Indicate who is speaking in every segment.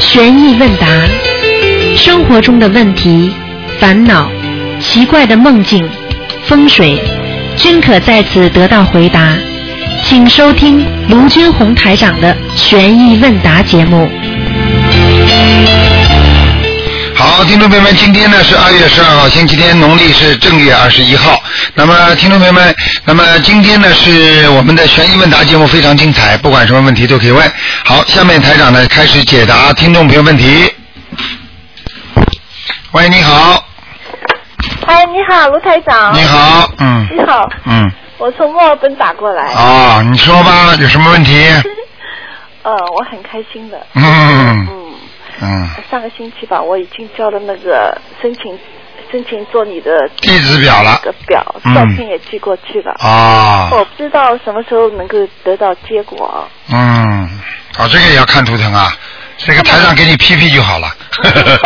Speaker 1: 悬疑问答，生活中的问题、烦恼、奇怪的梦境、风水，均可在此得到回答。请收听卢军红台长的悬疑问答节目。
Speaker 2: 好，听众朋友们，今天呢是二月十二号，星期天，农历是正月二十一号。那么，听众朋友们，那么今天呢是我们的悬疑问答节目非常精彩，不管什么问题都可以问。好，下面台长呢开始解答听众朋友问题。喂，你好，
Speaker 3: 哎，你好，卢台长。
Speaker 2: 你。好，嗯
Speaker 3: 你好，
Speaker 2: 嗯，
Speaker 3: 我从墨尔本打过来。
Speaker 2: 哦，你说吧，有什么问题？
Speaker 3: 呃，我很开心的。
Speaker 2: 嗯
Speaker 3: 嗯，
Speaker 2: 嗯，
Speaker 3: 上个星期吧，我已经交了那个申请，申请做你的
Speaker 2: 地址表了
Speaker 3: 那个表，
Speaker 2: 嗯
Speaker 3: 照片也寄过去了。
Speaker 2: 啊，
Speaker 3: 我不知道什么时候能够得到结果。
Speaker 2: 嗯，哦，这个也要看图腾啊，这个台长给你批批就好了。
Speaker 3: 哦，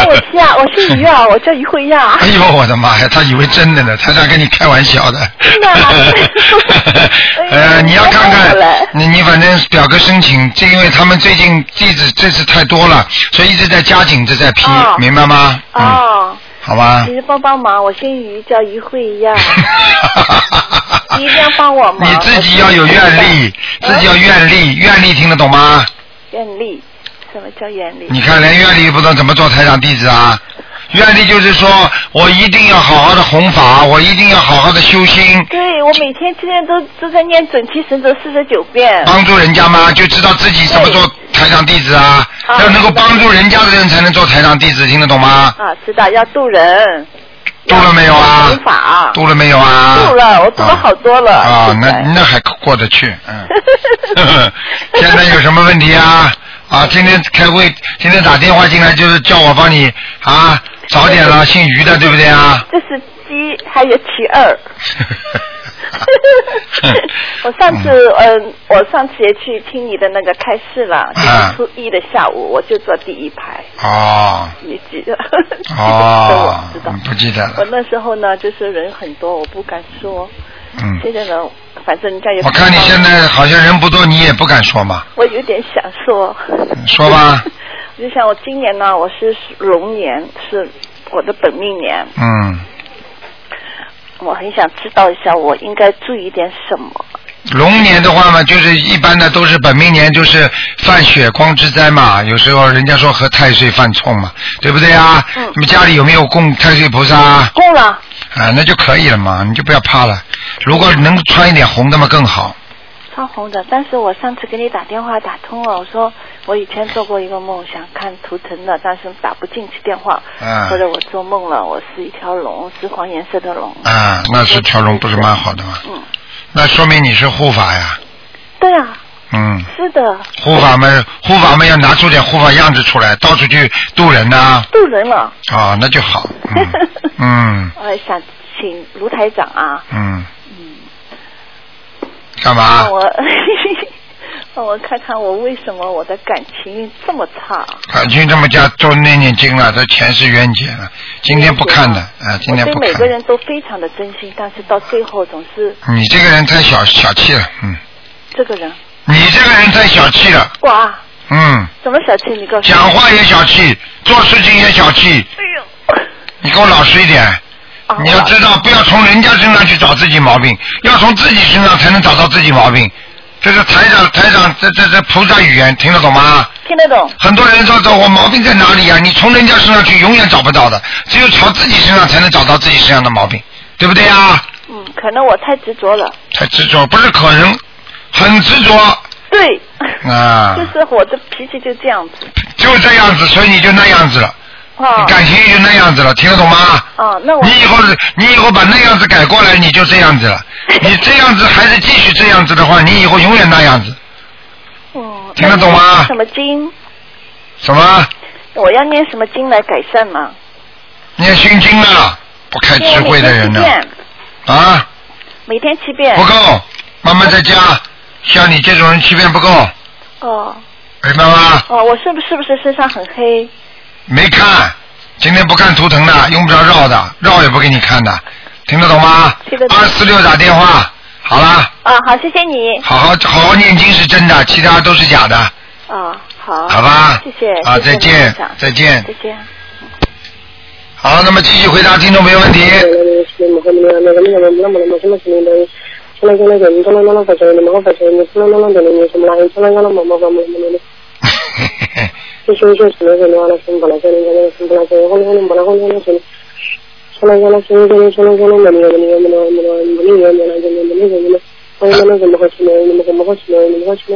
Speaker 3: 我是啊，我姓 于啊，我叫于慧亚。
Speaker 2: 哎呦我的妈呀！他以为真的呢，台长跟你开玩笑的。
Speaker 3: 真 的啊哎
Speaker 2: 呃，
Speaker 3: 呦
Speaker 2: 你要看
Speaker 3: 太
Speaker 2: 看
Speaker 3: 好了，
Speaker 2: 你你反正表格申请，这因为他们最近地址这次太多了，所以一直在加紧着在批，
Speaker 3: 哦
Speaker 2: 明白吗？嗯，
Speaker 3: 哦，
Speaker 2: 好吧。
Speaker 3: 你。帮帮忙，我姓于，叫于慧亚你一定要帮我忙。
Speaker 2: 你自己要有愿力，
Speaker 3: 我
Speaker 2: 自己要愿力，愿力听得懂吗？
Speaker 3: 愿力，什么叫愿力？
Speaker 2: 你看，连院里不知道怎么做台长弟子啊。院里就是说我一定要好好的弘法，我一定要好好的修心，
Speaker 3: 对，我每天现在都都在念准提神咒四十九遍。
Speaker 2: 帮助人家嘛，就知道自己怎么做台长弟子啊。
Speaker 3: 啊
Speaker 2: 要能够帮助人家的人才能做台长弟子，听得懂吗？
Speaker 3: 啊，知道要渡人。
Speaker 2: 渡了没有啊
Speaker 3: 要弘法。
Speaker 2: 度了没有啊？
Speaker 3: 渡了，我渡了好多了。
Speaker 2: 啊，
Speaker 3: 现
Speaker 2: 那
Speaker 3: 在
Speaker 2: 那还过得去，嗯。 现在有什么问题啊？啊，今天开会，今天打电话进来就是叫我帮你啊，早点了，姓于的对不对啊？
Speaker 3: 这是鸡，还有其 二。我上次，嗯、我上次也去听你的那个开示
Speaker 2: 啊
Speaker 3: 了，就是初一的下午，我就坐第一排，
Speaker 2: 哦
Speaker 3: 你记得？
Speaker 2: 哦
Speaker 3: 记得我知道，。
Speaker 2: 不记得
Speaker 3: 我
Speaker 2: 了，
Speaker 3: 那时候呢，就是人很多，我不敢说。
Speaker 2: 嗯，
Speaker 3: 现在呢，反正人家也不
Speaker 2: 我看你
Speaker 3: 知道
Speaker 2: 现在好像人不多，你也不敢说嘛，
Speaker 3: 我有点想说。
Speaker 2: 嗯说吧，
Speaker 3: 我就想我今年呢，我是龙年，是我的本命年，
Speaker 2: 嗯，
Speaker 3: 我很想知道一下，我应该注意点什么。
Speaker 2: 龙年的话嘛，就是一般的都是本命年，就是犯血光之灾嘛。有时候人家说和太岁犯冲嘛，对不对啊？
Speaker 3: 嗯
Speaker 2: 那么家里有没有供太岁菩萨啊？
Speaker 3: 够了，
Speaker 2: 啊，那就可以了嘛，你就不要怕了。如果能穿一点红的嘛更好。
Speaker 3: 穿红的。但是我上次给你打电话打通了，我说我以前做过一个梦，想看图腾的，但是打不进去电话。
Speaker 2: 嗯
Speaker 3: 或者我做梦了，我是一条龙，是黄颜色的龙。
Speaker 2: 啊，那是条龙不是蛮好的吗？
Speaker 3: 嗯，
Speaker 2: 那说明你是护法呀，
Speaker 3: 对啊，
Speaker 2: 嗯。
Speaker 3: 是的，
Speaker 2: 护法们，护法们要拿出点护法样子出来，到处去渡人呐、
Speaker 3: 渡人了。
Speaker 2: 啊，那就好， 嗯嗯
Speaker 3: 我呃想请卢台长啊，
Speaker 2: 嗯，
Speaker 3: 嗯，
Speaker 2: 干嘛
Speaker 3: 让？我 让我看看我为什么我的感情运这么差。
Speaker 2: 感情这么加多念念经了，这前世冤结了，今天不看的啊，今天
Speaker 3: 我
Speaker 2: 不
Speaker 3: 对每个
Speaker 2: 看。
Speaker 3: 人都非常的真心，但是到最后总是
Speaker 2: 你这个人太小小气了，嗯，
Speaker 3: 这个人
Speaker 2: 你这个人太小气了，
Speaker 3: 哇，
Speaker 2: 嗯，
Speaker 3: 怎么小气？你告诉我。
Speaker 2: 讲话也小气，做事情也小气，
Speaker 3: 哎呦。
Speaker 2: 你给我老实一点。
Speaker 3: 啊
Speaker 2: 你要知道，不要从人家身上去找自己毛病，要从自己身上才能找到自己毛病。这是台长，台长，这这这菩萨语言，听得懂吗？
Speaker 3: 听得懂，
Speaker 2: 很多人说找我毛病在哪里呀、啊你从人家身上去永远找不到的，只有朝自己身上才能找到自己身上的毛病，对不对啊？
Speaker 3: 嗯，可能我太执着了。
Speaker 2: 太执着不是可能，很执着
Speaker 3: 对，
Speaker 2: 啊
Speaker 3: 就，是我的脾气就这样子。
Speaker 2: 就这样子，所以你就那样子了，
Speaker 3: 啊
Speaker 2: 你感情也就那样子了，听得懂吗？
Speaker 3: 啊，那我
Speaker 2: 你以后是，你以后把那样子改过来，你就这样子 了。你这样子还是继续这样子的话，你以后永远那样子。
Speaker 3: 嗯，
Speaker 2: 听得懂吗
Speaker 3: 那我念什么经？
Speaker 2: 什么？
Speaker 3: 我要念什么经来改善吗？
Speaker 2: 念心经啊，不开智慧的人呢、啊？
Speaker 3: 每天七遍，每天
Speaker 2: 不
Speaker 3: 七遍。
Speaker 2: 够，慢慢再加。像你这种人欺骗不够，
Speaker 3: 哦
Speaker 2: 明白吗？
Speaker 3: 哦，我是不是不是身上很黑？
Speaker 2: 没看，今天不看图腾的，用不着绕的，绕也不给你看的，听得懂吗
Speaker 3: 听得？懂
Speaker 2: 二四六打电话，好啦，
Speaker 3: 啊，好，谢谢你。
Speaker 2: 好好好好念经是真的，其他都是假的，
Speaker 3: 啊，好，
Speaker 2: 好吧
Speaker 3: 谢谢，
Speaker 2: 啊
Speaker 3: 谢谢
Speaker 2: 再见
Speaker 3: 台长
Speaker 2: 再见
Speaker 3: 再见。
Speaker 2: 好，那么继续回答听众朋友问题。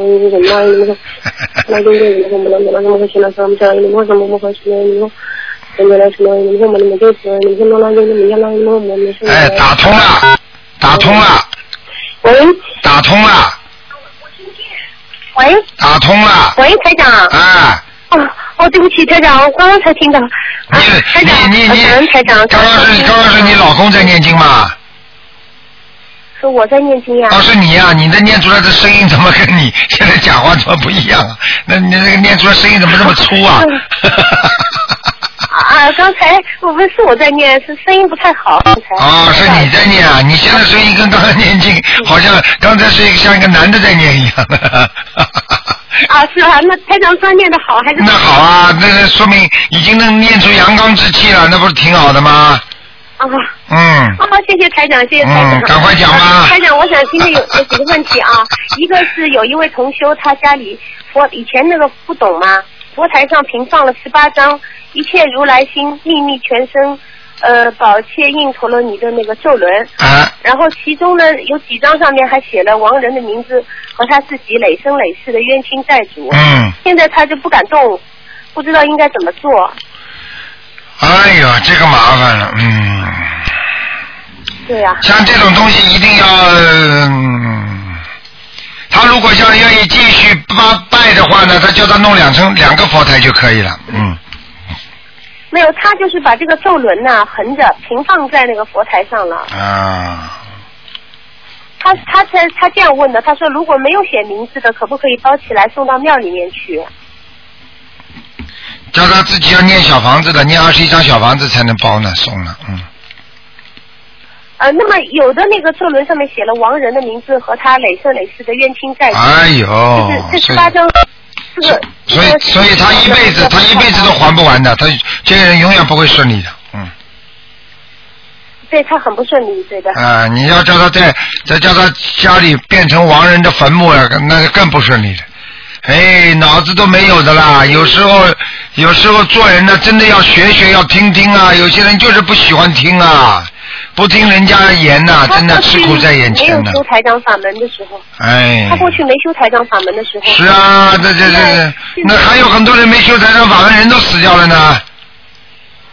Speaker 2: 哎，打通了，打通了，
Speaker 4: 喂
Speaker 2: 打通了，
Speaker 4: 喂
Speaker 2: 打通了，
Speaker 4: 喂，台长，
Speaker 2: 哎。
Speaker 4: 哦哦，对不起，台长，我刚刚才听到，啊，台长，
Speaker 2: 你你
Speaker 4: 啊感恩
Speaker 2: 你
Speaker 4: 台长，
Speaker 2: 刚
Speaker 4: 感恩
Speaker 2: 刚是
Speaker 4: 台
Speaker 2: 刚
Speaker 4: 长
Speaker 2: 刚是你老公在念经吗？
Speaker 4: 是我在念经呀，
Speaker 2: 哦，是你呀、你的念出来的声音怎么跟你 现在讲话怎么不一样啊？那你那个念出来声音怎么这么粗 啊？
Speaker 4: 啊啊，刚才我不是我在念，是声音不太好，刚才
Speaker 2: 哦，是你在念啊！你现在声音跟刚才念经，好像刚才是一个像一个男的在念一样的。
Speaker 4: 啊，是吧？那台长算念的好还是
Speaker 2: 那好啊，那那说明已经能念出阳刚之气了，那不是挺好的吗？
Speaker 4: 啊？
Speaker 2: 嗯，
Speaker 4: 啊，谢谢台长，谢谢台长。
Speaker 2: 嗯赶快讲吧
Speaker 4: 啊台长，我想今天有有几个问题啊，一个是有一位同修，他家里佛以前那个不懂嘛，佛台上平放了十八张一切如来心秘密全身呃宝切印陀罗尼的那个咒轮，
Speaker 2: 啊，
Speaker 4: 然后其中呢有几张上面还写了亡人的名字和他自己累生累世的冤亲债主。
Speaker 2: 嗯，
Speaker 4: 现在他就不敢动，不知道应该怎么做。
Speaker 2: 哎呦，这个麻烦了，嗯，
Speaker 4: 对呀、
Speaker 2: 像这种东西一定要，嗯、他如果要愿意继续拜拜的话呢，他叫他弄两层两个佛台就可以了，嗯，
Speaker 4: 没有，他就是把这个咒轮呐、横着平放在那个佛台上了。
Speaker 2: 啊，
Speaker 4: 他他他他这样问的，他说如果没有写名字的，可不可以包起来送到庙里面去？
Speaker 2: 叫他自己要念小房子的，念二十一张小房子才能包呢，送了，嗯。
Speaker 4: 呃，那么有的那个咒轮上面写了亡人的名字和他累生累世的冤亲债主，
Speaker 2: 哎呦，
Speaker 4: 就是这十八张，这个
Speaker 2: 所
Speaker 4: 哦
Speaker 2: 以所以他一辈子他一辈子都还不完的，他这个人永远不会顺利的，嗯
Speaker 4: 对他很不顺利，对的。
Speaker 2: 啊、你要叫他在再叫他家里变成亡人的坟墓了，那就更不顺利了。哎，脑子都没有的啦！有时候，有时候做人呢，真的要学学，要听听啊。有些人就是不喜欢听啊，不听人家言呐、
Speaker 4: 他
Speaker 2: 真的吃苦在眼前
Speaker 4: 过去没
Speaker 2: 呢
Speaker 4: 有。修台长法门的时候，
Speaker 2: 哎，
Speaker 4: 他过去没修台长法门的时候，
Speaker 2: 是啊，这这这，那还有很多人没修台上法门，人都死掉了呢，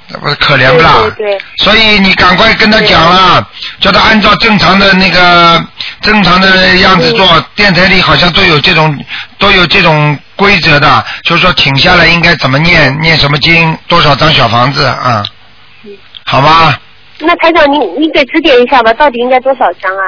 Speaker 2: 那不是可怜不啦？
Speaker 4: 对对对
Speaker 2: 所以你赶快跟他讲啦，叫他按照正常的那个正常的样子做。电台里好像都有这种都有这种规则的，就是说请下来应该怎么念，念什么经，多少张小房子啊、
Speaker 4: 嗯
Speaker 2: 好吧，
Speaker 4: 那台长你你给指点一下吧，到底应该多少张啊？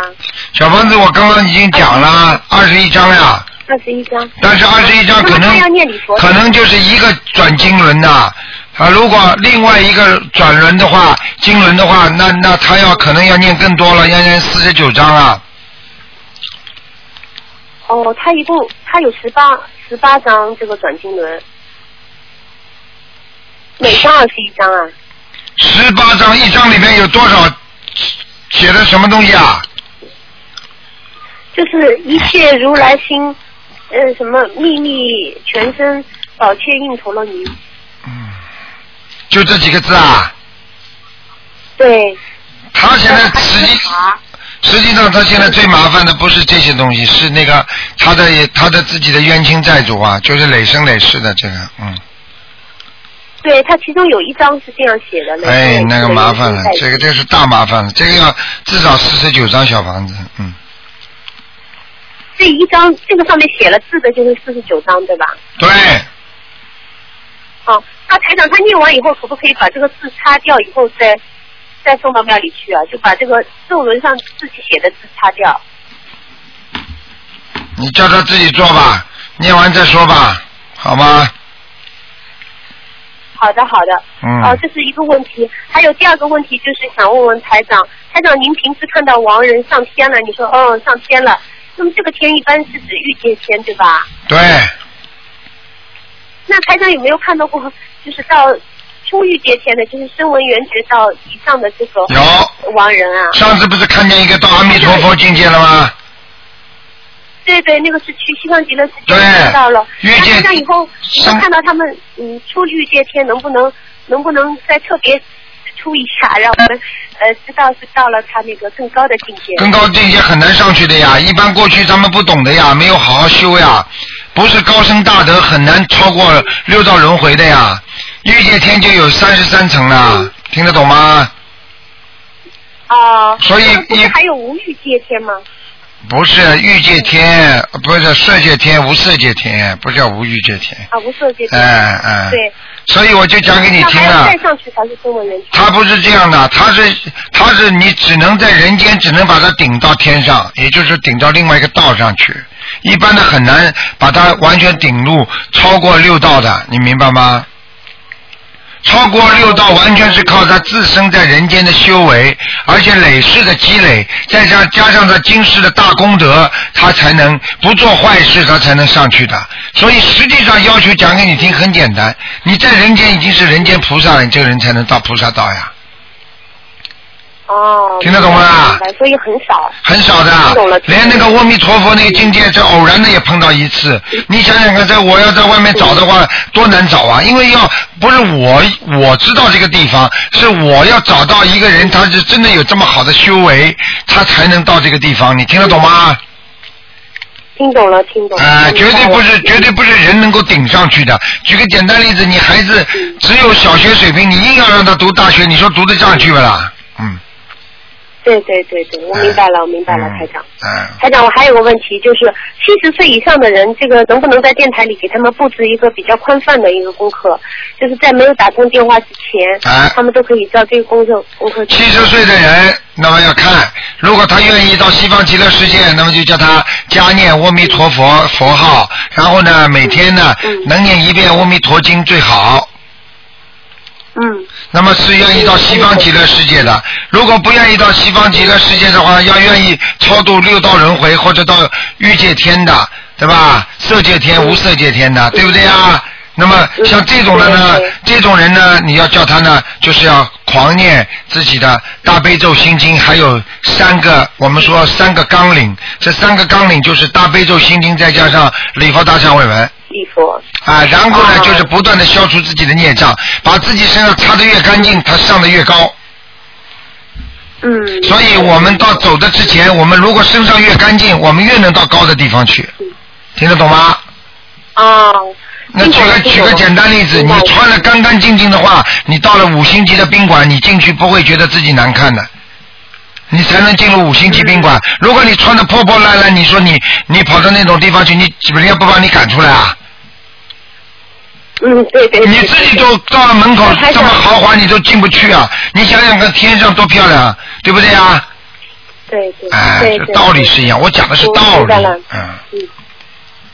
Speaker 2: 小房子我刚刚已经讲了，
Speaker 4: 哎
Speaker 2: 二十一张呀、
Speaker 4: 二十一张。
Speaker 2: 但是二十一张可
Speaker 4: 那
Speaker 2: 能
Speaker 4: 嗯么他要念礼佛
Speaker 2: 可能就是一个转经轮呐、啊。如果另外一个转轮的话，经轮的话，那那他要可能要念更多了，要念四十九章啊。
Speaker 4: 哦，他一共他有十八十八张这个转经轮，每张二十一张啊。
Speaker 2: 十八章，一章里面有多少写的什么东西啊？
Speaker 4: 就是一切如来心，呃，什么秘密全身宝切印陀罗尼，
Speaker 2: 就这几个字啊。
Speaker 4: 对，
Speaker 2: 他现在
Speaker 4: 还
Speaker 2: 实际
Speaker 4: 查，
Speaker 2: 实际上他现在最麻烦的不是这些东西，是那个他的他的自己的冤亲债主啊，就是累生累世的这个，嗯，
Speaker 4: 对他其中有一张是这样写的，
Speaker 2: 哎，那个麻烦了，这
Speaker 4: 这
Speaker 2: 个这是大麻烦了，这个要至少四十九张小房子，嗯。
Speaker 4: 这一张这个上面写了字的就是四十九张，对吧？
Speaker 2: 对，
Speaker 4: 哦，那台长他念完以后，可不可以把这个字擦掉以后再再送到庙里去啊？就把这个咒文上自己写的字擦掉。
Speaker 2: 你叫他自己做吧，念完再说吧，好吗？
Speaker 4: 好的，好的。
Speaker 2: 嗯
Speaker 4: 哦，这是一个问题，还有第二个问题就是想问问台长，台长您平时看到亡人上天了，你说哦嗯上天了，那么这个天一般是指欲界天对吧？
Speaker 2: 对，
Speaker 4: 那台长有没有看到过，就是到出狱节前的，就是声闻缘觉到以上的这个
Speaker 2: 有
Speaker 4: 亡人啊？
Speaker 2: 上次不是看见一个到阿弥陀佛境界了吗？
Speaker 4: 对对，那个是去西方极乐世界
Speaker 2: 对
Speaker 4: 看到了。
Speaker 2: 遇
Speaker 4: 那
Speaker 2: 见
Speaker 4: 台长以后，你
Speaker 2: 上
Speaker 4: 们看到他们嗯出狱这天，能不能能不能再特别出一下，让我们呃知道是到了他那个更高的境界？
Speaker 2: 更高境界很难上去的呀，一般过去咱们不懂的呀，没有好好修呀，不是高僧大德很难超过六道轮回的呀。欲界天就有三十三层了，听得懂吗？
Speaker 4: 啊、
Speaker 2: 所以
Speaker 4: 那不
Speaker 2: 你
Speaker 4: 是还有无欲界天吗？
Speaker 2: 不是欲界天，不是色界天，无色界天，不叫无欲界天。
Speaker 4: 啊，无色界天。
Speaker 2: 哎哎，
Speaker 4: 对，
Speaker 2: 所以我就讲给你
Speaker 4: 那
Speaker 2: 听
Speaker 4: 还要
Speaker 2: 了
Speaker 4: 再。上去才是中文人群。
Speaker 2: 他不是这样的，他是他是你只能在人间，只能把它顶到天上，也就是顶到另外一个道上去。一般的很难把它完全顶入超过六道的，你明白吗？超过六道完全是靠他自身在人间的修为，而且累世的积累，再加加上他今世的大功德，他才能不做坏事，他才能上去的。所以实际上要求讲给你听很简单，你在人间已经是人间菩萨了，你这个人才能到菩萨道呀，
Speaker 4: 哦，
Speaker 2: 听得懂吗
Speaker 4: 明白所以很少。
Speaker 2: 很少的啊
Speaker 4: 懂了，
Speaker 2: 连那个阿弥陀佛那个境界，这偶然的也碰到一次。
Speaker 4: 嗯
Speaker 2: 你想想看，在我要在外面找的话，多难找啊！因为要不是我我知道这个地方，是我要找到一个人，他是真的有这么好的修为，他才能到这个地方。你听得懂吗？
Speaker 4: 听懂了，听懂了。
Speaker 2: 啊、
Speaker 4: 明
Speaker 2: 绝
Speaker 4: 白
Speaker 2: 对
Speaker 4: 了
Speaker 2: 不是，绝对不是人能够顶上去的。举个简单例子，你孩子
Speaker 4: 嗯
Speaker 2: 只有小学水平，你硬要让他读大学，你说读得上去不啦？嗯，
Speaker 4: 对对对对，我明白了，我明白了，
Speaker 2: 嗯
Speaker 4: 台长。。
Speaker 2: 嗯，
Speaker 4: 台长，我还有个问题，就是七十岁以上的人，这个能不能在电台里给他们布置一个比较宽泛的一个功课？就是在没有打通电话之前，
Speaker 2: 哎
Speaker 4: 他们都可以照这个功课功课去。
Speaker 2: 七十岁的人，那么要看，如果他愿意到西方极乐世界，那么就叫他加念阿弥陀佛佛号，然后呢，每天呢
Speaker 4: 嗯
Speaker 2: 能念一遍阿弥陀经最好。
Speaker 4: 嗯，
Speaker 2: 那么是愿意到西方极乐世界的，如果不愿意到西方极乐世界的话，要愿意超度六道轮回或者到欲界天的，对吧？色界天、无色界天的，对不对啊？那么像这种的呢
Speaker 4: 嗯对，
Speaker 2: 这种人呢，你要叫他呢，就是要狂念自己的大悲咒心经，还有三个我们说三个纲领，这三个纲领就是大悲咒心经再加上礼佛大忏悔文。
Speaker 4: 礼佛。
Speaker 2: 啊，然后呢
Speaker 4: 啊，
Speaker 2: 就是不断的消除自己的孽障，把自己身上擦的越干净，它上的越高。
Speaker 4: 嗯。
Speaker 2: 所以我们到走的之前，我们如果身上越干净，我们越能到高的地方去，听得懂吗？
Speaker 4: 啊。
Speaker 2: 那举个举个简单例子，你穿的干干净净的话，你到了五星级的宾馆，你进去不会觉得自己难看的，你才能进入五星级宾
Speaker 4: 嗯
Speaker 2: 馆。如果你穿的破破烂烂，你说你你跑到那种地方去，你人家不把你赶出来啊？
Speaker 4: 嗯，对对。对
Speaker 2: 你自己都到了门口
Speaker 4: 那台
Speaker 2: 这
Speaker 4: 长
Speaker 2: 么豪华，你都进不去啊！你想想看，天上多漂亮，啊，对不对啊？
Speaker 4: 对对
Speaker 2: 哎，
Speaker 4: 对
Speaker 2: 这
Speaker 4: 对。
Speaker 2: 道理是一样，我讲的是道
Speaker 4: 我明
Speaker 2: 理
Speaker 4: 白了。
Speaker 2: 嗯，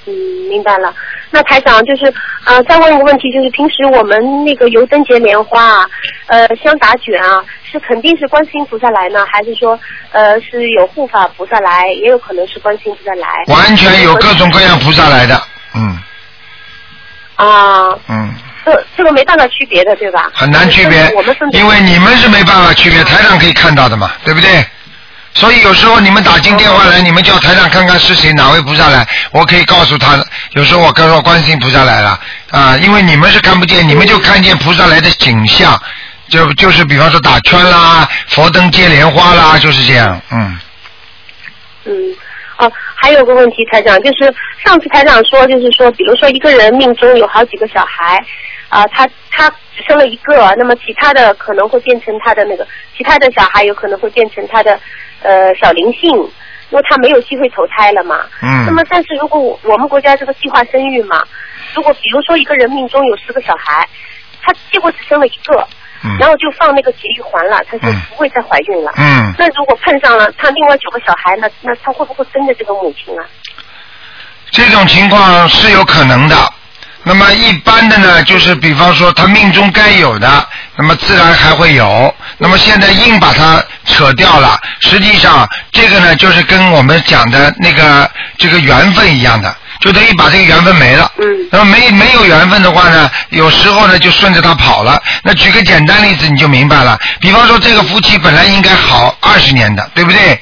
Speaker 4: 嗯，明白了。那台长就是呃，再问一个问题，就是平时我们那个油灯节莲花啊，呃，香打卷啊，是肯定是观世音菩萨来呢，还是说呃是有护法菩萨来，也有可能是观世音菩萨来
Speaker 2: 完全有各种各样菩萨来的，嗯
Speaker 4: 啊？
Speaker 2: 嗯，
Speaker 4: 这这个没办法区别的，对吧？
Speaker 2: 很难区别
Speaker 4: 就是我们分，别
Speaker 2: 因为你们是没办法区别，台上可以看到的嘛，对不对？所以有时候你们打进电话
Speaker 4: 嗯
Speaker 2: 来，你们叫台上看看是谁哪位菩萨来，我可以告诉他。有时候我告诉观世音菩萨来了啊、因为你们是看不
Speaker 4: 嗯
Speaker 2: 见，你们就看见菩萨来的景象，就就是比方说打圈啦、佛灯接莲花啦，就是这样。嗯，
Speaker 4: 嗯，哦，还有个问题，台长，就是上次台长说，就是说，比如说一个人命中有好几个小孩，啊、他他只生了一个，那么其他的可能会变成他的那个，其他的小孩有可能会变成他的呃小灵性，因为他没有机会投胎了嘛。
Speaker 2: 嗯
Speaker 4: 那么，但是如果我我们国家这个计划生育嘛，如果比如说一个人命中有十个小孩，他结果只生了一个，
Speaker 2: 嗯
Speaker 4: 然后就放那个节育环了，他就
Speaker 2: 嗯
Speaker 4: 不会再怀孕了。
Speaker 2: 嗯
Speaker 4: 那如果碰上了他另外九个小孩，那那他会不会跟着这个母亲啊？
Speaker 2: 这种情况是有可能的，那么一般的呢，就是比方说他命中该有的，那么自然还会有。那么现在硬把它扯掉了，实际上这个呢，就是跟我们讲的那个这个缘分一样的，就等于把这个缘分没了。
Speaker 4: 嗯
Speaker 2: 那么没没有缘分的话呢，有时候呢就顺着他跑了。那举个简单例子你就明白了，比方说这个夫妻本来应该好二十年的，对不对？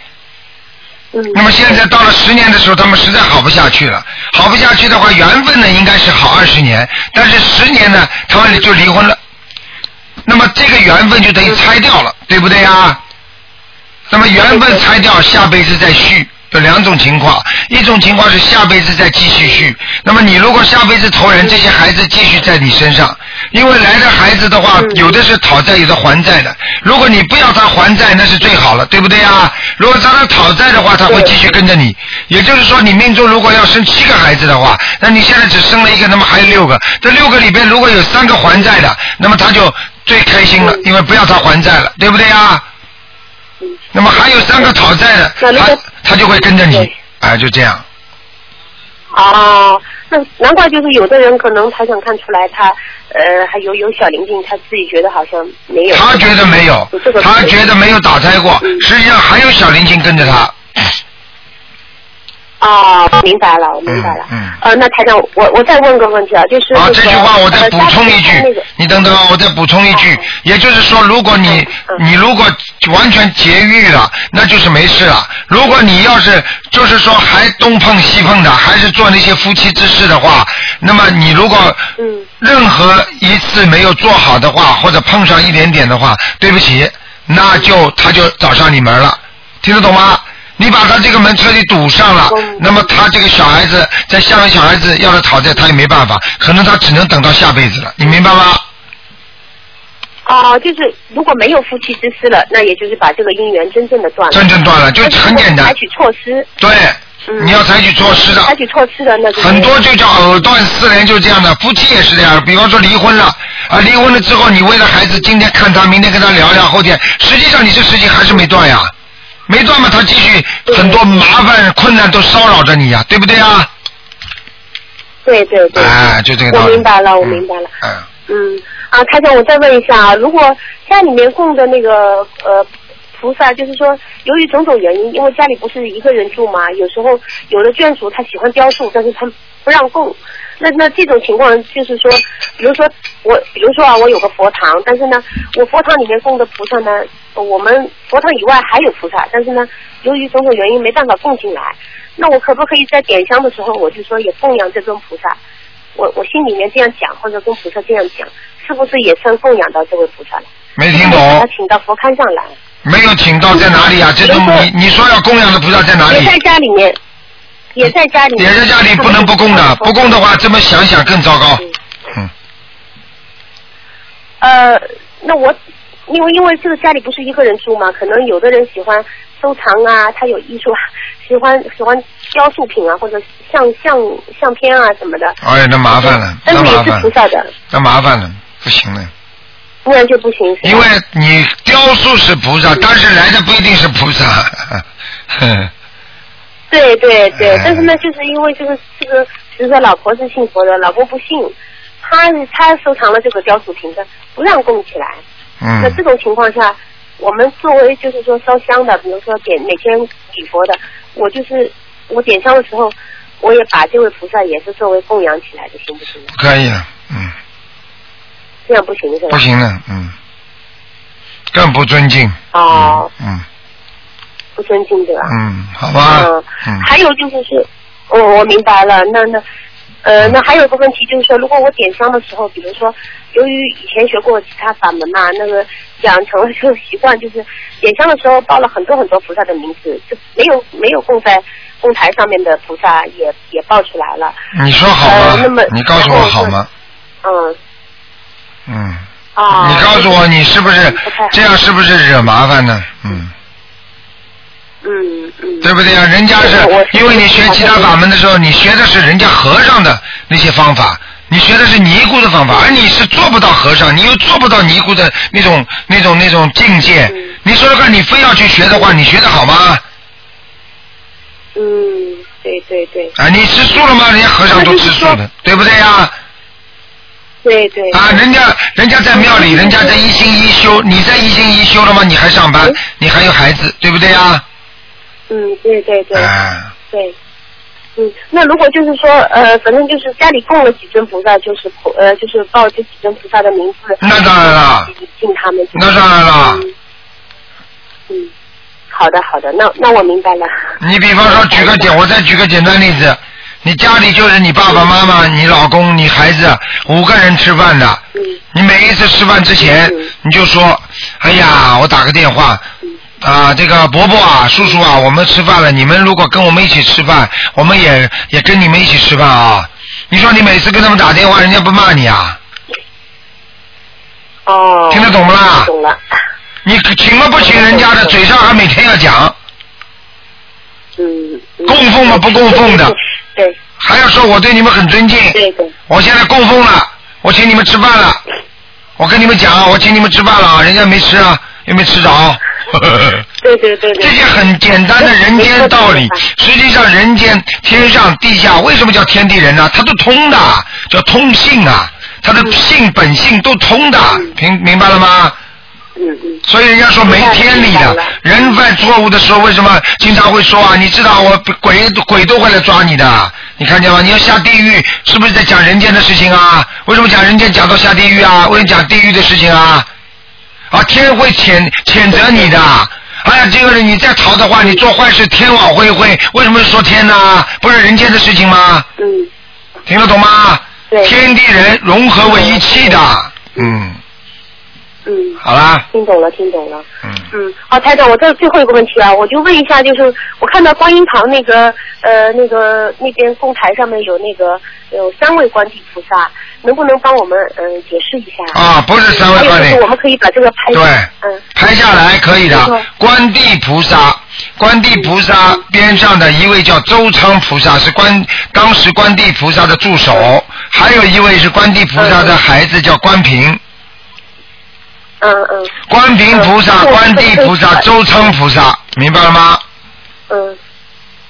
Speaker 4: 嗯，
Speaker 2: 那么现在到了十年的时候，他们实在好不下去了。好不下去的话，缘分呢应该是好二十年，但是十年呢，他们就离婚了。那么这个缘分就等于拆掉了，对不对啊？那么缘分拆掉，下辈子再续，有两种情况，一种情况是下辈子再继续续。那么你如果下辈子投人，这些孩子继续在你身上，因为来的孩子的话，
Speaker 4: 嗯
Speaker 2: 有的是讨债，有的还债的。如果你不要他还债，那是最好了，对不对啊？如果让他讨债的话，他会继续跟着你。也就是说，你命中如果要生七个孩子的话，那你现在只生了一个，那么还有六个。这六个里边如果有三个还债的，那么他就最开心了，因为不要他还债了，对不对啊？那么还有三个讨债的，
Speaker 4: 那那
Speaker 2: 他
Speaker 4: 个
Speaker 2: 他就会跟着你
Speaker 4: 对，
Speaker 2: 啊，就这样。啊
Speaker 4: 哦，那难怪就是有的人可能台长看出来他呃还有有小灵性，他自己觉得好像没有。
Speaker 2: 他觉得没有
Speaker 4: 有这，个
Speaker 2: 他觉得没有打胎过，
Speaker 4: 嗯
Speaker 2: 实际上还有小灵性跟着他。
Speaker 4: 哦，明白了，我明白了。
Speaker 2: 嗯嗯
Speaker 4: 呃，那台长，我我再问个问题啊，就是、那
Speaker 2: 啊，
Speaker 4: 个、
Speaker 2: 这句话我再
Speaker 4: 呃
Speaker 2: 补充一句
Speaker 4: 下次那个，
Speaker 2: 你等等啊，我再补充一句
Speaker 4: 哦，
Speaker 2: 也就是说，如果你
Speaker 4: 嗯嗯
Speaker 2: 你如果完全节育了，那就是没事了。如果你要是就是说还东碰西碰的，还是做那些夫妻之事的话，那么你如果
Speaker 4: 嗯
Speaker 2: 任何一次没有做好的话，或者碰上一点点的话，对不起，那就他就找上你门了，听得懂吗？你把他这个门彻底堵上了
Speaker 4: 嗯，
Speaker 2: 那么他这个小孩子在下面小孩子要是讨债，他也没办法，可能他只能等到下辈子了，你明白吗？
Speaker 4: 哦，就是如果没有夫妻之事了，那也就是把这个姻缘真正的断了。
Speaker 2: 真正断了，就
Speaker 4: 但是
Speaker 2: 很
Speaker 4: 如果
Speaker 2: 简单
Speaker 4: 采，取措施，
Speaker 2: 对，
Speaker 4: 嗯
Speaker 2: 你要采取措施的，
Speaker 4: 采取措施的那就是
Speaker 2: 很多就叫藕断丝连，就这样的。夫妻也是这样，比方说离婚了，啊，离婚了之后，你为了孩子，今天看他，明天跟他聊聊，后天，实际上你这事情还是没断呀，没断嘛，他继续很多麻烦困难都骚扰着你呀，对不对啊？
Speaker 4: 对对对。
Speaker 2: 哎，就这个道
Speaker 4: 我
Speaker 2: 理。
Speaker 4: 明白了，我明白了。
Speaker 2: 嗯。
Speaker 4: 嗯，啊，台长，我再问一下啊，如果家里面供的那个呃菩萨，就是说由于种种原因，因为家里不是一个人住嘛，有时候有的眷属他喜欢雕塑，但是他不让供。那那这种情况就是说，比如说我，比如说啊，我有个佛堂，但是呢，我佛堂里面供的菩萨呢，我们佛堂以外还有菩萨，但是呢，由于种种原因没办法供进来，那我可不可以在点香的时候，我就说也供养这尊菩萨？我我心里面这样讲，或者跟菩萨这样讲，是不是也算供养到这位菩萨了？
Speaker 2: 没听
Speaker 4: 把他
Speaker 2: 懂，
Speaker 4: 请到佛龛上来，
Speaker 2: 没有请到在哪里啊？这种
Speaker 4: 没
Speaker 2: 你你说要供养的菩萨在哪
Speaker 4: 嗯也
Speaker 2: 里？
Speaker 4: 在家里面，也在家里面，
Speaker 2: 也在家里不能不供
Speaker 4: 嗯
Speaker 2: 的，不供的话，这么想想更糟糕。嗯，
Speaker 4: 呃，那我因为因为这个家里不是一个人住嘛，可能有的人喜欢收藏啊，他有艺术，啊，喜欢喜欢雕塑品啊，或者像像相片啊什么的。
Speaker 2: 哎呀，那麻烦了，
Speaker 4: 嗯但
Speaker 2: 那
Speaker 4: 是也
Speaker 2: 麻
Speaker 4: 是
Speaker 2: 烦
Speaker 4: 菩
Speaker 2: 了，
Speaker 4: 萨的，
Speaker 2: 那麻烦了，不行了。
Speaker 4: 不然就不行。是吧
Speaker 2: 因为你雕塑是菩
Speaker 4: 嗯
Speaker 2: 萨，但是来的不一定是菩萨。
Speaker 4: 对对对
Speaker 2: 哎，
Speaker 4: 但是呢，就是因为这个这个，比如说老婆是信佛的，老婆不信，她她收藏了这个雕塑瓶子，不让供起来。那这
Speaker 2: 嗯，
Speaker 4: 种情况下，我们作为就是说烧香的，比如说点每天礼佛的，我就是我点香的时候，我也把这位菩萨也是作为供养起来的，行不行？
Speaker 2: 不可以了，嗯，
Speaker 4: 这样不行是吧？
Speaker 2: 不。行了，嗯，更不尊敬。
Speaker 4: 哦，
Speaker 2: 嗯
Speaker 4: 不尊敬对吧？
Speaker 2: 嗯，好吧
Speaker 4: 嗯，
Speaker 2: 嗯，
Speaker 4: 还有就是是，我、我明白了，那那。呃，那还有一个问题就是说，如果我点香的时候，比如说，由于以前学过其他法门嘛，那个养成了这个习惯，就是点香的时候报了很多很多菩萨的名字，就没有没有供在供台上面的菩萨也也报出来了。
Speaker 2: 你说好
Speaker 4: 呃那
Speaker 2: 吗
Speaker 4: 么？
Speaker 2: 你告诉我好吗？
Speaker 4: 嗯，
Speaker 2: 嗯，
Speaker 4: 啊，嗯
Speaker 2: 你告诉我你是不是
Speaker 4: 不太好
Speaker 2: 这样是不是惹麻烦呢？嗯。
Speaker 4: 嗯嗯，
Speaker 2: 对不对啊？人家是
Speaker 4: 我我
Speaker 2: 因为你学其他法门的时候，你学的是人家和尚的那些方法，你学的是尼姑的方法，而你是做不到和尚，你又做不到尼姑的那种那种那种境界
Speaker 4: 嗯。
Speaker 2: 你说说看，你非要去学的话，你学的好吗？
Speaker 4: 嗯，对对对，
Speaker 2: 啊，你吃素了吗？人家和尚都吃素
Speaker 4: 那就是
Speaker 2: 的，对不对呀、
Speaker 4: 对对。
Speaker 2: 啊，人家人家在庙
Speaker 5: 嗯
Speaker 2: 里，人家在一心一修，你在一心一修了吗？你还上班，你还有孩子，对不对啊？
Speaker 4: 嗯，对对对
Speaker 2: 啊，
Speaker 4: 对。嗯，那如果就是说，呃，反正就是家里供了几尊菩萨，就是呃，就是报这几尊菩萨的名字，
Speaker 2: 那当然了，
Speaker 4: 敬他们。
Speaker 2: 那当然了。
Speaker 4: 嗯，好的好的，那那我明白了。
Speaker 2: 你比方说举个简，我再举个简单例子，你家里就是你爸爸妈妈、你老公、你孩子五个人吃饭的，你每一次吃饭之前你就说，哎呀，我打个电话。啊，这个伯伯啊，叔叔啊，我们吃饭了。你们如果跟我们一起吃饭，我们也也跟你们一起吃饭啊。你说你每次跟他们打电话，人家不骂你啊？
Speaker 4: 哦。
Speaker 2: 听得懂不啦
Speaker 4: 懂了。
Speaker 2: 你请了不请人家的，嘴上还每天要讲。
Speaker 4: 嗯。
Speaker 2: 供奉吗？不供奉的。
Speaker 4: 对。
Speaker 2: 还要说我对你们很尊敬。
Speaker 4: 对对。
Speaker 2: 我现在供奉了，我请你们吃饭了。我跟你们讲啊，我请你们吃饭了啊，人家没吃啊，又没吃着。
Speaker 4: 对对对对。
Speaker 2: 这些很简单的人间道理，实际上人间、天上、地下，为什么叫天地人呢、它都通的，叫通性啊，它的性本性都通的，明明白了吗？
Speaker 4: 嗯嗯。
Speaker 2: 所以人家说没天理的，人犯错误的时候，为什么经常会说啊？你知道我鬼鬼都会来抓你的，你看见吗？你要下地狱，是不是在讲人间的事情啊？为什么讲人间讲到下地狱啊？为什么讲地狱的事情啊？啊，天会谴谴责你的。哎呀，这个人你再逃的话，你做坏事，天网恢恢。为什么说天呢？不是人间的事情吗？
Speaker 4: 嗯。
Speaker 2: 听得懂吗？天地人融合为一气的。嗯，
Speaker 4: 嗯。
Speaker 2: 好啦。
Speaker 4: 听懂了，听懂了。
Speaker 2: 嗯。
Speaker 4: 嗯，好，台长，我这最后一个问题啊，我就问一下，就是我看到观音堂那个呃那个那边供台上面有那个有三位观地菩萨，能不能帮我们嗯、呃解释一下？
Speaker 2: 啊不是三位观地
Speaker 4: 还哎有就是我们可以把这个拍
Speaker 2: 对
Speaker 4: 嗯
Speaker 2: 拍下来可以
Speaker 4: 没错
Speaker 2: 的。观地菩萨，观地菩萨边上的一位叫周昌菩萨，是观当时观地菩萨的助手，还有一位是观地菩萨的孩子叫关平。
Speaker 4: 嗯嗯
Speaker 2: 观平菩萨、
Speaker 4: 嗯
Speaker 2: 观地菩萨、周昌菩萨，明白了吗？
Speaker 4: 嗯，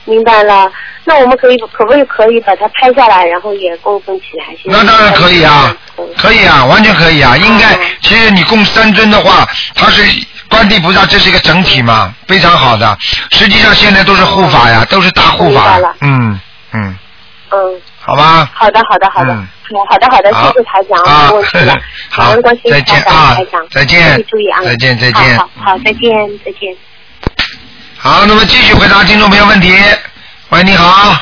Speaker 4: 明白了。那我们可以可不可以把它拍下来，然后也供奉起来？
Speaker 2: 那当然可以啊，可以啊，完全可以啊。应该，其实你供三尊的话，它是观地菩萨，这是一个整体嘛，非常好的。实际上现在都是护法呀，都是大护
Speaker 4: 明白
Speaker 2: 法
Speaker 4: 了。
Speaker 2: 嗯嗯，
Speaker 4: 嗯，
Speaker 2: 好吧。
Speaker 4: 好的，好的，好的，
Speaker 2: 嗯
Speaker 4: 好的，好的，
Speaker 2: 好
Speaker 4: 谢谢台长，
Speaker 2: 啊。
Speaker 4: 没问题了
Speaker 2: 好
Speaker 4: 感恩关心
Speaker 2: 再见
Speaker 4: 台长
Speaker 2: 啊
Speaker 4: 台长，
Speaker 2: 再见
Speaker 4: 注意啊，
Speaker 2: 再见再见
Speaker 4: 好好好，再见，再见。
Speaker 2: 好，那么继续回答听众朋友问题。喂，你好，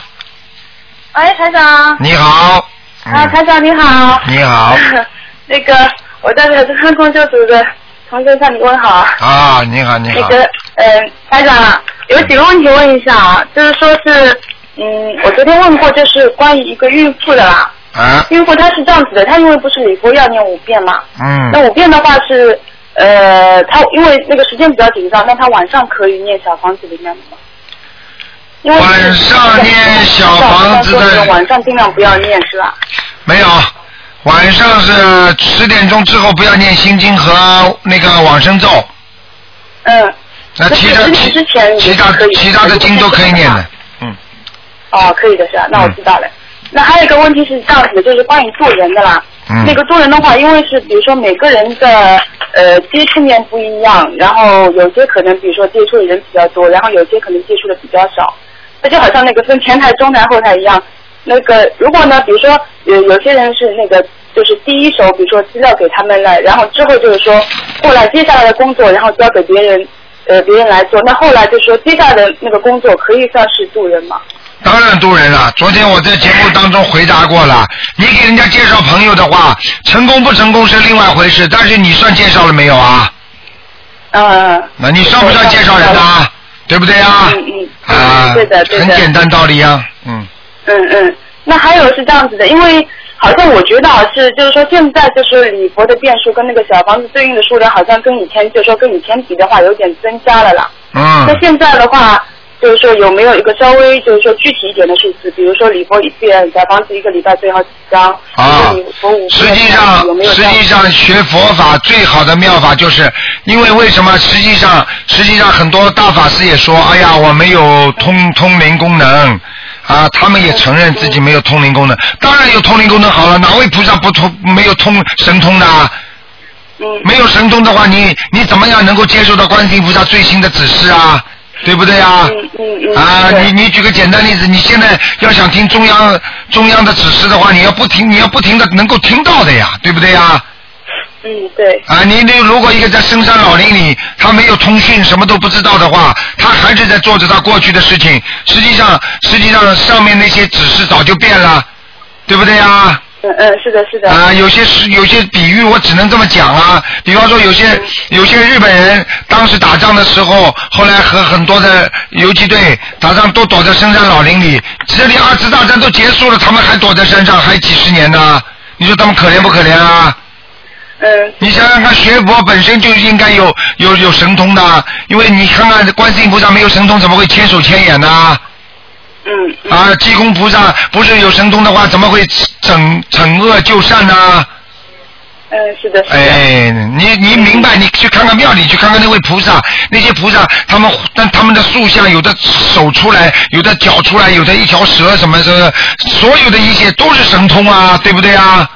Speaker 5: 哎，台长。
Speaker 2: 你好，
Speaker 5: 啊，台长你好。
Speaker 2: 你嗯好，
Speaker 5: 那个，我代表这个公修组的同学向你问好。
Speaker 2: 啊，你好，你
Speaker 5: 那
Speaker 2: 好，
Speaker 5: 个，呃，台长啊有几个问题问一下啊，就是说是，嗯，我昨天问过，就是关于一个孕妇的啦。
Speaker 2: 啊，
Speaker 5: 孕妇她是这样子的，她因为不是礼佛要念五遍嘛，
Speaker 2: 嗯
Speaker 5: 那五遍的话是，呃，她因为那个时间比较紧张，那她晚上可以念小房子里面吗？因为
Speaker 2: 晚上念小房子的
Speaker 5: 晚上晚上尽量不要念是吧？
Speaker 2: 没有，晚上是十点钟之后不要念心经和那个往生咒，
Speaker 5: 嗯。
Speaker 2: 那其
Speaker 5: 十
Speaker 2: 他
Speaker 5: 点之
Speaker 2: 其
Speaker 5: 前
Speaker 2: 其他
Speaker 5: 可以
Speaker 2: 其他的经都可以念的。嗯
Speaker 5: 哦，可以的是吧？那我知道了。那还有一个问题是这样子的，就是关于做人的啦。
Speaker 2: 嗯
Speaker 5: 那个做人的话，因为是比如说每个人的呃接触面不一样，然后有些可能比如说接触的人比较多，然后有些可能接触的比较少。那就好像那个分前台、中台、后台一样。那个如果呢，比如说有有些人是那个就是第一手，比如说资料给他们了，然后之后就是说后来接下来的工作，然后交给别人。呃，别人来做，那后来就说接下来的那个工作可以算是渡人吗？
Speaker 2: 当然渡人了。昨天我在节目当中回答过了，你给人家介绍朋友的话，成功不成功是另外回事，但是你算介绍了没有啊？
Speaker 6: 呃
Speaker 5: 嗯，
Speaker 2: 那你算不算介绍人啊？对不对啊？
Speaker 5: 嗯嗯
Speaker 2: 啊，
Speaker 5: 对的对的
Speaker 2: 很简单道理啊，嗯。
Speaker 5: 嗯嗯，那还有是这样子的，因为好像我觉得啊是，就是说现在就是礼佛的变数跟那个小房子对应的数量，好像跟以前就是说跟以前比的话有点增加了啦。
Speaker 2: 嗯
Speaker 5: 那现在的话，就是说有没有一个稍微就是说具体一点的数字，比如说礼佛一遍，小房子一个礼拜最好几张，
Speaker 2: 啊
Speaker 5: 礼佛五遍
Speaker 2: 实际上
Speaker 5: 有没，有
Speaker 2: 实
Speaker 5: 这样
Speaker 2: 际上学佛法最好的妙法就是，因为为什么？实际上，实际上很多大法师也说，哎呀，我没有通通灵功能。啊，他们也承认自己没有通灵功能，当然有通灵功能好了，哪位菩萨不通没有通神通的、啊？
Speaker 5: 嗯
Speaker 2: 没有神通的话，你你怎么样能够接受到观世音菩萨最新的指示啊？对不对啊？
Speaker 5: 嗯嗯嗯
Speaker 2: 啊，
Speaker 5: 对
Speaker 2: 你你举个简单例子，你现在要想听中央中央的指示的话，你要不停，你要不停的能够听到的呀，对不对呀？
Speaker 5: 嗯对，
Speaker 2: 啊，你你如果一个在深山老林里，他没有通讯，什么都不知道的话，他还是在做着他过去的事情。实际上，实际上上面那些指示早就变了，对不对啊呀？
Speaker 5: 嗯嗯是的是的，
Speaker 2: 啊，有些是有些比喻，我只能这么讲啊。比方说，有些有些日本人当时打仗的时候，后来和很多的游击队打仗都躲在深山老林里。这里二次大战都结束了，他们还躲在山上，还几十年呢。你说他们可怜不可怜啊？
Speaker 5: 嗯
Speaker 2: 你想想看，学佛本身就应该有有有神通的，因为你看看观世音菩萨没有神通，怎么会千手千眼呢？
Speaker 5: 嗯嗯
Speaker 2: 啊，济公菩萨不是有神通的话，怎么会惩惩恶救善呢？
Speaker 5: 嗯是的是的，嗯
Speaker 2: 哎，你你明白？你去看看庙里，去看看那位菩萨，那些菩萨，他们但他们的塑像，有的手出来，有的脚出来，有的一条蛇什么什么，所有的一切都是神通啊，对不对啊？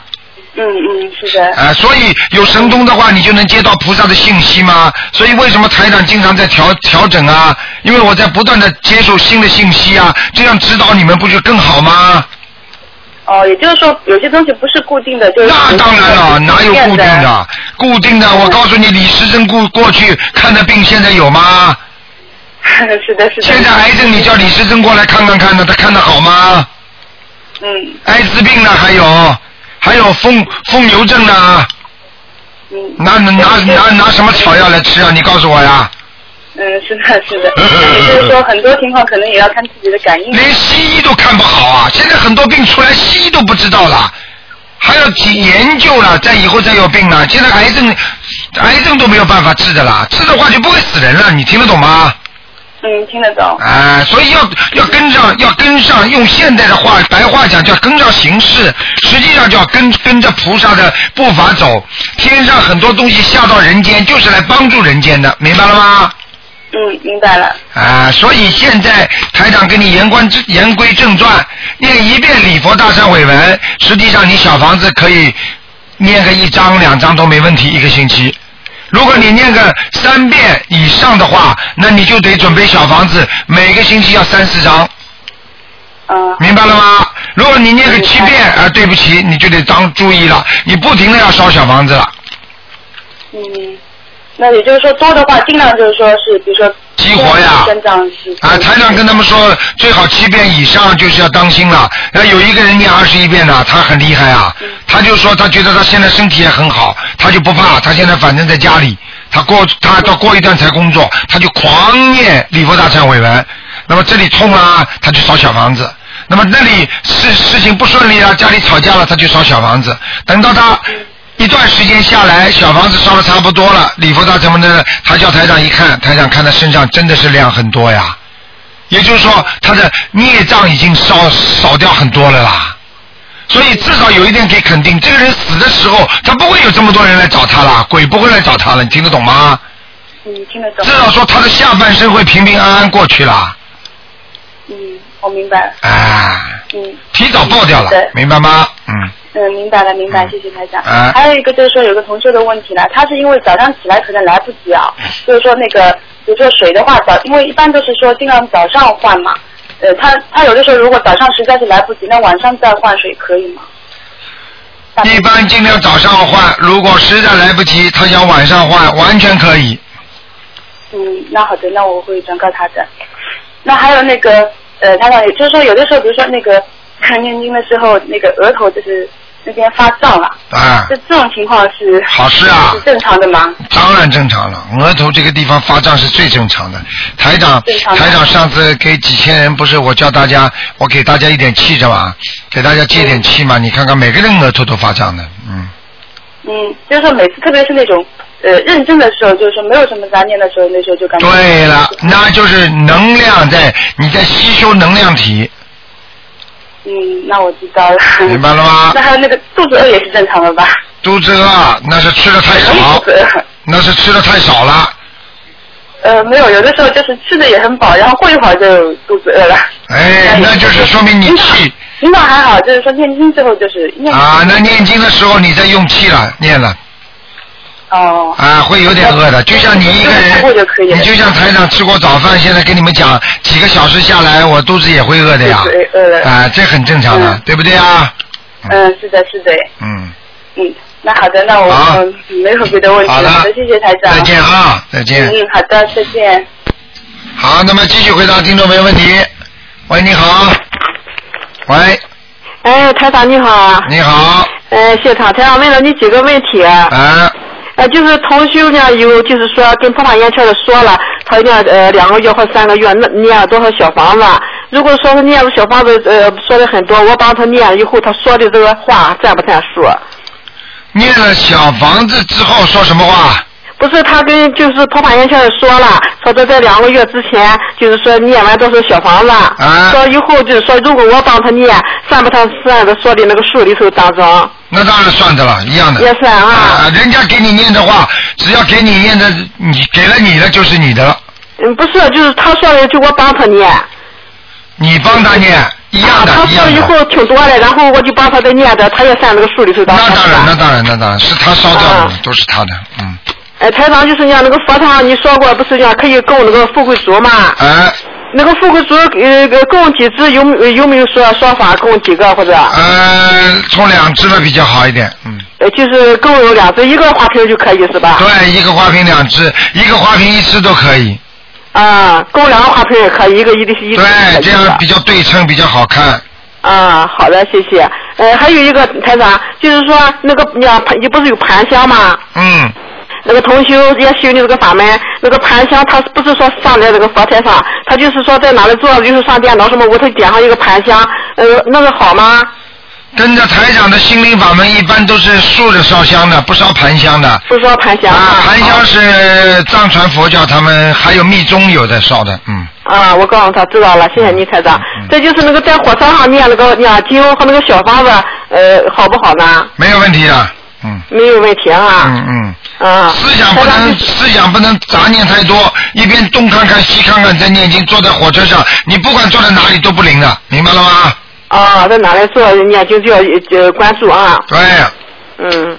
Speaker 5: 嗯嗯是的，
Speaker 2: 啊，所以有神通的话，你就能接到菩萨的信息嘛。所以为什么台长经常在调调整啊？因为我在不断的接受新的信息啊，这样指导你们不是更好吗？
Speaker 5: 哦也就是说有些东西不是固定的，就是
Speaker 2: 那当然了，哎哪有固定
Speaker 5: 变
Speaker 2: 的？固定的，我告诉你，李时珍过过去看的病，现在有吗？
Speaker 5: 是的，是的。
Speaker 2: 现在癌症，你叫李时珍过来看看看呢，他看得好吗？
Speaker 5: 嗯
Speaker 2: 艾滋病呢，还有，还有疯疯牛症呢，
Speaker 5: 嗯。
Speaker 2: 拿拿拿拿什么草药来吃啊？你告诉我呀！
Speaker 5: 嗯，是的， 是的。那也就是说，很多情况可能也要看自己的感应。
Speaker 2: 连西医都看不好啊！现在很多病出来，西医都不知道了，还要去研究了，再以后再有病了。现在癌症，癌症都没有办法治的啦，治的话就不会死人了，你听得懂吗？
Speaker 5: 嗯，听得懂。
Speaker 2: 哎，所以要要跟上，要跟上，用现代的话白话讲叫跟上形势，实际上就要跟跟着菩萨的步伐走。天上很多东西下到人间，就是来帮助人间的，明白了吗？
Speaker 5: 嗯，明白了。
Speaker 2: 啊，所以现在台长跟你言观之言归正传，念一遍礼佛大忏悔文，实际上你小房子可以念个一张两张都没问题，一个星期。如果你念个三遍以上的话，那你就得准备小房子，每个星期要三四张，
Speaker 5: 嗯
Speaker 2: 明白了吗？如果你念个七遍，啊、对不起，你就得当注意了，你不停的要烧小房子了，
Speaker 5: 嗯。那也就是说，多的话，尽量就是说是，比如说。
Speaker 2: 激活呀
Speaker 5: 增长是。
Speaker 2: 啊，台长跟他们说，最好七遍以上就是要当心了。那有一个人念二十一遍的，他很厉害啊，他就说他觉得他现在身体也很好，他就不怕，他现在反正在家里，他过他到过一段才工作，他就狂念礼佛大忏悔文。那么这里痛啦，他就烧小房子。那么那里事事情不顺利啊，家里吵架了，他就烧小房子。等到他一段时间下来，小房子烧的差不多了，礼佛大忏悔的，他叫台长一看，台长看他身上真的是量很多呀。也就是说，他的孽障已经烧少掉很多了啦。所以至少有一点可以肯定，这个人死的时候，他不会有这么多人来找他啦，鬼不会来找他了，你听得懂吗？
Speaker 5: 嗯，听得懂
Speaker 2: 至。少说他的下半生会平平安安过去啦。
Speaker 5: 嗯，我明白了。
Speaker 2: 哎，
Speaker 5: 嗯。
Speaker 2: 提早爆掉了
Speaker 5: 对，
Speaker 2: 明白吗？嗯，
Speaker 5: 嗯，明白了，明白，谢谢台长。
Speaker 2: 啊
Speaker 5: 还有一个就是说，有个同学的问题呢，他是因为早上起来可能来不及啊，
Speaker 2: 嗯
Speaker 5: 就是说那个，比如说水的话，早，因为一般都是说尽量早上换嘛。呃，他他有的时候如果早上实在是来不及，那晚上再换水可以吗？大概
Speaker 2: 一般尽量早上换，如果实在来不及，他想晚上换，完全可以。
Speaker 5: 嗯，那好的，那我会转告他的。那还有那个呃，他也就是说，有的时候，比如说那个念经的时候，那个额头就是那边发胀了，
Speaker 2: 啊
Speaker 5: 这，这种情况是
Speaker 2: 好事啊
Speaker 5: 是正常的吗？
Speaker 2: 当然正常了，额头这个地方发胀是最正常的。台长，
Speaker 5: 正常的
Speaker 2: 台长上次给几千人，不是我叫大家，我给大家一点气着嘛，给大家借点气嘛，你看看每个人额头都发胀的，嗯，
Speaker 5: 嗯，就是说每次，特别是那种呃认真的时候，就是没有什么杂念的时候，那时候就感觉
Speaker 2: 对了，那就是能量在你在吸收能量体，
Speaker 5: 嗯，那我知道了。
Speaker 2: 明白了吗
Speaker 5: 那还有那个肚子饿也是正常的吧？
Speaker 2: 肚子饿啊那是吃的太少
Speaker 5: 肚子，饿。
Speaker 2: 那是吃的太少了。
Speaker 5: 呃，没有，有的时候就是吃的也很饱，然后过一会儿就肚子饿了。
Speaker 2: 哎，那就是说明你气
Speaker 5: 领导还好，就是说念经之后就是念
Speaker 2: 啊。那念经的时候你在用气了，念了
Speaker 5: 哦，嗯
Speaker 2: 啊，会有点饿 的。就像你一个
Speaker 5: 吃过就
Speaker 2: 人
Speaker 5: 可以，了
Speaker 2: 你就像台长吃过早饭，现在跟你们讲，几个小时下来，我肚子也会饿的呀
Speaker 5: 肚子。饿了
Speaker 2: 啊，这很正常的
Speaker 5: 嗯，
Speaker 2: 对不对啊？
Speaker 5: 嗯，是的，是的，
Speaker 2: 嗯，
Speaker 5: 嗯，那好的，那我
Speaker 2: 好
Speaker 5: 嗯没有别的问题
Speaker 2: 好的
Speaker 5: 了，谢谢台长，
Speaker 2: 再见啊，再见。
Speaker 5: 嗯，好的，再见。
Speaker 2: 好，那么继续回答听众朋友问题。喂，你好。喂，
Speaker 7: 哎，台长你好啊！
Speaker 2: 你好。
Speaker 7: 哎，谢长，台长问了你几个问题啊，
Speaker 2: 啊，
Speaker 7: 呃，就是同修呢有就是说跟菩萨眼前的说了，他一定要呃两个月或三个月那念了多少小房子，如果说他念了小房子呃说的很多，我帮他念了以后，他说的这个话占不占数？
Speaker 2: 念了小房子之后说什么话？
Speaker 7: 不是他跟就是菩萨眼前说了，说他在两个月之前就是说念完多少小房子，
Speaker 2: 啊
Speaker 7: 说以后就是说如果我帮他念，算不算算的说的那个数里头当中？
Speaker 2: 那当然算的了，一样的。
Speaker 7: 也算啊
Speaker 2: 啊，人家给你念的话，只要给你念的，你给了你的就是你的了，
Speaker 7: 嗯，不是，就是他说的，就我帮他念。
Speaker 2: 你帮他念，一样的，
Speaker 7: 啊他
Speaker 2: 一
Speaker 7: 说
Speaker 2: 样
Speaker 7: 以
Speaker 2: 的。
Speaker 7: 后挺多的，然后我就帮他再念的，他也算那个数里头的。
Speaker 2: 那当然，啊那当然，那当然是他烧掉的嘛
Speaker 7: 啊，
Speaker 2: 都是他的，嗯。
Speaker 7: 哎，台长就是讲那个佛堂，你说过不是讲可以供那个富贵竹嘛？
Speaker 2: 哎，
Speaker 7: 那个富贵竹呃供几只有没有没有说说法供几个或者？啊
Speaker 2: 呃，从两只的比较好一点，嗯。
Speaker 7: 呃，就是供有两只，一个花瓶就可以是吧？
Speaker 2: 对，一个花瓶两只，一个花瓶一只都可以。
Speaker 7: 啊，供两个花瓶也可以，一个一定是一定哎是
Speaker 2: 对，这
Speaker 7: 一个
Speaker 2: 样比较对称，比较好看。
Speaker 7: 啊，好的，谢谢。呃，还有一个台长，就是说那个你看你不是有盘香吗？
Speaker 2: 嗯，
Speaker 7: 那个同修也修的这个法门，那个盘香，他不是说上在这个佛台上，他就是说在哪里坐着，就是上电脑什么，我头点上一个盘香，呃，那个好吗？
Speaker 2: 跟着台长的心灵法门一般都是竖着烧香的，不烧盘香的。
Speaker 7: 不说盘香
Speaker 2: 啊，盘香
Speaker 7: 好
Speaker 2: 是藏传佛教他们还有密宗有的烧的，嗯，
Speaker 7: 啊，我告诉他知道了，谢谢你台长
Speaker 2: 嗯。
Speaker 7: 这就是那个在火车上念那个念经和那个小方子，呃，好不好呢？
Speaker 2: 没有问题的，嗯
Speaker 7: 没有问题啊。
Speaker 2: 嗯嗯。
Speaker 7: 啊，
Speaker 2: 思想不
Speaker 7: 台长
Speaker 2: 能
Speaker 7: 就是
Speaker 2: 思想不能杂念太多，一边东看看西看看在念经，坐在火车上，你不管坐在哪里都不灵的，明白了吗？
Speaker 7: 啊，在哪里坐念经就要呃关注啊。
Speaker 2: 对，
Speaker 7: 嗯，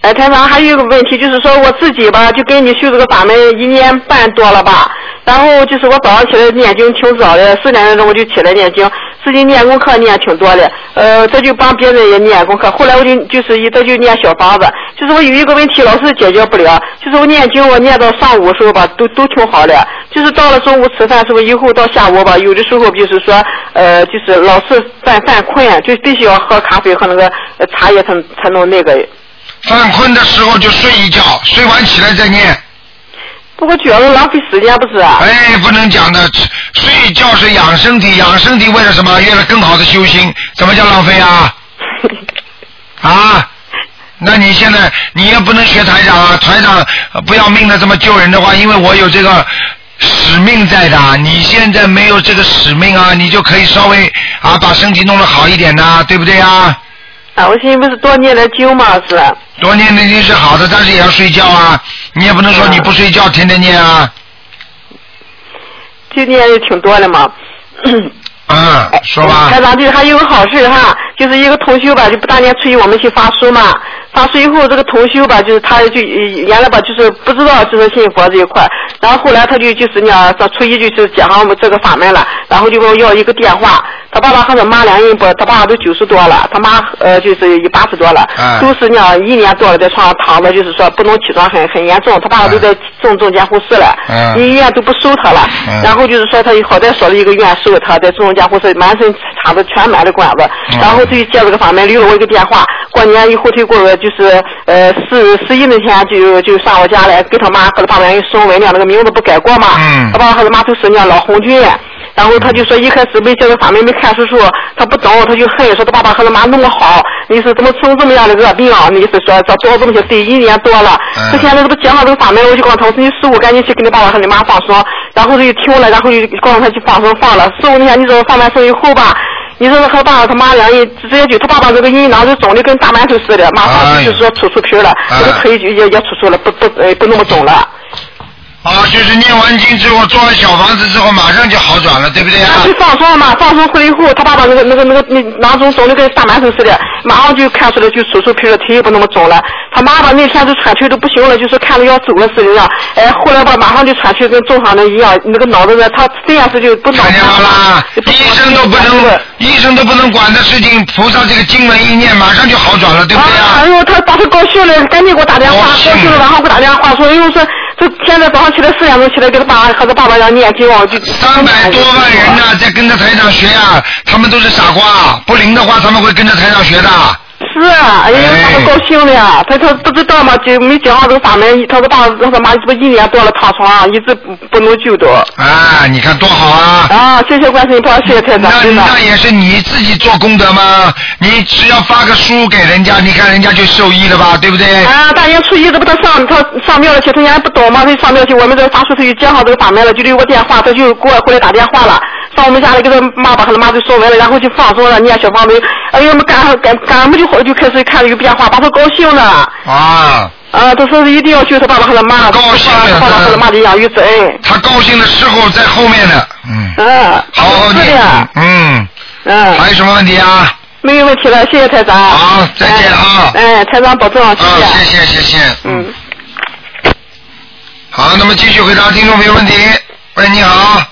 Speaker 7: 哎，台长，还有一个问题，就是说我自己吧，就跟你修这个法门一年半多了吧，然后就是我早上起来念经挺早的，四点多钟我就起来念经，自己念功课念挺多的，呃，这就帮别人也念功课，后来我就就是一这就念小房子，就是我有一个问题老是解决不了，就是我念经我念到上午的时候吧，都都挺好的，就是到了中午吃饭时候以后到下午吧，有的时候就是说呃，就是老是犯犯困，就必须要喝咖啡和那个呃茶叶才能才能那个。
Speaker 2: 犯困的时候就睡一觉，睡完起来再念。
Speaker 7: 不过觉得浪费时间不是？啊
Speaker 2: 哎，不能讲的，吃睡觉是养身体，养身体为了什么？为了更好的修心，什么叫浪费 啊？啊？那你现在你也不能学台长啊，台长呃不要命的这么救人的话，因为我有这个使命在的啊，你现在没有这个使命啊，你就可以稍微啊把身体弄得好一点呐、对不对啊？
Speaker 7: 啊，我寻思不是多念点经嘛是？
Speaker 2: 多念念经是好的，但是也要睡觉啊，你也不能
Speaker 7: 嗯
Speaker 2: 说你不睡觉天天念啊，
Speaker 7: 就念也挺多的嘛。
Speaker 2: 嗯，说 吧
Speaker 7: 台，长，对，还有个好事哈，就是一个同修吧，就不大年初一我们去发书嘛，发书以后这个同修吧，就是他就呃原来吧就是不知道就是信佛这一块，然后后来他就就是呢，上初一就是讲上我们这个法门了，然后就跟我要一个电话，他爸爸和他妈两人不，他爸爸都九十多了，他妈呃就是也八十多了，
Speaker 2: 哎
Speaker 7: 都是呢一年多了在床上躺着，就是说不能起床很很严重，他爸爸都在重症监护室了，
Speaker 2: 嗯
Speaker 7: 医院都不收他了，
Speaker 2: 嗯
Speaker 7: 然后。然后就是说他好歹少了一个院收他，在中荣家护士满身插着全满了管子，
Speaker 2: 嗯
Speaker 7: 然后就借这个法门留了我一个电话。过年以后他过了就是呃四十一那天就就上我家来给他妈和他爸爸人送文了，那个名字不改过嘛，
Speaker 2: 嗯
Speaker 7: 他爸爸和他妈都是那老红军。然后他就说一开始被这个法门没看出处，他不懂，他就恨，说他爸爸和他妈那么好，你是怎么生这么样的恶病啊？你是说这多这么些对，一年多了
Speaker 2: 嗯，
Speaker 7: 之前那个不讲了这个法门，我就告诉他，我说你师傅赶紧去给你爸爸和你妈放生，然后他就听了，然后就告诉他去放生放了，师傅那天你说放完生以后吧。你说他爸爸他妈两人直接就他爸爸这个阴囊就肿的跟大馒头似的，马上就是说杵出皮儿了，
Speaker 2: 哎
Speaker 7: 这个腿就也也杵出了，不不呃不那么肿了。
Speaker 2: 啊，就是念完经之后，做完小房子之后，马上就好转了，对不对啊
Speaker 7: 他？去放生嘛，放生回来以后，他爸爸那个那个那个那囊中肿的跟大馒头似的，马上就看出来就手术皮了，腿也不那么肿了。他妈妈那天就喘气都不行了，就是看着要走了似的样。哎，后来吧，马上就喘气跟正常的一样，那个脑子呢，他虽然是就不脑
Speaker 2: 看见了啦
Speaker 7: 就，不
Speaker 2: 医生都不
Speaker 7: 脑子
Speaker 2: 能，医生都不能管的事情，菩萨这个经文一念，马上就好转了，对不对
Speaker 7: 啊！哎
Speaker 2: 啊？
Speaker 7: 呦，他把他高兴了，赶紧给我打电话，
Speaker 2: 高
Speaker 7: 高
Speaker 2: 兴
Speaker 7: 兴了，然后给我打电话说，哎呦，说这现在早上起来四点钟起来，给他爸和他爸爸要念经啊，就
Speaker 2: 三百多万人呐、在跟着台长学啊，他们都是傻瓜，不灵的话他们会跟着台长学的。
Speaker 7: 是啊，哎呀，他们高兴的呀，他他不知道嘛，就没讲上这个法门，他说爸他他妈这不一年多了躺床，啊一直不不能救的。
Speaker 2: 啊，你看多好啊！
Speaker 7: 啊，谢谢观世音菩萨，谢谢太
Speaker 2: 那
Speaker 7: 长，真的。
Speaker 2: 那也是你自己做功德吗？你只要发个书给人家，你看人家就受益了吧，对不对？
Speaker 7: 啊，大年初一这不他上他上庙了去，他原来不懂嘛，他就上庙去，我们这个法师他就接上这个法门了，就留个电话，他就给我回来打电话了，上我们家来给他妈爸和他妈就说完了，然后就放松了，念小方子，哎呦，我们赶赶赶我们就好就开始看了有变化，把他高兴了，
Speaker 2: 啊，
Speaker 7: 啊，他说是一定要救他爸爸和他妈，
Speaker 2: 高兴了
Speaker 7: 他爸爸和他妈的养育之恩，
Speaker 2: 他高兴的时候在后面呢。嗯，
Speaker 7: 嗯，
Speaker 2: 好好
Speaker 7: 是
Speaker 2: 念
Speaker 7: 的，。
Speaker 2: 嗯，
Speaker 7: 嗯，
Speaker 2: 还有什么问题啊？
Speaker 7: 没有问题了，谢谢台长。
Speaker 2: 好再见啊
Speaker 7: 哎，哎台长保重，谢
Speaker 2: 啊，谢谢
Speaker 7: 谢。
Speaker 2: 谢谢。
Speaker 7: 嗯。
Speaker 2: 好，那么继续回答听众朋友问题。喂，你好，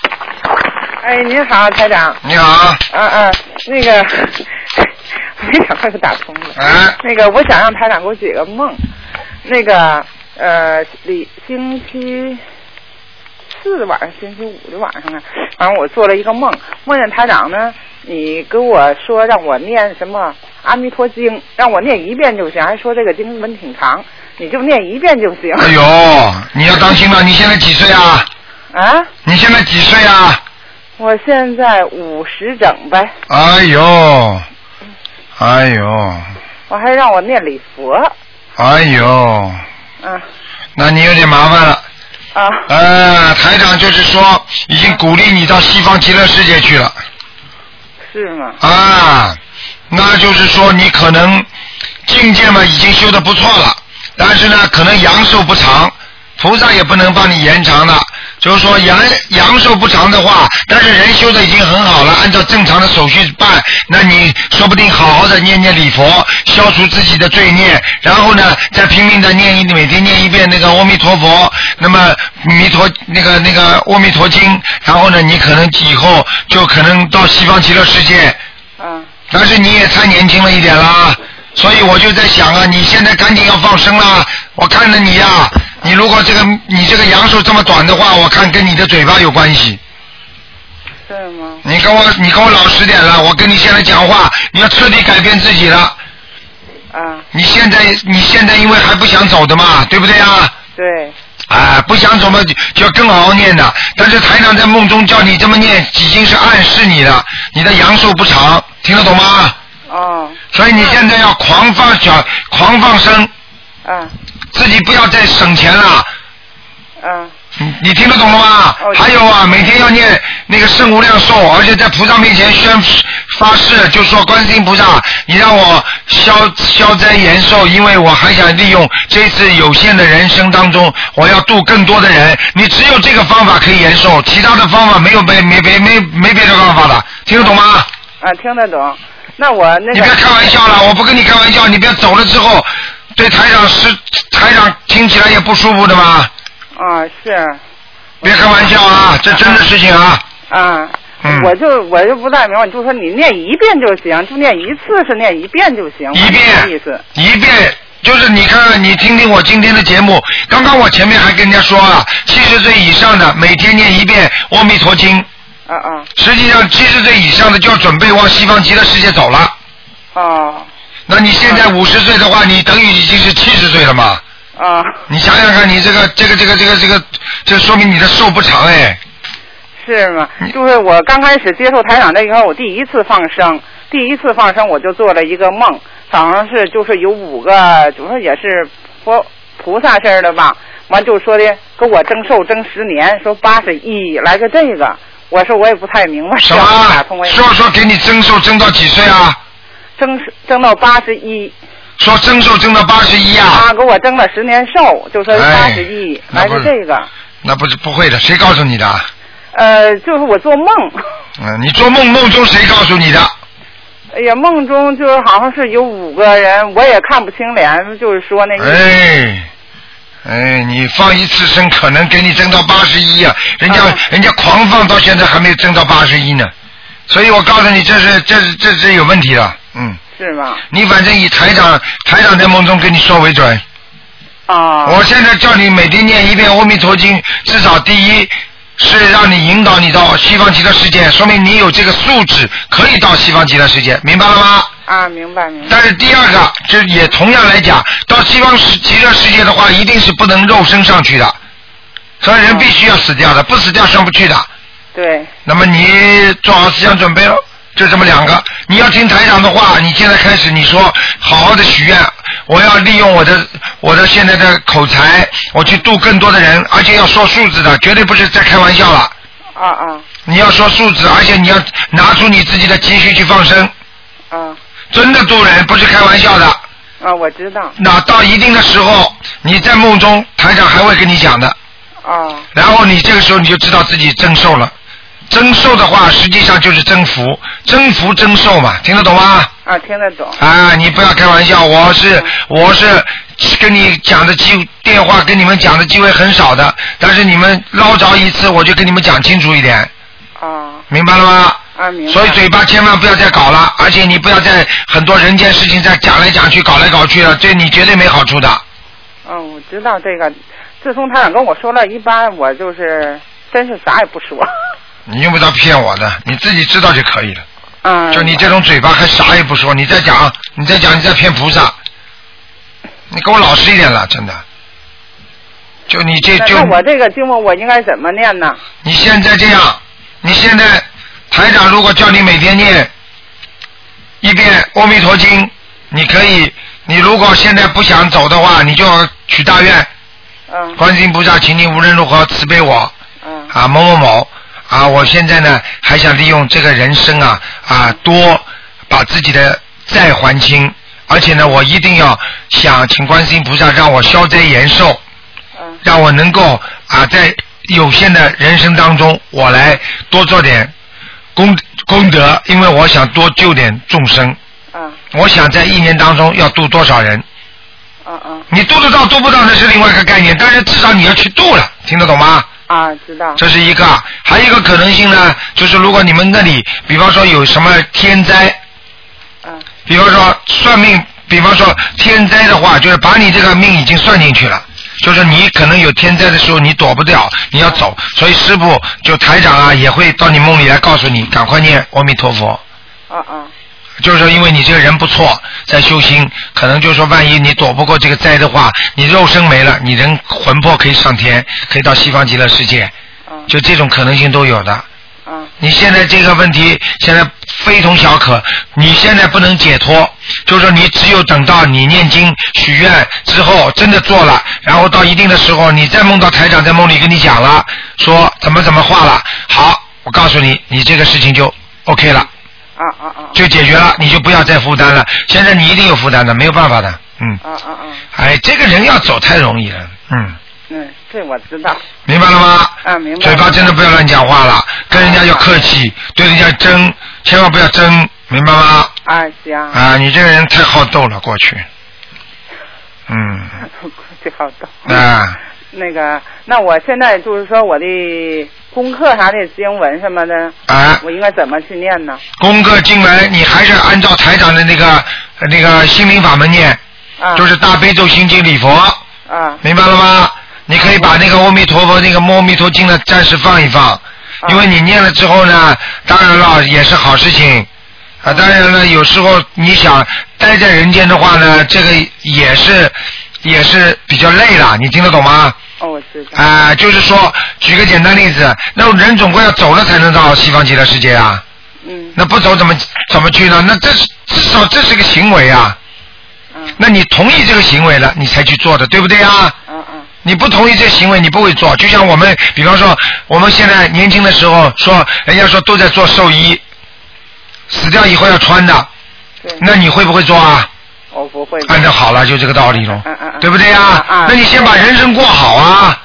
Speaker 6: 哎，你好，台长。
Speaker 2: 你好，
Speaker 6: 嗯嗯，那个 没想到就打通了。
Speaker 2: 哎，
Speaker 6: 那个，我想让台长给我解个梦。那个，呃，礼星期四的晚上，星期五的晚上啊，反正我做了一个梦，梦见台长呢，你跟我说让我念什么《阿弥陀经》，让我念一遍就行，还说这个经文挺长，你就念一遍就行。
Speaker 2: 哎呦，你要当心了，你现在几岁啊？
Speaker 6: 啊，
Speaker 2: 你现在几岁啊？
Speaker 6: 我现在五十整呗，
Speaker 2: 哎呦，哎呦，
Speaker 6: 我还让我念礼佛，
Speaker 2: 哎呦，
Speaker 7: 啊
Speaker 6: 嗯
Speaker 2: 那你有点麻烦了。
Speaker 6: 啊。
Speaker 2: 呃，台长就是说，已经鼓励你到西方极乐世界去了
Speaker 6: 是吗？
Speaker 2: 啊，那就是说你可能境界嘛已经修的不错了，但是呢，可能阳寿不长，菩萨也不能帮你延长的。就是说阳阳寿不长的话，但是人修的已经很好了，按照正常的手续办，那你说不定好好的念念礼佛，消除自己的罪孽，然后呢，再拼命的念一每天念一遍那个阿弥陀佛，那么弥陀那个那个阿弥陀经，然后呢，你可能以后就可能到西方极乐世界，
Speaker 6: 嗯，
Speaker 2: 但是你也太年轻了一点啦，所以我就在想啊，你现在赶紧要放生啦！我看着你呀、你如果这个你这个阳寿这么短的话，我看跟你的嘴巴有关系。
Speaker 6: 是吗？
Speaker 2: 你跟我你跟我老实点了，我跟你现在讲话，你要彻底改变自己了。
Speaker 6: 啊，
Speaker 2: 你现在你现在因为还不想走的嘛，对不对啊？
Speaker 6: 对，
Speaker 2: 啊，不想走嘛，就就要更好好念的。但是台长在梦中叫你这么念，已经是暗示你了，你的阳寿不长，听得懂吗？
Speaker 6: 哦，
Speaker 2: 所以你现在要狂放小，狂放生，
Speaker 6: 啊，
Speaker 2: 自己不要再省钱了。
Speaker 6: 啊，
Speaker 2: 你你听得懂了吗
Speaker 6: 哦？
Speaker 2: 还有啊，每天要念那个圣无量寿，而且在菩萨面前宣发誓，就说观世音菩萨，你让我消消灾延寿，因为我还想利用这次有限的人生当中，我要度更多的人。你只有这个方法可以延寿，其他的方法没有没没没没没别的方法了，听得懂吗？
Speaker 6: 啊，听得懂。那我那
Speaker 2: 你
Speaker 6: 个
Speaker 2: 别，开玩笑了，我不跟你开玩笑，你别走了之后，对台长是台长听起来也不舒服的嘛。
Speaker 6: 啊，是，
Speaker 2: 别开玩笑啊，这真的事情啊。
Speaker 6: 啊，
Speaker 2: 嗯
Speaker 6: 我就我就不太明白，你就说你念一遍就行，就念一次是念一遍就行，
Speaker 2: 一
Speaker 6: 我
Speaker 2: 遍
Speaker 6: 这意思。，
Speaker 2: 一遍，就是你看看，你听听我今天的节目，刚刚我前面还跟人家说啊，七十岁以上的每天念一遍《阿弥陀经》，
Speaker 6: 啊啊，
Speaker 2: 实际上七十岁以上的就要准备往西方极乐世界走了。
Speaker 6: 哦，
Speaker 2: 那你现在五十岁的话，你等于已经是七十岁了嘛？
Speaker 6: 啊，
Speaker 2: 你想想看，你这个这个这个这个这个，这说明你的寿不长哎。
Speaker 6: 是吗？就是我刚开始接受台长这以后，我第一次放生，第一次放生我就做了一个梦，早上是就是有五个，就说也是佛菩萨似的吧，完就说的给我增寿增十年，说八十一来个这个，我说我也不太明白，
Speaker 2: 什么
Speaker 6: 打
Speaker 2: 啊
Speaker 6: 通我？也
Speaker 2: 说说给你增寿增到几岁啊？
Speaker 6: 增增到八十一，
Speaker 2: 说增寿增到八十一啊？
Speaker 6: 啊，给我增了十年寿，就说八十一，
Speaker 2: 哎
Speaker 6: 来个这个，
Speaker 2: 那不是不会的，谁告诉你的？
Speaker 6: 呃，就是我做梦。
Speaker 2: 嗯，你做梦梦中谁告诉你的？
Speaker 6: 哎呀，梦中就是好像是有五个人，我也看不清脸，就是说那个，
Speaker 2: 哎，哎，你放一次生可能给你增到八十一啊，人家、
Speaker 6: 啊
Speaker 2: 人家狂放到现在还没有增到八十一呢，所以我告诉你，这是这是这是有问题的，嗯，
Speaker 6: 是吗？
Speaker 2: 你反正以台长台长在梦中跟你说为准，
Speaker 6: 啊，
Speaker 2: 我现在叫你每天念一遍《阿弥陀经》，至少第一是让你引导你到西方极乐世界，说明你有这个素质，可以到西方极乐世界，明白了吗？
Speaker 6: 啊，明白明白，
Speaker 2: 但是第二个，这也同样来讲，到西方世极乐世界的话，一定是不能肉身上去的，所以人必须要死掉的，不死掉上不去的。
Speaker 6: 对，
Speaker 2: 那么你做好思想准备喽，就这么两个。你要听台长的话，你现在开始你说好好的许愿，我要利用我的我的现在的口才，我去度更多的人，而且要说数字的，绝对不是在开玩笑了。
Speaker 6: 啊啊
Speaker 2: 你要说数字，而且你要拿出你自己的积蓄去放生，
Speaker 6: 啊
Speaker 2: 真的度人，不是开玩笑的。
Speaker 6: 啊，我知道，
Speaker 2: 那到一定的时候，你在梦中，台长还会跟你讲的。
Speaker 6: 啊
Speaker 2: 然后你这个时候你就知道自己增寿了。增寿的话，实际上就是增福，增福增寿嘛，听得懂吗？
Speaker 6: 啊，听得懂，
Speaker 2: 啊，你不要开玩笑，我是我是跟你讲的机电话跟你们讲的机会很少的，但是你们捞着一次，我就跟你们讲清楚一点，
Speaker 6: 啊
Speaker 2: 明白了吗？
Speaker 6: 啊，明白，
Speaker 2: 所以嘴巴千万不要再搞了，而且你不要再很多人间事情再讲来讲去、搞来搞去了，对你绝对没好处的。
Speaker 6: 嗯，我知道这个，自从他俩跟我说了一般，我就是真是啥也不说，
Speaker 2: 你用不着骗我的，你自己知道就可以了。
Speaker 6: 嗯，
Speaker 2: 就你这种嘴巴还啥也不说，你再讲，你再讲，你再骗菩萨，你给我老实一点了，真的。就你这
Speaker 6: 那，
Speaker 2: 就
Speaker 6: 那我这个经文我应该怎么念呢？
Speaker 2: 你现在这样，你现在台长如果叫你每天念一遍《阿弥陀经》，你可以，你如果现在不想走的话，你就许大愿，
Speaker 6: 嗯
Speaker 2: 观世音菩萨，请你无论如何慈悲我，
Speaker 6: 嗯
Speaker 2: 啊某某某啊，我现在呢还想利用这个人生啊啊多把自己的债还清，而且呢我一定要想请观世音菩萨让我消灾延寿，
Speaker 6: 嗯
Speaker 2: 让我能够啊在有限的人生当中我来多做点功功德，因为我想多救点众生，
Speaker 6: 嗯
Speaker 2: 我想在一年当中要度多少人，
Speaker 6: 嗯嗯
Speaker 2: 你度得到度不到那是另外一个概念，但是至少你要去度了，听得懂吗？
Speaker 6: 啊，知道，
Speaker 2: 这是一个，还有一个可能性呢，就是如果你们那里，比方说有什么天灾，
Speaker 6: 嗯
Speaker 2: 比方说算命，比方说天灾的话，就是把你这个命已经算进去了，就是你可能有天灾的时候你躲不掉，你要走，所以师傅就台长啊也会到你梦里来告诉你，赶快念阿弥陀佛。
Speaker 6: 啊啊
Speaker 2: 就是说，因为你这个人不错，在修心，可能就是说，万一你躲不过这个灾的话，你肉身没了，你人魂魄可以上天，可以到西方极乐世界，
Speaker 6: 啊
Speaker 2: 就这种可能性都有的。
Speaker 6: 啊
Speaker 2: 你现在这个问题现在非同小可，你现在不能解脱，就是说你只有等到你念经许愿之后真的做了，然后到一定的时候，你再梦到台长在梦里跟你讲了，说怎么怎么话了，好，我告诉你，你这个事情就 OK 了，
Speaker 6: 啊啊啊
Speaker 2: 就解决了，你就不要再负担了。现在你一定有负担的，没有办法的，嗯，
Speaker 6: 啊啊啊！
Speaker 2: 哎，这个人要走太容易了，嗯，
Speaker 6: 嗯，这我知道。
Speaker 2: 明白了吗？
Speaker 6: 啊，明白。
Speaker 2: 嘴巴真的不要乱讲话了，跟人家要客气，对人家争，千万不要争，明白吗？
Speaker 6: 啊，行。
Speaker 2: 啊，你这个人太好斗了，过去，嗯，
Speaker 6: 这好逗。
Speaker 2: 啊，
Speaker 6: 那个，那我现在就是说我的功课啥的经文什么的，
Speaker 2: 啊，
Speaker 6: 我应该怎么去念呢？
Speaker 2: 功课进来，你还是按照台长的那个那个心灵法门念，
Speaker 6: 啊，
Speaker 2: 就是大悲咒心经礼佛，
Speaker 6: 啊
Speaker 2: 明白了吗？你可以把那个阿弥陀佛那个阿弥陀经呢暂时放一
Speaker 6: 啊
Speaker 2: 放，因为你念了之后呢，当然了也是好事情，啊，当然了，有时候你想待在人间的话呢，这个也是也是比较累了，你听得懂吗？
Speaker 6: 哦，我知道。
Speaker 2: 啊、就是说，举个简单例子，那人总归要走了才能到西方极乐世界啊，
Speaker 6: 嗯
Speaker 2: 那不走怎么怎么去呢？那这是至少这是个行为啊，
Speaker 6: 嗯
Speaker 2: 那你同意这个行为了，你才去做的，对不对啊？
Speaker 6: 嗯嗯
Speaker 2: 你不同意这行为，你不会做。就像我们，比方说，我们现在年轻的时候说，人家说都在做寿衣，死掉以后要穿的，
Speaker 6: 对。
Speaker 2: 那你会不会做啊？
Speaker 6: 我不会的。
Speaker 2: 按照好了，就这个道理喽
Speaker 6: 嗯嗯嗯，
Speaker 2: 对不对
Speaker 6: 嗯
Speaker 2: 啊
Speaker 6: 嗯？
Speaker 2: 那你先把人生过好啊。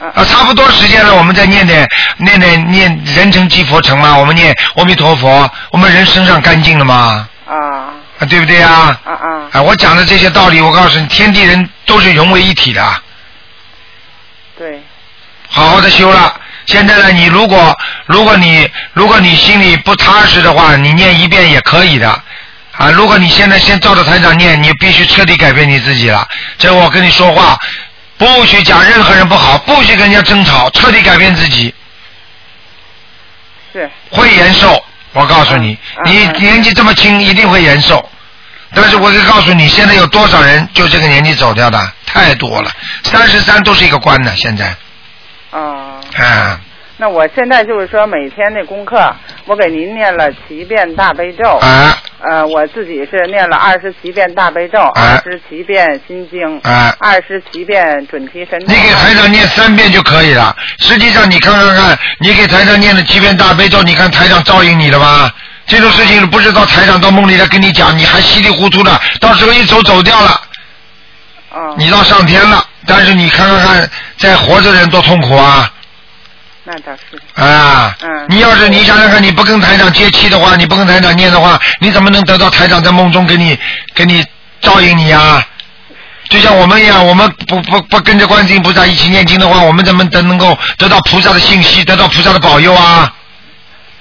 Speaker 6: 嗯
Speaker 2: 啊，差不多时间了，我们再念点念点念人成即佛成嘛，我们念阿弥陀佛，我们人身上干净了嘛，
Speaker 6: 啊
Speaker 2: 啊，对不对啊？
Speaker 6: 啊啊！
Speaker 2: 啊，我讲的这些道理，我告诉你，天地人都是融为一体的。
Speaker 6: 对，
Speaker 2: 好好的修了。现在呢，你如果如果你如果你心里不踏实的话，你念一遍也可以的啊。如果你现在先照着台长念，你必须彻底改变你自己了。这我跟你说话，不许讲任何人不好，不许跟人家争吵，彻底改变自己，
Speaker 6: 是
Speaker 2: 会延寿。我告诉你，
Speaker 6: 嗯
Speaker 2: 你
Speaker 6: 嗯
Speaker 2: 年纪这么轻，一定会延寿。但是我可以告诉你，现在有多少人就这个年纪走掉的，太多了。三十三都是一个关的，现在，
Speaker 6: 啊。
Speaker 2: 啊、
Speaker 6: 那我现在就是说，每天的功课，我给您念了七遍大悲咒。
Speaker 2: 啊
Speaker 6: 呃，我自己是念了二十七遍大悲咒，二
Speaker 2: 啊
Speaker 6: 十七遍心经，
Speaker 2: 啊。
Speaker 6: 二十七遍准提神咒
Speaker 2: 你。给台长念三遍就可以了。实际上，你看看看，你给台长念了七遍大悲咒，你看台长照应你了吧？这种事情不知道台长到梦里来跟你讲，你还稀里糊涂的，到时候一走走掉了，
Speaker 6: 啊，
Speaker 2: 你到上天了。但是你看看看，在活着人多痛苦啊！
Speaker 6: 那倒是，
Speaker 2: 啊
Speaker 6: 嗯，
Speaker 2: 你要是你想想看，你不跟台长接气的话，你不跟台长念的话，你怎么能得到台长在梦中给你给你照应你啊？就像我们一样，我们不不不跟着观世音菩萨一起念经的话，我们怎么能能够得到菩萨的信息，得到菩萨的保佑啊？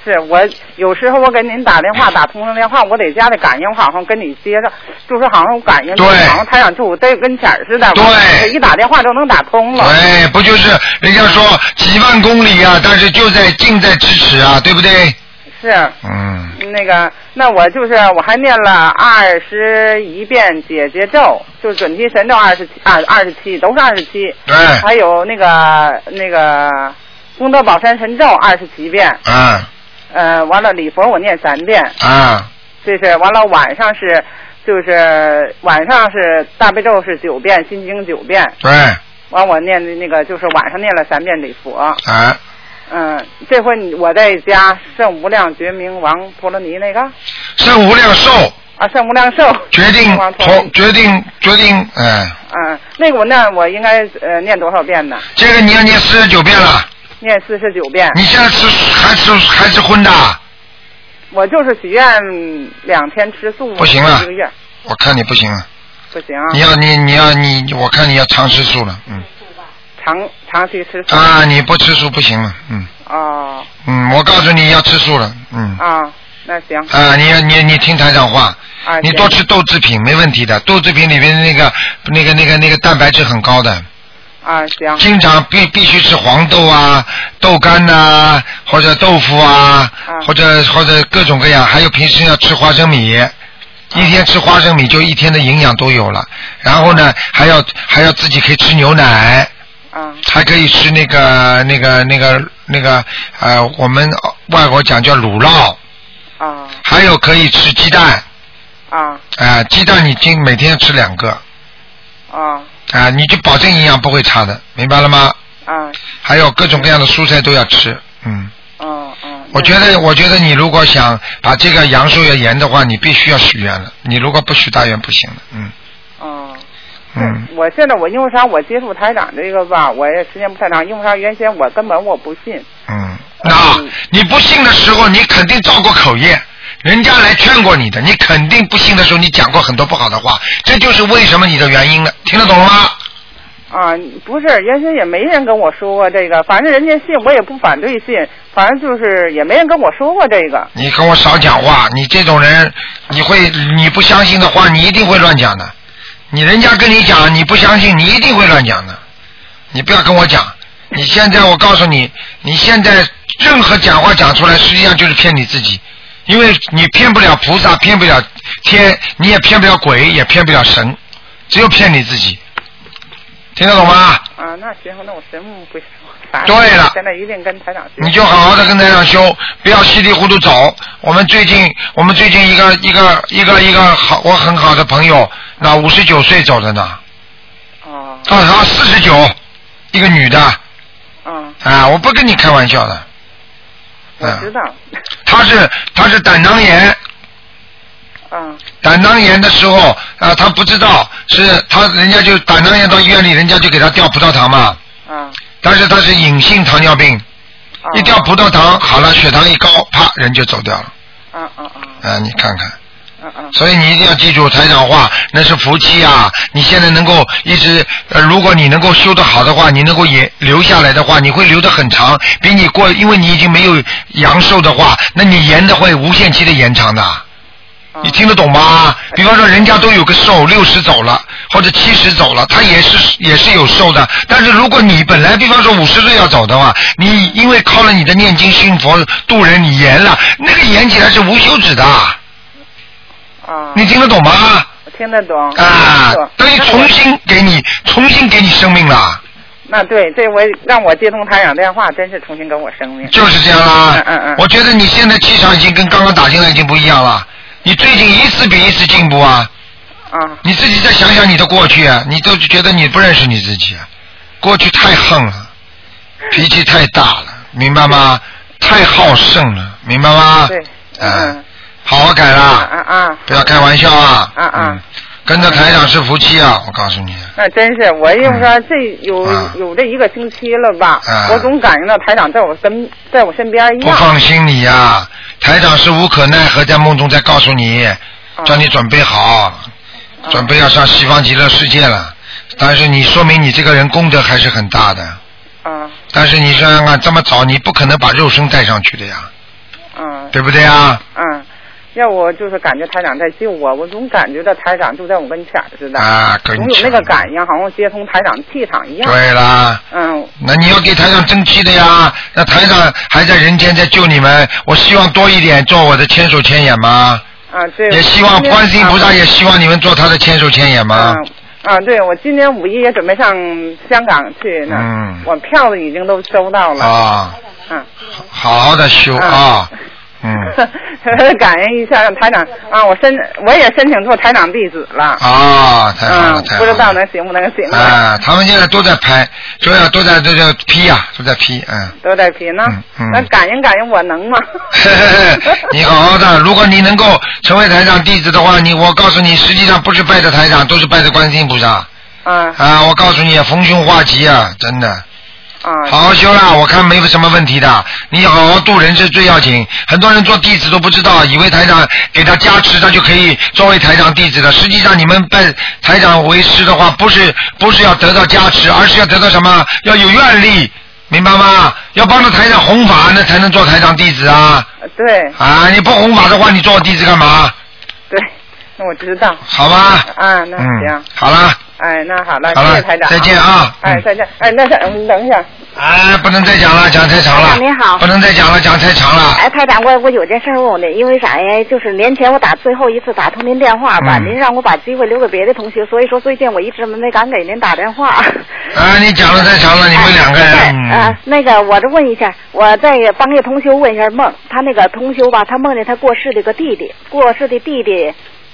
Speaker 6: 是我有时候我给您打电话，打通了电话，我在家里感应，我好像跟你接上，就是好像我感应，
Speaker 2: 对
Speaker 6: 好像台长就我在跟前儿似的，
Speaker 2: 对
Speaker 6: 我一打电话就能打通了。
Speaker 2: 哎，不就是人家说几万公里啊，但是就在近在咫尺啊，对不对？
Speaker 6: 是，
Speaker 2: 嗯，
Speaker 6: 那个，那我就是我还念了二十一遍姐姐咒，就是准提神咒二十七二二十七都是二十七，
Speaker 2: 对，
Speaker 6: 还有那个那个功德宝山神咒二十七遍，
Speaker 2: 啊
Speaker 6: 呃，完了礼佛我念三遍，
Speaker 2: 啊
Speaker 6: 这是完了晚上是就是晚上是大悲咒是九遍，心经九遍，
Speaker 2: 对
Speaker 6: 完我念的那个就是晚上念了三遍礼佛，
Speaker 2: 啊，
Speaker 6: 嗯，这回你我在家圣无量觉明王陀罗尼那个
Speaker 2: 圣无量寿
Speaker 6: 啊圣无量寿
Speaker 2: 决定
Speaker 6: 明王陀罗
Speaker 2: 同
Speaker 6: 尼
Speaker 2: 决定决定，嗯。
Speaker 6: 嗯，那个我那我应该呃念多少遍呢？
Speaker 2: 这个你要念四十九遍了，
Speaker 6: 念四十九遍。
Speaker 2: 你现在吃还吃还吃荤的啊？
Speaker 6: 我就是许愿两天吃素，
Speaker 2: 不行了
Speaker 6: 一个月
Speaker 2: 我看你不行了，
Speaker 6: 不行啊
Speaker 2: 你，要你你要你，我看你要常吃素了，嗯
Speaker 6: 长长期吃素
Speaker 2: 啊，你不吃素不行了，嗯
Speaker 6: 哦
Speaker 2: 嗯，我告诉你要吃素了，嗯
Speaker 6: 啊，那行
Speaker 2: 啊，你要你你听台长话，
Speaker 6: 啊，
Speaker 2: 你
Speaker 6: 行
Speaker 2: 多吃豆制品没问题的，豆制品里面的那个那个那个那个蛋白质很高的，
Speaker 6: 啊行
Speaker 2: 经常必必须吃黄豆啊、豆干呐、或者豆腐啊，
Speaker 6: 嗯
Speaker 2: 或者或者各种各样，还有平时要吃花生米，一天吃花生米就一天的营养都有了。然后呢，还要还要自己可以吃牛奶，
Speaker 6: 啊
Speaker 2: 还可以吃那个那个那个那个呃，我们外国讲叫乳酪，
Speaker 6: 啊
Speaker 2: 还有可以吃鸡蛋，
Speaker 6: 啊
Speaker 2: 啊、鸡蛋你今每天吃两个，啊、
Speaker 6: 啊
Speaker 2: 你就保证营养不会差的，明白了吗？
Speaker 6: 啊
Speaker 2: 还有各种各样的蔬菜都要吃，嗯。
Speaker 6: 嗯嗯，
Speaker 2: 我觉得，我觉得你如果想把这个阳寿要延的话，你必须要许愿了。你如果不许大愿不行的，嗯
Speaker 6: 嗯。
Speaker 2: 嗯，
Speaker 6: 我现在我因为啥我接触台长这个吧，我也时间不太长，因为啥原先我根本我不信，
Speaker 2: 嗯。那你不信的时候，你肯定造过口业，人家来劝过你的。你肯定不信的时候，你讲过很多不好的话，这就是为什么你的原因了。听得懂了吗？
Speaker 6: 啊，不是，原先也没人跟我说过这个，反正人家信我也不反对信，反正就是也没人跟我说过这个。
Speaker 2: 你跟我少讲话，你这种人，你会你不相信的话，你一定会乱讲的。你人家跟你讲你不相信，你一定会乱讲的。你不要跟我讲，你现在我告诉你，你现在任何讲话讲出来，实际上就是骗你自己，因为你骗不了菩萨，骗不了天，你也骗不了鬼，也骗不了神，只有骗你自己。听得懂吗？
Speaker 6: 啊，那行，那我什么不啥？
Speaker 2: 对了
Speaker 6: 现在一定跟台长学。
Speaker 2: 你就好好的跟台上修，不要稀里糊涂走。我们最近，我们最近一个一个一个一个好，我很好的朋友，那五十九岁走的呢，
Speaker 6: 哦，
Speaker 2: 到他四十九，一个女的，
Speaker 6: 嗯，
Speaker 2: 啊，我不跟你开玩笑的，
Speaker 6: 我
Speaker 2: 嗯
Speaker 6: 知道，
Speaker 2: 她是她是胆囊炎，
Speaker 6: 嗯，
Speaker 2: 胆囊炎的时候啊、她不知道是她人家就胆囊炎到医院里，人家就给她吊葡萄糖嘛，
Speaker 6: 啊，
Speaker 2: 但是她是隐性糖尿病，
Speaker 6: 啊
Speaker 2: 一吊葡萄糖好了，血糖一高，啪人就走掉了，
Speaker 6: 嗯嗯嗯
Speaker 2: 啊，你看看。
Speaker 6: 嗯嗯，
Speaker 2: 所以你一定要记住台长话，那是福气啊！你现在能够一直，呃，如果你能够修得好的话，你能够也留下来的话，你会留得很长，比你过，因为你已经没有阳寿的话，那你延的会无限期的延长的。
Speaker 6: 嗯
Speaker 2: 你听得懂吗？比方说，人家都有个寿，六十走了，或者七十走了，他也是也是有寿的。但是如果你本来，比方说五十岁要走的话，你因为靠了你的念经信佛度人，你延了，那个延起来是无休止的。
Speaker 6: 啊，
Speaker 2: 你听得懂吗？
Speaker 6: 我听得懂
Speaker 2: 啊
Speaker 6: 嗯听得懂，
Speaker 2: 等于
Speaker 6: 那我
Speaker 2: 重新给你，重新给你生命了，
Speaker 6: 那对，这我让我接通台长电话，真是重新跟我生命。
Speaker 2: 就是这样啦
Speaker 6: 嗯嗯嗯。
Speaker 2: 我觉得你现在气场已经跟刚刚打进来已经不一样了，你最近一次比一次进步啊！
Speaker 6: 啊，
Speaker 2: 你自己再想想你的过去啊，你都觉得你不认识你自己啊，过去太横了，脾气太大了，明白吗？太好胜了，明白吗？
Speaker 6: 对，
Speaker 2: 嗯
Speaker 6: 嗯，
Speaker 2: 好好改
Speaker 6: 啊
Speaker 2: 啦，
Speaker 6: 啊啊，
Speaker 2: 不要开玩笑啊！
Speaker 6: 啊啊
Speaker 2: 嗯，跟着台长是福气啊，我告诉你。
Speaker 6: 那真是，我就说这有
Speaker 2: 啊
Speaker 6: 有这一个星期了吧
Speaker 2: 啊，
Speaker 6: 我总感觉到台长在我身在我身边一
Speaker 2: 不
Speaker 6: 样。
Speaker 2: 放心你呀、台长是无可奈何，在梦中在告诉你，
Speaker 6: 啊
Speaker 2: 叫你准备
Speaker 6: 哦
Speaker 2: 好，准备要上西方极乐世界了。但是你说明你这个人功德还是很大的，
Speaker 6: 啊
Speaker 2: 但是你想想看，这么早你不可能把肉身带上去的呀，
Speaker 6: 啊
Speaker 2: 对不对呀？
Speaker 6: 啊！要我就是感觉台长在救我，我总感觉到台长就在我跟前儿似的，
Speaker 2: 啊，跟
Speaker 6: 总
Speaker 2: 你
Speaker 6: 有那
Speaker 2: 讲
Speaker 6: 个感应，好像接通台长气场一样。
Speaker 2: 对啦，
Speaker 6: 嗯
Speaker 2: 那你要给台长争气的呀，那台长还在人间在救你们，我希望多一点做我的千手千眼嘛，
Speaker 6: 啊，对。
Speaker 2: 也希望
Speaker 6: 今天
Speaker 2: 观世音菩萨
Speaker 6: 啊
Speaker 2: 也希望你们做他的千手千眼嘛。
Speaker 6: 嗯啊，对，我今年五一也准备上香港去呢，
Speaker 2: 嗯
Speaker 6: 我票子已经都收到了，
Speaker 2: 啊，
Speaker 6: 嗯，
Speaker 2: 好好的修啊
Speaker 6: 啊，
Speaker 2: 嗯，
Speaker 6: 感恩一下让台长啊，我申我也申请做台长弟子了，
Speaker 2: 啊，太好了，
Speaker 6: 嗯
Speaker 2: 太，好
Speaker 6: 不知道嗯
Speaker 2: 了。
Speaker 6: 能行不能行啊，
Speaker 2: 啊，他们现在都在拍，都在都在都在批呀、都在批，嗯。
Speaker 6: 都在拼呢
Speaker 2: 嗯嗯，？
Speaker 6: 那感应感应我能吗
Speaker 2: 你好好的，如果你能够成为台长弟子的话，你我告诉你，实际上不是拜的台长，都是拜的观世音菩萨
Speaker 6: 啊
Speaker 2: 啊！我告诉你，逢凶化吉啊，真的。
Speaker 6: 啊
Speaker 2: 好好修啦，我看没有什么问题的。你好好度人是最要紧。很多人做弟子都不知道，以为台长给他加持，他就可以作为台长弟子了。实际上，你们拜台长为师的话，不是不是要得到加持，而是要得到什么？要有愿力，明白吗？要帮着台长弘法，那才能做台长弟子啊！
Speaker 6: 对
Speaker 2: 啊，你不弘法的话，你做我弟子干嘛？
Speaker 6: 对，那我知道
Speaker 2: 好吧？
Speaker 6: 啊，那
Speaker 2: 嗯
Speaker 6: 行，，
Speaker 2: 好啦，
Speaker 6: 哎，那好了，
Speaker 2: 好
Speaker 6: 谢
Speaker 2: 了
Speaker 6: 谢台长，
Speaker 2: 再见啊
Speaker 6: 哎
Speaker 2: 嗯，
Speaker 6: 再见，哎，那啥，你等一下，
Speaker 2: 哎，不能再讲了，讲太长了。
Speaker 8: 台长您哎好
Speaker 2: 不能再讲了，讲太长了。
Speaker 8: 哎，台长，我我有件事儿问您，因为啥呀？就是年前我打最后一次打通您电话吧，
Speaker 2: 嗯
Speaker 8: 您让我把机会留给别的同学，所以说最近我一直没敢给您打电话。
Speaker 2: 啊，你讲的太长了，你们两个
Speaker 8: 哎
Speaker 2: 人。
Speaker 8: 呃
Speaker 2: 嗯，
Speaker 8: 那个，我这问一下，我再帮这同修问一下梦，他那个同修吧，他梦见他过世的个弟弟，过世的弟弟，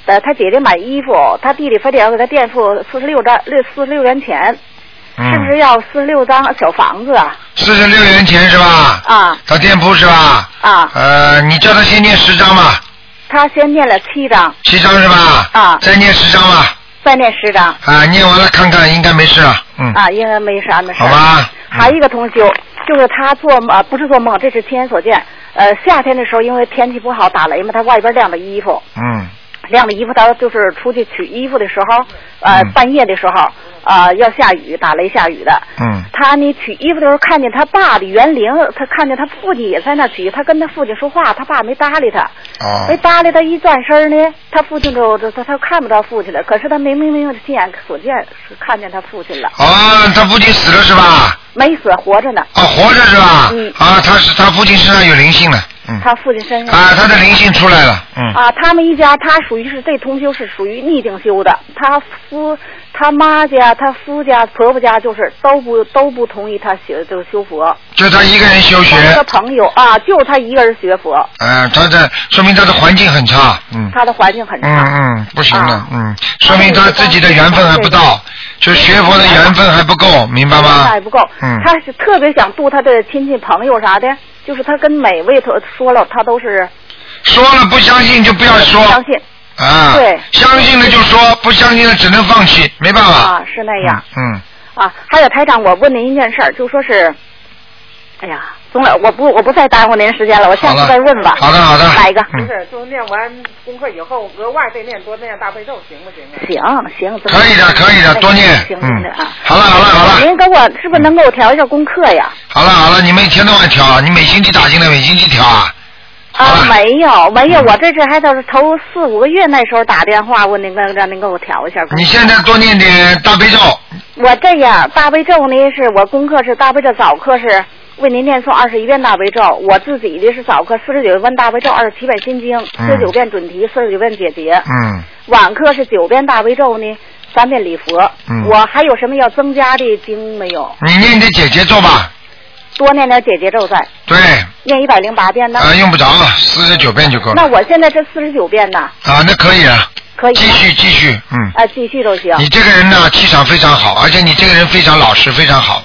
Speaker 8: 呃，他姐姐买衣服，他弟弟非得要给他垫付四十六张六四十六元钱，是不是
Speaker 2: 嗯，
Speaker 8: 要四十六张小房子啊？
Speaker 2: 四十六元钱是吧？
Speaker 8: 啊
Speaker 2: 到店铺是吧？
Speaker 8: 啊，
Speaker 2: 呃，你叫他先念十张吧，
Speaker 8: 他先念了七张，
Speaker 2: 七张是吧？
Speaker 8: 啊
Speaker 2: 再念十张吧，
Speaker 8: 再念十张。
Speaker 2: 啊，念完了看看，应该没事了。嗯，
Speaker 8: 啊，应该没啥没事
Speaker 2: 好
Speaker 8: 儿。
Speaker 2: 吧。嗯
Speaker 8: 还有一个同修，就是他做梦、呃不是做梦，这是亲眼所见。呃，夏天的时候，因为天气不好，打雷嘛，他外边晾着衣服，
Speaker 2: 嗯
Speaker 8: 晾着衣服，他就是出去取衣服的时候，呃，
Speaker 2: 嗯
Speaker 8: 半夜的时候，呃，要下雨，打雷下雨的。
Speaker 2: 嗯
Speaker 8: 他呢取衣服的时候，看见他爸的园林，他看见他父亲也在那取，他跟他父亲说话，他爸没搭理他，没
Speaker 2: 哦
Speaker 8: 搭理他，一转身呢，他父亲就就他他看不到父亲了，可是他明明明亲眼所见是看见他父亲了。
Speaker 2: 哦，他父亲死了是吧？
Speaker 8: 没死，活着呢。
Speaker 2: 哦，活着是吧
Speaker 8: 嗯？
Speaker 2: 啊，他是他父亲身上有灵性了。嗯
Speaker 8: 他父亲身上。
Speaker 2: 啊，他的灵性出来了，嗯，
Speaker 8: 啊，他们一家，他属于是这同修是属于逆境修的，他夫他妈家、他夫家、婆婆家就是都不都不同意他学就是修佛，
Speaker 2: 就他一个人修学，
Speaker 8: 他的朋友啊，就他一个人学佛，
Speaker 2: 啊，他的说明他的环境很差，嗯，
Speaker 8: 他的环境很
Speaker 2: 嗯
Speaker 8: 差。
Speaker 2: 嗯，不行的
Speaker 8: 啊，
Speaker 2: 嗯，说明他自己的缘分还不到，就是学佛的缘分还不够，明白
Speaker 8: 那
Speaker 2: 吗
Speaker 8: 嗯还？不够，
Speaker 2: 嗯
Speaker 8: 他是特别想度他的亲戚朋友啥的，就是他跟每位他说了，他都是
Speaker 2: 说了不相信就不要说
Speaker 8: 不相信
Speaker 2: 啊
Speaker 8: 对，
Speaker 2: 相信了就说，不相信了只能放弃，没办法。
Speaker 8: 啊，是那样。
Speaker 2: 嗯，
Speaker 8: 啊，还有台长，我问您一件事儿，就说是，哎呀，总了，我不我不再耽误您时间了，我下
Speaker 2: 好
Speaker 8: 次
Speaker 2: 了，
Speaker 8: 再问吧。
Speaker 2: 好的，好的。
Speaker 8: 下一个。
Speaker 6: 不
Speaker 2: 嗯，
Speaker 6: 是，就念完功课以后，额外再念多念大悲咒，行不行啊？
Speaker 8: 行行，怎么
Speaker 2: 可以的，可以的，多念
Speaker 8: 行。行
Speaker 2: 嗯
Speaker 8: 的啊。，
Speaker 2: 好了，好了，好了，嗯
Speaker 8: 您给我是不是能给我调一下功课呀？
Speaker 2: 好了，好了，你们一天到晚调啊，你每星期打进来，每星期调啊。好
Speaker 8: 啊，
Speaker 2: 了嗯
Speaker 8: 没有没有，我这是还都是头四五个月那时候打电话问您，让您给我调一下功课。
Speaker 2: 你现在多念点大悲咒，
Speaker 8: 我这样大悲咒呢，是我功课是大悲咒，早课是为您念诵二十一遍大悲咒，我自己的是早课四十九遍大悲咒，二十七遍心经，四十九遍准提，四十九遍解结，
Speaker 2: 嗯，
Speaker 8: 晚课是九遍大悲咒呢，三遍礼佛。
Speaker 2: 嗯
Speaker 8: 我还有什么要增加的经没有？
Speaker 2: 你念点姐姐咒吧，
Speaker 8: 多念点解结咒在，
Speaker 2: 对，
Speaker 8: 念一百零八遍呢。
Speaker 2: 啊，用不着四十九遍就够了
Speaker 8: 那。我现在这四十九遍呢，
Speaker 2: 啊，那可以了，
Speaker 8: 可以吗
Speaker 2: 继续继续，嗯，
Speaker 8: 啊，继续都行
Speaker 2: 你这个人呢气场非常好，而且你这个人非常老实，非常好。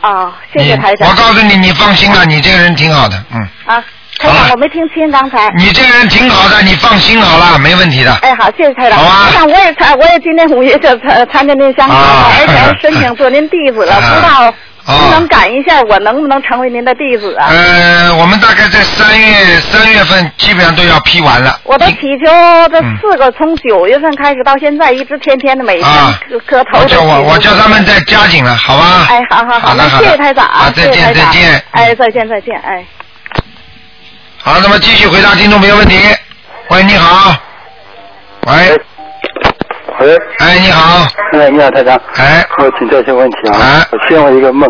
Speaker 8: 啊。谢
Speaker 2: 你
Speaker 8: 谢台长
Speaker 2: 我告诉你，你放心了，啊你这个人挺好的，嗯，
Speaker 8: 啊，台
Speaker 2: 好
Speaker 8: 长
Speaker 2: 了
Speaker 8: 我没听清刚才。
Speaker 2: 你这个人挺好的，你放心好了，没问题的。
Speaker 8: 哎，好，谢谢台长。
Speaker 2: 好啊
Speaker 8: 台长，我也参，我也今年五月就参参加您香港，
Speaker 2: 啊
Speaker 8: 而且还申请做您弟子了，
Speaker 2: 啊
Speaker 8: 不知道
Speaker 2: 啊
Speaker 8: 您能赶一下，我能不能成为您的弟子啊？
Speaker 2: 呃，我们大概在三月三月份基本上都要批完了。
Speaker 8: 我都
Speaker 2: 你
Speaker 8: 祈求这四个，从九月份开始到现在，一直天天的每天
Speaker 2: 啊
Speaker 8: 磕磕头
Speaker 2: 我
Speaker 8: 都祈
Speaker 2: 叫
Speaker 8: 求。
Speaker 2: 我我叫他们再加紧了，好吧？
Speaker 8: 哎，好好
Speaker 2: 好
Speaker 8: 那
Speaker 2: 的好
Speaker 8: 谢谢
Speaker 2: 的
Speaker 8: 台长
Speaker 2: 好，
Speaker 8: 啊，
Speaker 2: 再
Speaker 8: 谢谢
Speaker 2: 见
Speaker 8: 台
Speaker 2: 再
Speaker 8: 长
Speaker 2: 见。
Speaker 8: 哎，再见再见，哎。
Speaker 2: 好，那么继续回答听众朋友问题。喂，你好。喂，
Speaker 9: 喂，
Speaker 2: 哎，你好。
Speaker 9: 哎，你好，台长，
Speaker 2: 哎，
Speaker 9: 我请教一些问题
Speaker 2: 哎
Speaker 9: 啊。我见过一个梦，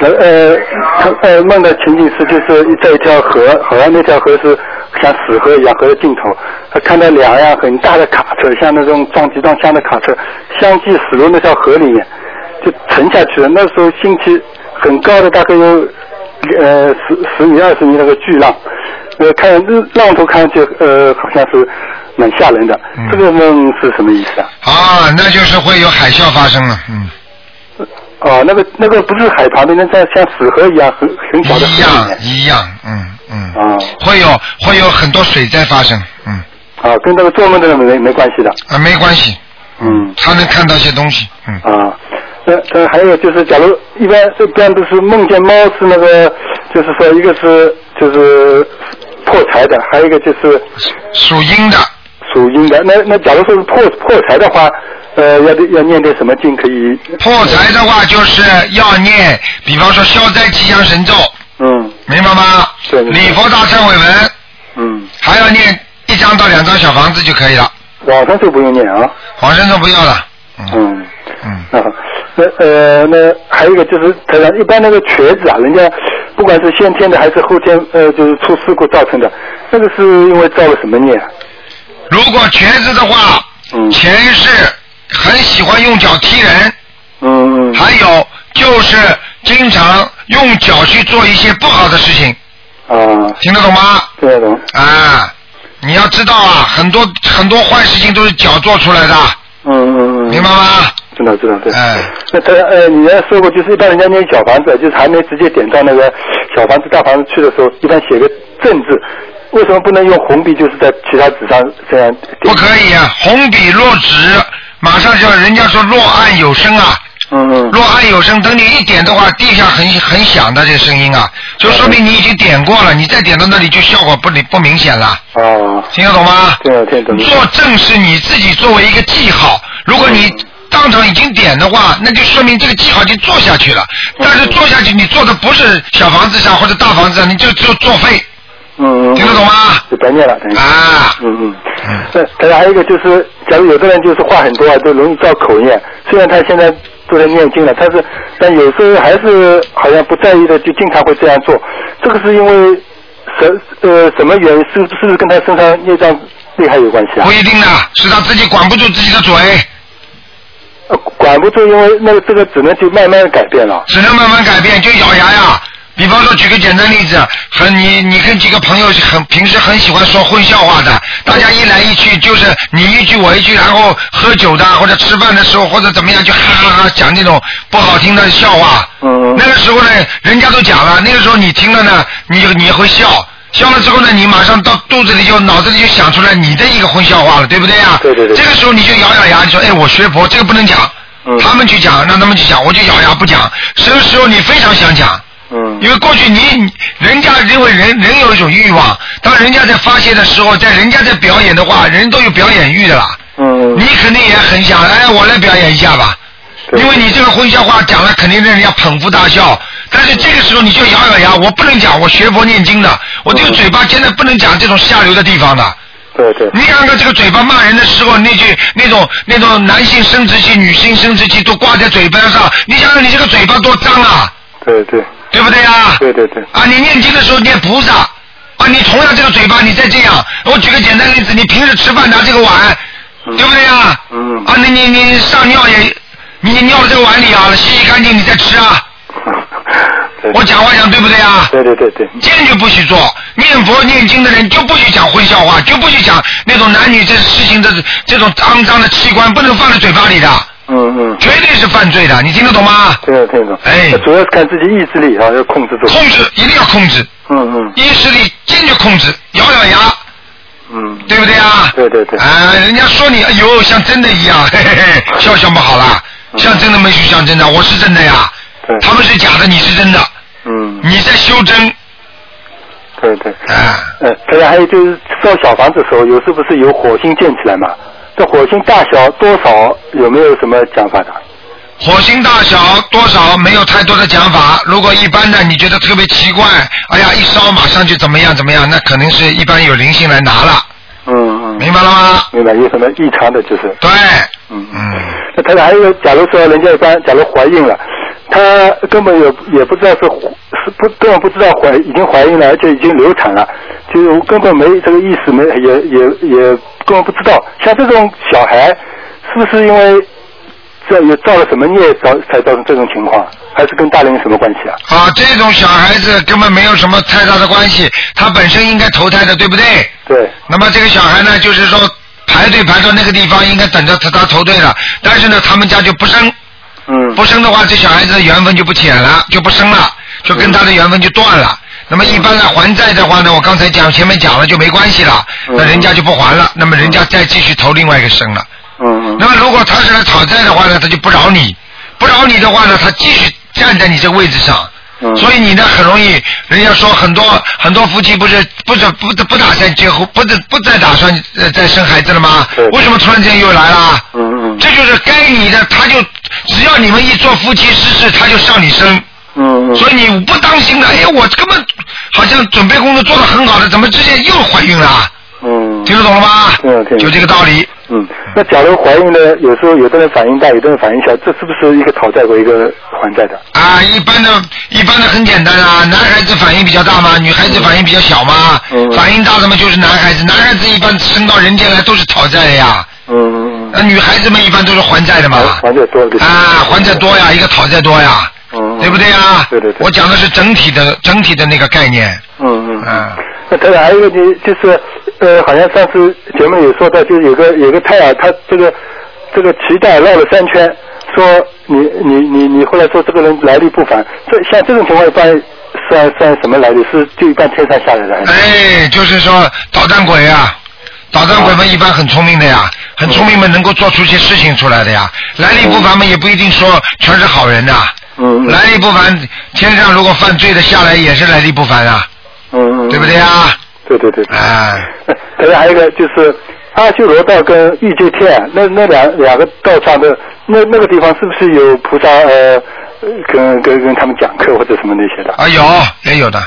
Speaker 9: 呃呃，他呃梦的情景是就是在一条河，好像那条河是像死河一样，河的尽头，他看到两辆很大的卡车，像那种撞集装箱的卡车，相继驶入那条河里面，就沉下去了。那时候兴起很高的，大概有呃十十米二十米那个巨浪，呃看浪头看上去呃好像是蛮吓人的。
Speaker 2: 嗯
Speaker 9: 这个梦是什么意思啊？
Speaker 2: 啊，那就是会有海啸发生了，嗯，
Speaker 9: 哦，那个那个不是海旁边，那像像死河一样，啊很很小的河
Speaker 2: 一
Speaker 9: 里
Speaker 2: 样
Speaker 9: 面。
Speaker 2: 一样，嗯嗯，
Speaker 9: 啊
Speaker 2: 会有会有很多水灾发生，嗯
Speaker 9: 啊，跟那个做梦的人没没关系的。
Speaker 2: 啊，没关系，
Speaker 9: 嗯
Speaker 2: 他能看到些东西，嗯，
Speaker 9: 啊，那那还有就是，假如一般一般都是梦见猫是那个，就是说一个是就是破财的，还有一个就是
Speaker 2: 属阴的，
Speaker 9: 属阴的。那那假如说是破破财的话，呃，要要念点什么经可以？
Speaker 2: 破财的话就是要念，比方说消灾吉祥神咒，
Speaker 9: 嗯
Speaker 2: 明白吗？
Speaker 9: 对对对
Speaker 2: 礼佛大忏悔文，
Speaker 9: 嗯，
Speaker 2: 还要念一张到两张小房子就可以了，
Speaker 9: 网上就不用念啊。
Speaker 2: 往生咒不要了，嗯
Speaker 9: 嗯。
Speaker 2: 嗯，
Speaker 9: 啊，那呃，那还有一个就是，台长，一般那个瘸子啊，人家不管是先天的还是后天，呃，就是出事故造成的，那个是因为造了什么孽？啊
Speaker 2: 如果瘸子的话，
Speaker 9: 嗯
Speaker 2: 前世很喜欢用脚踢人，
Speaker 9: 嗯嗯
Speaker 2: 还有就是经常用脚去做一些不好的事情，
Speaker 9: 啊，
Speaker 2: 听得懂吗？
Speaker 9: 听得懂，
Speaker 2: 啊，你要知道啊，很多很多坏事情都是脚做出来的，
Speaker 9: 嗯嗯嗯，
Speaker 2: 明白吗？
Speaker 9: 知道知道对。
Speaker 2: 哎、
Speaker 9: 那台长，呃，你原来说过，就是一般人家念小房子，啊就是还没直接点到那个小房子、大房子去的时候，一般写个正字，为什么不能用红笔，就是在其他纸上这样点？
Speaker 2: 不可以啊，红笔落纸，马上就人家说落案有声啊，
Speaker 9: 嗯嗯
Speaker 2: 落案有声，等你一点的话，地下很很响的这个声音啊，就说明你已经点过了，你再点到那里就效果不不明显了，
Speaker 9: 哦，
Speaker 2: 听得懂吗？
Speaker 9: 听得听得懂。
Speaker 2: 做正是你自己作为一个记号，如果你
Speaker 9: 嗯
Speaker 2: 当场已经点的话，那就说明这个记号已经做下去了。
Speaker 9: 嗯
Speaker 2: 但是做下去，你做的不是小房子上或者大房子上，你就就作废，
Speaker 9: 嗯嗯，
Speaker 2: 听得懂吗？
Speaker 9: 就白念了，等于。
Speaker 2: 啊，
Speaker 9: 嗯嗯，那当然还有一个就是，假如有的人就是话很多啊，就容易造口业。虽然他现在都在念经了，但是但有时候还是好像不在意的，就经常会这样做。这个是因为什呃什么原因？是是不是跟他身上业障厉害有关系啊？
Speaker 2: 不一定的，是他自己管不住自己的嘴，
Speaker 9: 呃管不住，因为那个这个只能就慢慢地改变了。
Speaker 2: 只能慢慢改变，就咬牙呀。比方说，举个简单例子，很你你跟几个朋友很平时很喜欢说混笑话的，大家一来一去就是你一句我一句，然后喝酒的或者吃饭的时候或者怎么样就哈哈哈讲那种不好听的笑话。
Speaker 9: 嗯
Speaker 2: 那个时候呢，人家都讲了，那个时候你听了呢，你就你也会笑，笑了之后呢，你马上到肚子里就脑子里就想出来你的一个混笑话了，对不对呀？
Speaker 9: 对对对
Speaker 2: 这个时候你就咬咬牙，你说，哎，我学佛，这个不能讲，
Speaker 9: 嗯
Speaker 2: 他们去讲，让他们去讲，我就咬牙不讲。什么时候你非常想讲？
Speaker 9: 嗯
Speaker 2: 因为过去你人家认为人人有一种欲望，当人家在发泄的时候，在人家在表演的话，人都有表演欲的啦。
Speaker 9: 嗯，
Speaker 2: 你肯定也很想，哎，我来表演一下吧。
Speaker 9: 对
Speaker 2: 因为你这个混笑话讲了，肯定让人家捧腹大笑。但是这个时候你就咬咬牙，我不能讲，我学佛念经的，我这个嘴巴现在不能讲这种下流的地方的。
Speaker 9: 对对
Speaker 2: 你看看这个嘴巴骂人的时候，那句那种那种男性生殖器、女性生殖器都挂在嘴巴上，你想想你这个嘴巴多脏啊，
Speaker 9: 对对
Speaker 2: 对不对啊？
Speaker 9: 对对对，
Speaker 2: 啊，你念经的时候念菩萨，啊，你同样这个嘴巴，你再这样，我举个简单例子，你平时吃饭拿这个碗，
Speaker 9: 嗯
Speaker 2: 对不对呀？
Speaker 9: 嗯
Speaker 2: 啊，你你你上尿也，你尿了在碗里啊，洗洗干净你再吃啊。
Speaker 9: 对
Speaker 2: 我讲话讲对不对啊？
Speaker 9: 对对对对，
Speaker 2: 坚决不许做。念佛念经的人就不许讲荤笑话，就不许讲那种男女这事情的这种肮脏的器官，不能放在嘴巴里的，
Speaker 9: 嗯嗯，
Speaker 2: 绝对是犯罪的。你听得懂吗？
Speaker 9: 听懂听懂。
Speaker 2: 哎
Speaker 9: 主要是看自己意志力啊，要控制住。
Speaker 2: 控制一定要控制，
Speaker 9: 嗯嗯
Speaker 2: 意识力坚决控制，咬咬牙。
Speaker 9: 嗯，
Speaker 2: 对不对啊？
Speaker 9: 对对对
Speaker 2: 啊、人家说你哎呦像真的一样，嘿嘿嘿，笑笑不好啦，
Speaker 9: 嗯
Speaker 2: 像真的没去像真的，我是真的呀，
Speaker 9: 对，
Speaker 2: 他们是假的，你是真的，
Speaker 9: 嗯，
Speaker 2: 你在修真
Speaker 9: 对对。
Speaker 2: 啊。
Speaker 9: 嗯，对还有就是烧小房子的时候，有是不是有火星溅起来嘛？这火星大小多少有没有什么讲法的？
Speaker 2: 火星大小多少没有太多的讲法，如果一般的你觉得特别奇怪，哎呀一烧马上就怎么样怎么样，那可能是一般有灵性来拿了，
Speaker 9: 嗯嗯，
Speaker 2: 明白了吗？
Speaker 9: 明白，有什么异常的就是，
Speaker 2: 对，
Speaker 9: 嗯嗯。
Speaker 2: 嗯，
Speaker 9: 那他还有，假如说人家一般，假如怀孕了，她根本也也不知道是是不根本不知道怀已经怀孕了，而且已经流产了，就是根本没这个意识，没也也也根本不知道。像这种小孩，是不是因为这也造了什么孽，造才造成这种情况？还是跟大人有什么关系啊？
Speaker 2: 啊，这种小孩子根本没有什么太大的关系，他本身应该投胎的，对不对？
Speaker 9: 对，
Speaker 2: 那么这个小孩呢，就是说排队排到那个地方，应该等着他他投对了，但是呢，他们家就不生，
Speaker 9: 嗯，
Speaker 2: 不生的话，这小孩子的缘分就不浅了，就不生了，就跟他的缘分就断了。那么一般来还债的话呢，我刚才讲前面讲了就没关系了，
Speaker 9: 嗯
Speaker 2: 那人家就不还了，那么人家再继续投另外一个生了。
Speaker 9: 嗯
Speaker 2: 那么如果他是来讨债的话呢，他就不饶你，不饶你的话呢，他继续站在你这个位置上。
Speaker 9: 嗯，
Speaker 2: 所
Speaker 9: 以
Speaker 2: 以你呢，很容易，人家说很多很多夫妻不是不是不不打算结婚，不是不再打算呃再生孩子了吗
Speaker 9: 对？
Speaker 2: 为什么突然之间又来了？
Speaker 9: 嗯嗯
Speaker 2: 这就是该你的，他就只要你们一做夫妻之事，他就上你身。
Speaker 9: 嗯嗯，
Speaker 2: 所以你不当心的，哎呀，我根本好像准备工作做得很好的，怎么之前又怀孕了？
Speaker 9: 嗯
Speaker 2: 听得懂了吗
Speaker 9: 听得懂？
Speaker 2: 就这个道理。
Speaker 9: 嗯，那假如怀孕呢，有时候有的人反应大，有的人反应小，这是不是一个讨债和一个还债的？
Speaker 2: 啊，一般的，一般的很简单啊，男孩子反应比较大嘛，女孩子反应比较小嘛。
Speaker 9: 嗯
Speaker 2: 反应大的嘛就是男孩子，男孩子一般生到人间来都是讨债的呀，
Speaker 9: 嗯嗯
Speaker 2: 那女孩子们一般都是还债的嘛。
Speaker 9: 还还债多对
Speaker 2: 啊，还债多呀，一个讨债多呀，
Speaker 9: 嗯，
Speaker 2: 对不对呀？
Speaker 9: 对对对
Speaker 2: 我讲的是整体的整体的那个概念。
Speaker 9: 嗯嗯嗯。
Speaker 2: 嗯。
Speaker 9: 那当然还有一个问题就是，呃，好像上次节目有说到，就是有个有个胎儿，他这个这个脐带绕了三圈，说你你你你后来说这个人来历不凡，这像这种情况一般算算什么来历？是就一般天上下来的还是？
Speaker 2: 哎，就是说捣蛋鬼啊，捣蛋鬼们一般很聪明的呀，很聪明们能够做出一些事情出来的呀。来历不凡们也不一定说全是好人呐、
Speaker 9: 嗯嗯
Speaker 2: 来历不凡，天上如果犯罪的下来也是来历不凡啊，
Speaker 9: 嗯嗯，
Speaker 2: 对不对？啊呀？
Speaker 9: 对对对。
Speaker 2: 哎，
Speaker 9: 可是 还有一个就是阿修罗道跟欲界天，那那两两个道上的那那个地方是不是有菩萨呃跟跟跟他们讲课或者什么那些的？
Speaker 2: 啊有也有的，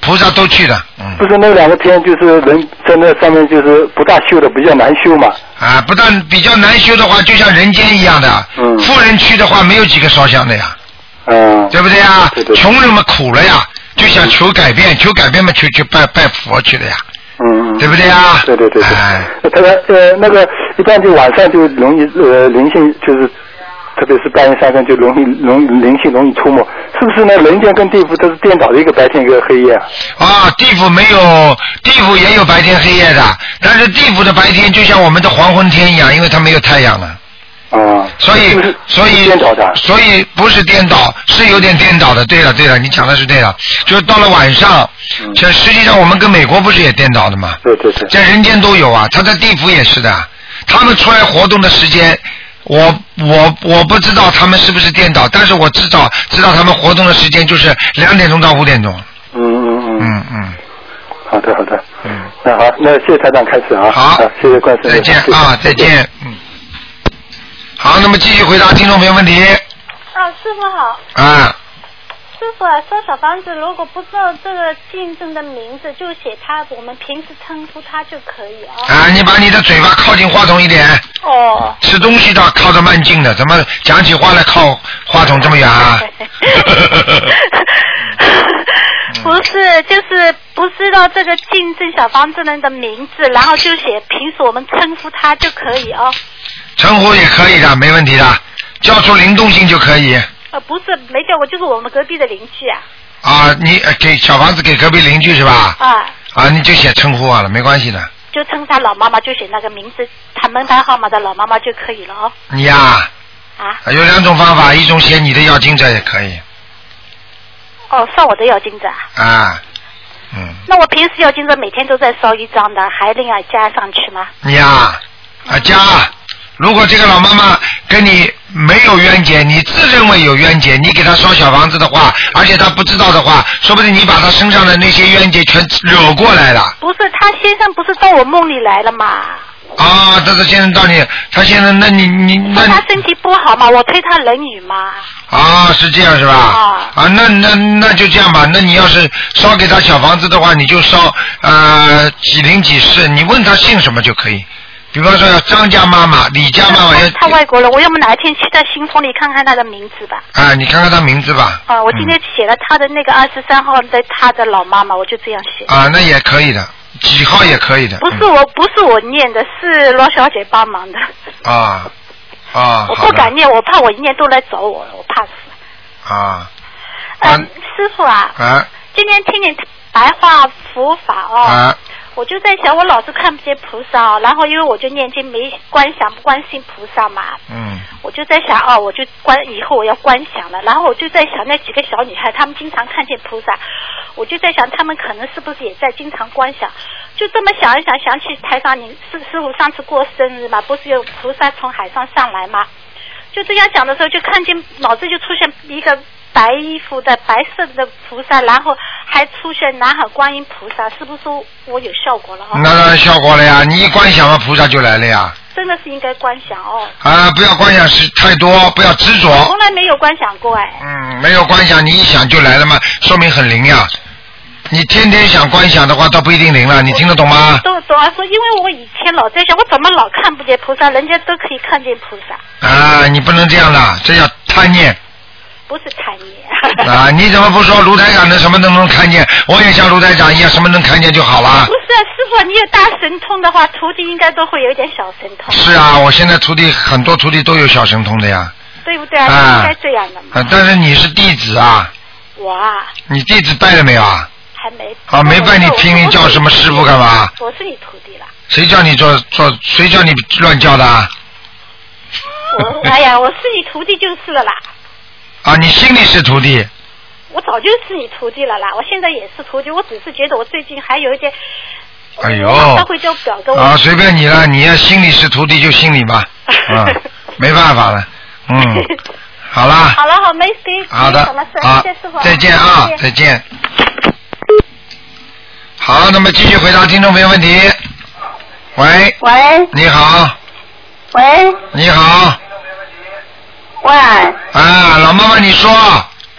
Speaker 2: 菩萨都去的，嗯
Speaker 9: 不是那两个天就是人在那上面就是不大修的比较难修嘛？
Speaker 2: 啊，不但比较难修的话，就像人间一样的，
Speaker 9: 嗯
Speaker 2: 富人去的话没有几个烧香的呀，
Speaker 9: 嗯
Speaker 2: 对不对呀
Speaker 9: 对对？对
Speaker 2: 穷人们苦了呀，就想求改变，求改变嘛，求去拜拜佛去了呀。
Speaker 9: 嗯，
Speaker 2: 对不对啊
Speaker 9: 对对对对。
Speaker 2: 哎
Speaker 9: 呃他的呃那个一般就晚上就容易呃灵性就是，特别是半夜三更就容易容灵性容易出没，是不是呢？人间跟地府都是颠倒的一个白天一个黑夜啊。
Speaker 2: 啊，地府没有，地府也有白天黑夜的，但是地府的白天就像我们的黄昏天一样，因为它没有太阳了。
Speaker 9: 啊，
Speaker 2: 所以，所以，所以不是颠倒，是有点颠倒的。对了，对了，你讲的是对的，就是到了晚上，这实际上我们跟美国不是也颠倒的吗？
Speaker 9: 嗯对对对。
Speaker 2: 在人间都有啊，他在地府也是的，他们出来活动的时间，我我我不知道他们是不是颠倒，但是我知道知道他们活动的时间就是两点钟到五点钟。
Speaker 9: 嗯嗯嗯
Speaker 2: 嗯嗯。
Speaker 9: 好的好的。嗯。那好，那谢谢台长开始啊。好。谢谢观世
Speaker 2: 再
Speaker 9: 音菩萨。
Speaker 2: 见
Speaker 9: 谢谢
Speaker 2: 啊，再见。。嗯。好，那么继续回答听众朋友问题
Speaker 10: 啊，师傅好，
Speaker 2: 啊。
Speaker 10: 师傅啊，说小房子如果不知道这个见证的名字，就写他，我们平时称呼他就可以啊。
Speaker 2: 啊，你把你的嘴巴靠近话筒一点。
Speaker 10: 哦。
Speaker 2: 吃东西倒靠着慢近的，怎么讲起话来靠话筒这么远啊？
Speaker 10: 不是，就是不知道这个见证小房子人的名字，然后就写平时我们称呼他就可以哦。
Speaker 2: 称呼也可以的，没问题的，叫出灵动性就可以。
Speaker 10: 呃，不是，没叫过，就是我们隔壁的邻居啊。
Speaker 2: 啊，你呃给小房子给隔壁邻居是吧？
Speaker 10: 啊，
Speaker 2: 啊，你就写称呼好了，没关系的。
Speaker 10: 就称他老妈妈，就写那个名字，他门牌号码的老妈妈就可以了哦。
Speaker 2: 你呀、
Speaker 10: 啊，
Speaker 2: 有两种方法，一种写你的要经者也可以
Speaker 10: 哦，算我的要经者啊。
Speaker 2: 啊，
Speaker 10: 那我平时要经者每天都在烧一张的，还另外加上去吗？
Speaker 2: 你呀、啊，家，如果这个老妈妈跟你没有冤结，你自认为有冤结，你给她烧小房子的话，而且她不知道的话，说不定你把她身上的那些冤结全惹过来了。
Speaker 10: 不是，他先生不是到我梦里来了嘛？
Speaker 2: 啊，他他现在到你，他现在，那你你那
Speaker 10: 他身体不好嘛，我推他冷雨嘛。
Speaker 2: 啊，是这样是吧？
Speaker 10: 啊
Speaker 2: 啊，那那那就这样吧。那你要是烧给他小房子的话，你就烧呃几零几室，你问他姓什么就可以。比方说要张家妈妈、李家妈妈要
Speaker 10: 他外国人，我要么哪一天去他信封里看看他的名字吧。
Speaker 2: 啊，你看看他名字吧。
Speaker 10: 啊，我今天写了他的那个二十三号的他的老妈妈，我就这样写。
Speaker 2: 啊，那也可以的，几号也可以的。
Speaker 10: 不是我，不是我念的，是罗小姐帮忙的。
Speaker 2: 嗯啊啊，
Speaker 10: 我
Speaker 2: 好
Speaker 10: 不
Speaker 2: 的
Speaker 10: 敢念，我怕我一念都来找我，我怕死。
Speaker 2: 啊
Speaker 10: 嗯，师傅啊，
Speaker 2: 啊
Speaker 10: 今天听你白话佛法哦，
Speaker 2: 啊
Speaker 10: 我就在想，我老是看不见菩萨哦，然后因为我就念经没观想不观心菩萨嘛，
Speaker 2: 嗯
Speaker 10: 我就在想哦，我就观以后我要观想了，然后我就在想那几个小女孩，她们经常看见菩萨，我就在想她们可能是不是也在经常观想，就这么想一想，想起台上你师师傅上次过生日嘛，不是有菩萨从海上上来吗？就这样讲的时候，就看见脑子就出现一个白衣服的白色的菩萨，然后还出现南海观音菩萨，是不是我有效果了啊？
Speaker 2: 那当然效果了呀！你一观想嘛，菩萨就来了呀。
Speaker 10: 真的是应该观想哦，
Speaker 2: 啊，不要观想是太多，不要执着。
Speaker 10: 从来没有观想过哎。
Speaker 2: 嗯，没有观想，你一想就来了嘛，说明很灵呀。你天天想观想的话，倒不一定灵了，你听得懂吗？
Speaker 10: 懂懂啊，说因为我以前老在想，我怎么老看不见菩萨，人家都可以看见菩萨，
Speaker 2: 啊，你不能这样的，这叫贪念
Speaker 10: 不是贪念。
Speaker 2: 啊！你怎么不说卢台长的什么都能看见？我也像卢台长一样，什么能看见就好了
Speaker 10: 不。是、啊，师傅，你有大神通的话，徒弟应该都会有一点小神通，
Speaker 2: 是啊，我现在徒弟很多徒弟都有小神通的呀，
Speaker 10: 对不对啊？
Speaker 2: 啊
Speaker 10: 应该这样的嘛。
Speaker 2: 啊，但是你是弟子啊，
Speaker 10: 我啊，
Speaker 2: 你弟子拜了没有啊？
Speaker 10: 还没。
Speaker 2: 啊没拜你 拼命叫什么师傅干嘛
Speaker 10: 我是你徒弟了，
Speaker 2: 谁叫你做做？谁叫你乱叫的啊？
Speaker 10: 我 哎呀，我是你徒弟就是了啦，
Speaker 2: 啊，你心里是徒弟，
Speaker 10: 我早就是你徒弟了啦，我现在也是徒弟，我只是觉得我最近还有一点，
Speaker 2: 哎呦，
Speaker 10: 他会叫表哥。我
Speaker 2: 啊，随便你了，你要心里是徒弟就心里吧，啊，没办法了，嗯，好 啦，
Speaker 10: 好了哎好，没事，
Speaker 2: 好
Speaker 10: 没什么
Speaker 2: 的
Speaker 10: 事，，
Speaker 2: 好
Speaker 10: 谢谢师傅，，
Speaker 2: 再见啊，
Speaker 10: 谢谢
Speaker 2: 再见。好，那么继续回答听众朋友问题。喂，
Speaker 11: 喂
Speaker 2: 你好，
Speaker 11: 喂
Speaker 2: 你好，
Speaker 11: 喂
Speaker 2: 啊，老妈妈，你说，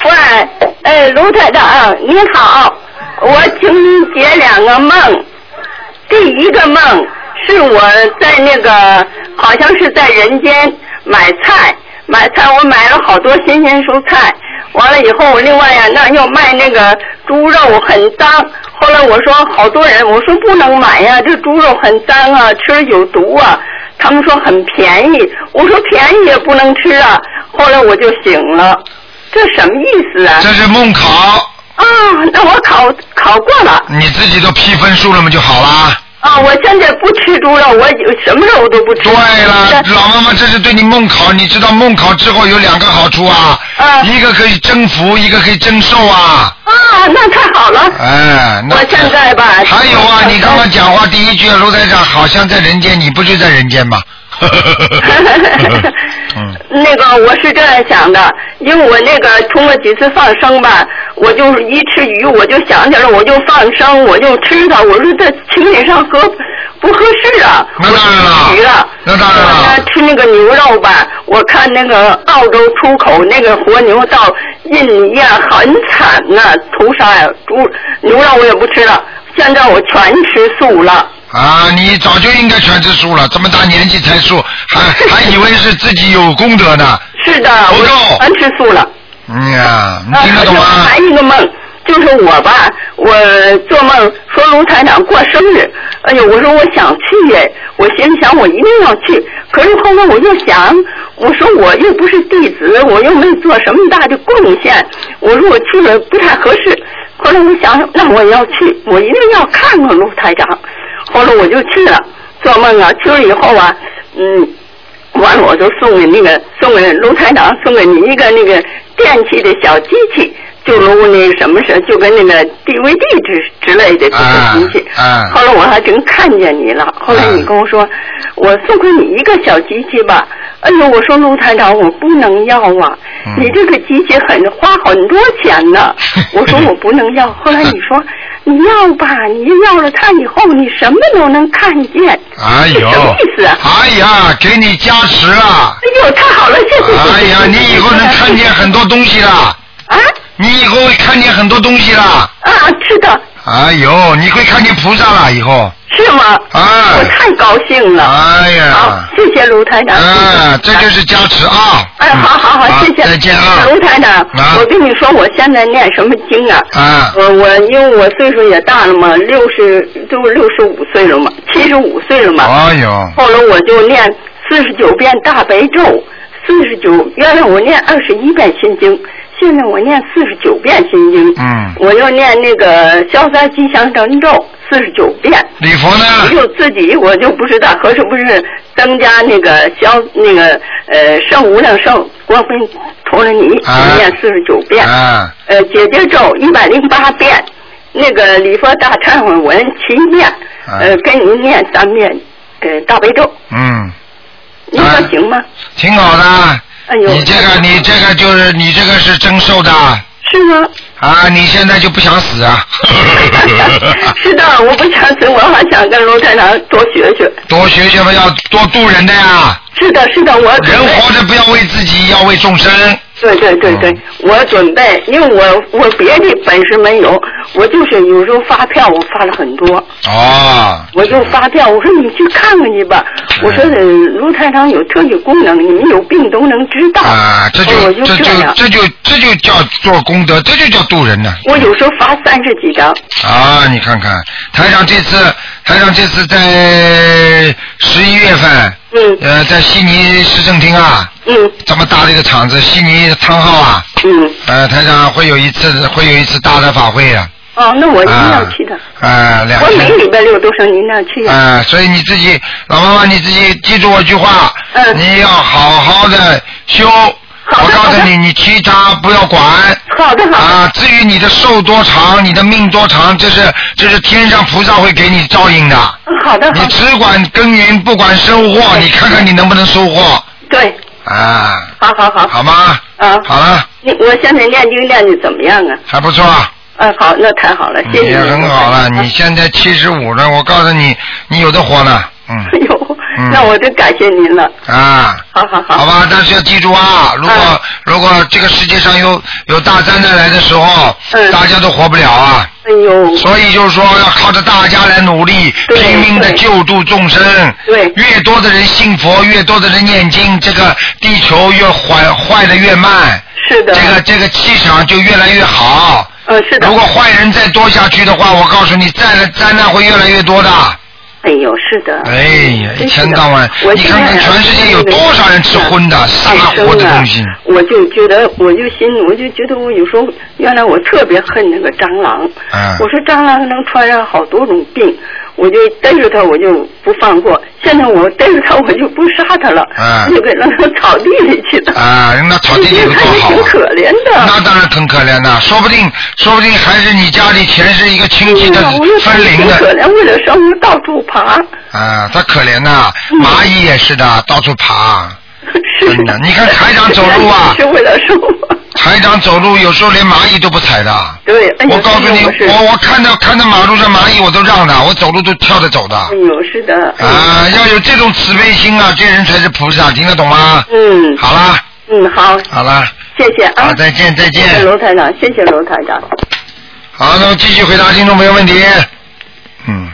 Speaker 11: 喂，呃，卢台长、你好，我请你解两个梦。第一个梦是我在那个好像是在人间买菜，买菜我买了好多新鲜蔬菜，完了以后，另外呀、那要卖那个猪肉很脏。后来我说好多人，我说不能买呀、这猪肉很脏啊，吃了有毒啊。他们说很便宜，我说便宜也不能吃啊。后来我就醒了，这什么意思啊？
Speaker 2: 这是梦考。
Speaker 11: 啊，那我考考过了
Speaker 2: 你自己都批分数了嘛就好啦。
Speaker 11: 啊，我现在不吃猪肉，我什么肉都不吃。
Speaker 2: 对了，老妈妈，这是对你梦考，你知道梦考之后有两个好处啊，一个可以增福，一个可以增寿啊。
Speaker 11: 啊，那太好了。
Speaker 2: 哎，那
Speaker 11: 我现在吧
Speaker 2: 还有啊，你刚刚讲话第一句，卢台长好像在人间，你不就在人间 吗？
Speaker 11: 那个我是这样想的，因为我那个通过几次放生吧，我就一吃鱼我就想起来，我就放生，我就吃它。我说这情理上合不合适啊？
Speaker 2: 那当然了，
Speaker 11: 鱼了。
Speaker 2: 那当然
Speaker 11: 了。吃那个牛肉吧，我看那个澳洲出口那个活牛到印尼呀、很惨呐、屠杀呀、猪牛肉我也不吃了，现在我全吃素了。
Speaker 2: 啊，你早就应该全吃素了，这么大年纪才素，还 还以为是自己有功德呢。
Speaker 11: 是的，我全吃素了。
Speaker 2: 嗯呀，你
Speaker 11: 啊，
Speaker 2: 听得懂吗？
Speaker 11: 还有一个梦，就是我吧，我做梦说卢台长过生日，哎呦，我说我想去哎，我心想我一定要去，可是后来我又想，我说我又不是弟子，我又没做什么大的贡献，我说我去了不太合适。后来我想，那我要去，我一定要看看卢台长。后来我就去了，做梦啊，去了以后啊，嗯，完了我就送给那个送给卢台长，送给你一个那个电器的小机器，就如那个什么是，就跟那个 DVD 之之类的这个机器。
Speaker 3: 嗯
Speaker 2: 啊
Speaker 11: 后来我还真看见你了，后来你跟我说，我送给你一个小机器吧。哎呦，我说卢台长，我不能要啊，你这个机器很花很多钱呢。我说我不能要，后来你说你要吧，你要了它以后，你什么都能看见。
Speaker 2: 哎呦，
Speaker 11: 什么意思啊？
Speaker 2: 哎呀，给你加持了。
Speaker 11: 哎呦，太好了，谢谢。
Speaker 2: 哎呀，你以后能看见很多东西了。啊？你以后会看见很多东西了。
Speaker 11: 啊，是的。
Speaker 2: 哎呦，你会看见菩萨了以后。
Speaker 11: 是吗？啊！我太高兴了。
Speaker 2: 哎呀！
Speaker 11: 好，谢谢卢台长。
Speaker 2: 啊，这就是加持啊。
Speaker 11: 哎，好好好，谢谢。再见啊，卢台长。我跟你说，我现在念什么经啊？
Speaker 2: 啊。
Speaker 11: 我我因为我岁数也大了嘛，六十都六十五岁了嘛，七十五岁了嘛。
Speaker 2: 哎呦，
Speaker 11: 后来我就念四十九遍大悲咒，四十九原来我念二十一遍心经，现在我念四十九遍心经。
Speaker 2: 嗯。
Speaker 11: 我又念那个消灾吉祥神咒四十九遍。
Speaker 2: 礼佛呢？
Speaker 11: 我就自己我就不知道合适不是增加那个消那个呃圣无量圣光分陀罗尼，
Speaker 2: 啊
Speaker 11: 念四十九遍。
Speaker 2: 啊。
Speaker 11: 呃，解结咒一百零八遍，那个礼佛大忏悔文七遍，
Speaker 2: 啊
Speaker 11: 呃，跟您念三遍，呃，大悲咒。
Speaker 2: 嗯，
Speaker 11: 您
Speaker 2: 啊
Speaker 11: 说行吗？
Speaker 2: 挺好的。
Speaker 11: 哎呦，
Speaker 2: 你这个，你这个就是你这个是增寿的。
Speaker 11: 是吗？
Speaker 2: 啊，你现在就不想死啊？
Speaker 11: 是的，我不想死，我还想跟卢台长多学学。
Speaker 2: 多学学吧，要多度人的呀。
Speaker 11: 是的，是的，我
Speaker 2: 人活着不要为自己，要为众生。
Speaker 11: 对对对对，我准备，因为我我别的本事没有，我就是有时候发票我发了很多，
Speaker 2: 哦，
Speaker 11: 我就发票，我说你去看看去吧，我说呃卢台长有特异功能，你们有病都能知 道，
Speaker 2: 啊，这
Speaker 11: 我
Speaker 2: 就
Speaker 11: 就
Speaker 2: 这
Speaker 11: 哦样
Speaker 2: 就，这就这就叫做功德，这就叫度人呢。
Speaker 11: 我有时候发三十几张，
Speaker 2: 啊，你看看，台长这次，台长这次在十一月份，
Speaker 11: 嗯，
Speaker 2: 呃，在悉尼市政厅啊，
Speaker 11: 嗯，
Speaker 2: 这么大的一个场子，悉尼汤号啊，
Speaker 11: 嗯，
Speaker 2: 呃，台长会有一次，会有一次大的法会啊，
Speaker 11: 哦，那我一定要去的，
Speaker 2: 啊、两
Speaker 11: 我每
Speaker 2: 天。
Speaker 11: 礼拜六都上您那儿去呀，
Speaker 2: 啊、所以你自己，老妈妈你自己记住我句话，
Speaker 11: 嗯
Speaker 2: 你要好好的修。我告诉你，你其他不要管。
Speaker 11: 好的，好
Speaker 2: 啊，至于你的寿多长，你的命多长，这是这是天上菩萨会给你照应的。
Speaker 11: 嗯好的，
Speaker 2: 你只管耕耘，不管收获，你看看你能不能收获。
Speaker 11: 对，
Speaker 2: 啊，
Speaker 11: 好好好，
Speaker 2: 好吗？
Speaker 11: 啊，
Speaker 2: 好了，
Speaker 11: 你我现在念经念的怎么样啊？
Speaker 2: 还不错。嗯
Speaker 11: 嗯，好，那太好了，谢谢
Speaker 2: 也
Speaker 11: 您
Speaker 2: 很好了，你现在七十五了，我告诉你，你有的活了， 嗯。
Speaker 11: 哎呦，
Speaker 2: 嗯
Speaker 11: 那我真感谢您了。
Speaker 2: 啊。
Speaker 11: 好好好。
Speaker 2: 好吧，但是要记住啊，如果、
Speaker 11: 嗯
Speaker 2: 如果这个世界上有有大灾难来的时候，大家都活不了啊。
Speaker 11: 嗯哎呦。
Speaker 2: 所以就是说，要靠着大家来努力，拼命的救度众生。
Speaker 11: 对。
Speaker 2: 越多的人信佛，越多的人念经，这个地球越坏坏的越慢。
Speaker 11: 是的。
Speaker 2: 这个这个气场就越来越好。
Speaker 11: 嗯，是
Speaker 2: 的。如果坏人再多下去的话，我告诉你，灾灾难会越来越多的。
Speaker 11: 哎呦，是的。
Speaker 2: 哎呀，一
Speaker 11: 真是
Speaker 2: 天
Speaker 11: 的
Speaker 2: 到晚，
Speaker 11: 我
Speaker 2: 你
Speaker 11: 现
Speaker 2: 看看
Speaker 11: 在啊
Speaker 2: 全世界有多少人吃荤的、杀
Speaker 11: 太深
Speaker 2: 活的
Speaker 11: 了
Speaker 2: 东西。
Speaker 11: 我就觉得，我就心，我就觉得，我有时候原来我特别恨那个蟑螂。
Speaker 2: 嗯
Speaker 11: 我说蟑螂能传染好多种病，我就逮住它，我就不放过。现在我逮住它，我就不杀它了，
Speaker 2: 嗯
Speaker 11: 就给扔到草地里去了。
Speaker 2: 啊，人家草地里
Speaker 11: 你
Speaker 2: 头多
Speaker 11: 看也
Speaker 2: 好
Speaker 11: 挺
Speaker 2: 啊！
Speaker 11: 可怜的。
Speaker 2: 那当然很可怜的，说不定，说不定还是你家里全是一个亲戚的
Speaker 11: 哎呀我又
Speaker 2: 分灵
Speaker 11: 挺可
Speaker 2: 的
Speaker 11: 怜，为了生活到处爬。
Speaker 2: 啊，他可怜呐，
Speaker 11: 嗯
Speaker 2: 蚂蚁也是的，到处爬。真的，你看台长走路啊，
Speaker 11: 是为了生活。
Speaker 2: 台长走路有时候连蚂蚁都不踩的。
Speaker 11: 对，哎呦
Speaker 2: 我告诉你，
Speaker 11: 真的
Speaker 2: 我我看到看到马路上蚂蚁我都让的，我走路都跳着走的。
Speaker 11: 哎呦，是的。
Speaker 2: 啊，要有这种慈悲心啊，这人才是菩萨，听得懂吗？
Speaker 11: 嗯。
Speaker 2: 好啦，
Speaker 11: 嗯，好，
Speaker 2: 好啦，
Speaker 11: 谢谢啊。
Speaker 2: 好，再见，再见。
Speaker 11: 谢谢罗台长，谢谢罗台长。
Speaker 2: 好，那么继续回答听众朋友问题。嗯。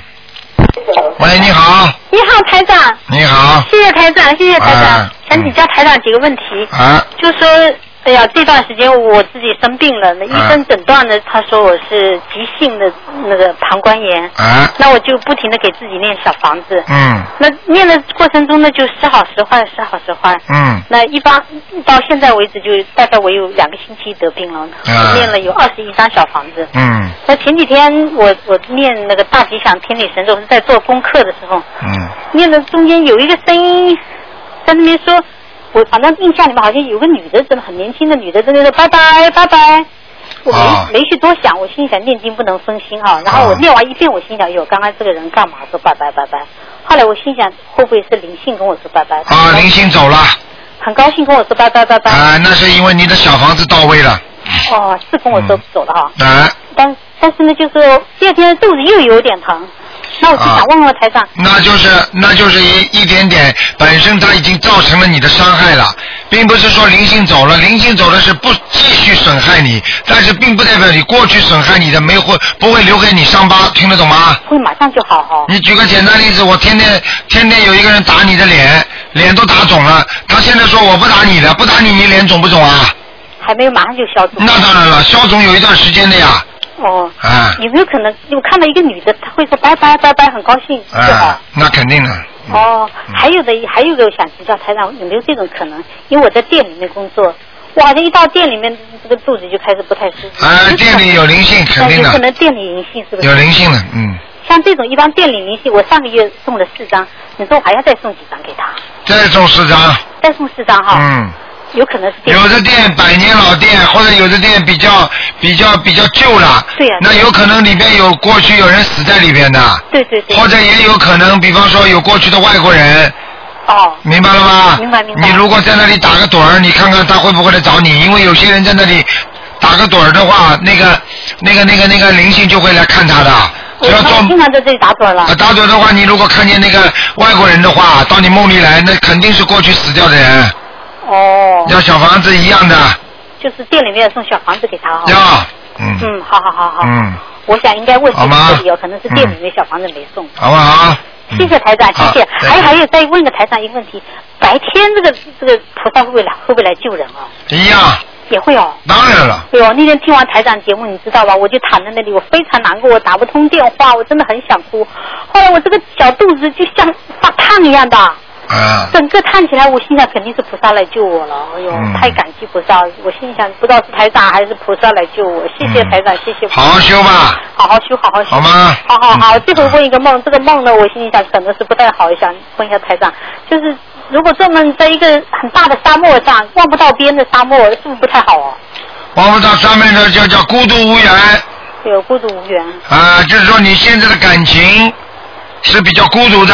Speaker 2: 喂，你好，
Speaker 12: 你好，台长，
Speaker 2: 你好，
Speaker 12: 谢谢台长，谢谢台长，
Speaker 2: 啊
Speaker 12: 想请教台长几个问题。
Speaker 2: 啊，
Speaker 12: 就说，哎呀，这段时间我自己生病了，那医
Speaker 2: 嗯
Speaker 12: 生诊断呢，他说我是急性的那个膀胱炎，
Speaker 2: 啊，
Speaker 12: 那我就不停的给自己念小房子，
Speaker 2: 嗯
Speaker 12: 那念的过程中呢，就时好时坏，时好时坏。
Speaker 2: 嗯
Speaker 12: 那一般到现在为止，就大概我有两个星期得病了，
Speaker 2: 啊
Speaker 12: 我念了有二十一张小房子。
Speaker 2: 嗯
Speaker 12: 那前几天我我念那个大吉祥天女神咒是在做功课的时候，
Speaker 2: 嗯
Speaker 12: 念的中间有一个声音在那边说，我好像印象里面好像有个女的，真的很年轻的女的在那边说拜拜拜拜。我没、
Speaker 13: 啊
Speaker 12: 没去多想，我心里想念经不能分心啊。然后我
Speaker 13: 啊
Speaker 12: 念完一遍，我心想，哟，刚刚这个人干嘛说拜拜拜拜？后来我心想，会不会是灵性跟我说拜拜？
Speaker 2: 啊，林星走了，
Speaker 12: 很高兴跟我说拜拜拜拜。
Speaker 2: 啊，那是因为你的小房子到位了，
Speaker 12: 哦，是跟我说走了哈、
Speaker 2: 啊，
Speaker 12: 但但是呢，就是第二天肚子又有点疼，那我就
Speaker 2: 啊
Speaker 12: 想问问台长，
Speaker 2: 那就是那就是一一点点，本身它已经造成了你的伤害了，并不是说灵性走了，灵性走了是不继续损害你，但是并不代表你过去损害你的没会不会留给你伤疤，听得懂吗？
Speaker 12: 会马上就好哦。
Speaker 2: 你举个简单例子，我天天天天有一个人打你的脸，脸都打肿了，他现在说我不打你了，不打你你脸肿不肿啊？
Speaker 12: 还没有马上就消肿。
Speaker 2: 那当然了，消肿有一段时间的呀，
Speaker 12: 哦，
Speaker 2: 啊
Speaker 12: 有没有可能？我看到一个女的，她会说拜拜拜拜，很高兴，是吧？
Speaker 2: 啊，那肯定的，
Speaker 12: 哦，
Speaker 2: 嗯
Speaker 12: 还有的，还有一个，我想请教台长，有没有这种可能？因为我在店里面工作，我好像一到店里面，这个肚子就开始不太舒服。
Speaker 2: 啊，
Speaker 12: 有可能
Speaker 2: 店里有灵性肯定
Speaker 12: 有可
Speaker 2: 的，
Speaker 12: 能店里灵性是不是？
Speaker 2: 有灵性的，嗯。
Speaker 12: 像这种一般店里灵性，我上个月送了四张，你说我还要再送几张给他？
Speaker 2: 再中四张，
Speaker 12: 再送四张哈，
Speaker 2: 嗯，
Speaker 12: 有可能是
Speaker 2: 有的店百年老店，或者有的店比较比较比较旧了，
Speaker 12: 对呀
Speaker 2: 那有可能里边有过去有人死在里边的，
Speaker 12: 对对对，
Speaker 2: 或者也有可能，比方说有过去的外国人，
Speaker 12: 哦，
Speaker 2: 明白了吗？
Speaker 12: 明白明白。
Speaker 2: 你如果在那里打个盹儿，你看看他会不会来找你？因为有些人在那里打个盹儿的话，那个那个那个那个灵性就会来看他的。
Speaker 12: 我我经常在这里打盹了。
Speaker 2: 啊，打盹的话，你如果看见那个外国人的话，到你梦里来，那肯定是过去死掉的人。
Speaker 12: 哦，
Speaker 2: 要小房子一样的，
Speaker 12: 就是店里面送小房子给他哈。
Speaker 2: 要，嗯
Speaker 12: 嗯，好好好好。
Speaker 2: 嗯，
Speaker 12: 我想应该问
Speaker 2: 好
Speaker 12: 清楚
Speaker 2: 吗
Speaker 12: 这里有可能是店里面小房子没送。
Speaker 2: 好不好？
Speaker 12: 谢谢台长，谢谢。
Speaker 2: 好再见
Speaker 12: 还有还有，再问个台长一个问题：白天这个这个菩萨会不会来会不会来救人啊？
Speaker 2: 一样，
Speaker 12: 也会哦。
Speaker 2: 当然了。
Speaker 12: 哎呦，那天听完台长节目，你知道吧？我就躺在那里，我非常难过，我打不通电话，我真的很想哭。后来我这个小肚子就像发烫一样的，
Speaker 2: 啊，
Speaker 12: 整个看起来，我心想肯定是菩萨来救我了。哎呦，
Speaker 2: 嗯
Speaker 12: 太感激菩萨！我心想，不知道是台长还是菩萨来救我。谢谢
Speaker 2: 嗯
Speaker 12: 台长，谢谢菩萨。
Speaker 2: 好好修吧。
Speaker 12: 好好修，好好修。
Speaker 2: 好吗嗯
Speaker 12: 好好好，最后问一个梦，这个梦呢，我心里想可能是不太好，想问一下台长，就是如果做梦在一个很大的沙漠上，望不到边的沙漠，是不是不太好哦？
Speaker 2: 王菩萨上面的叫叫孤独无缘
Speaker 12: 有孤独无缘。
Speaker 2: 啊，就是说你现在的感情是比较孤独的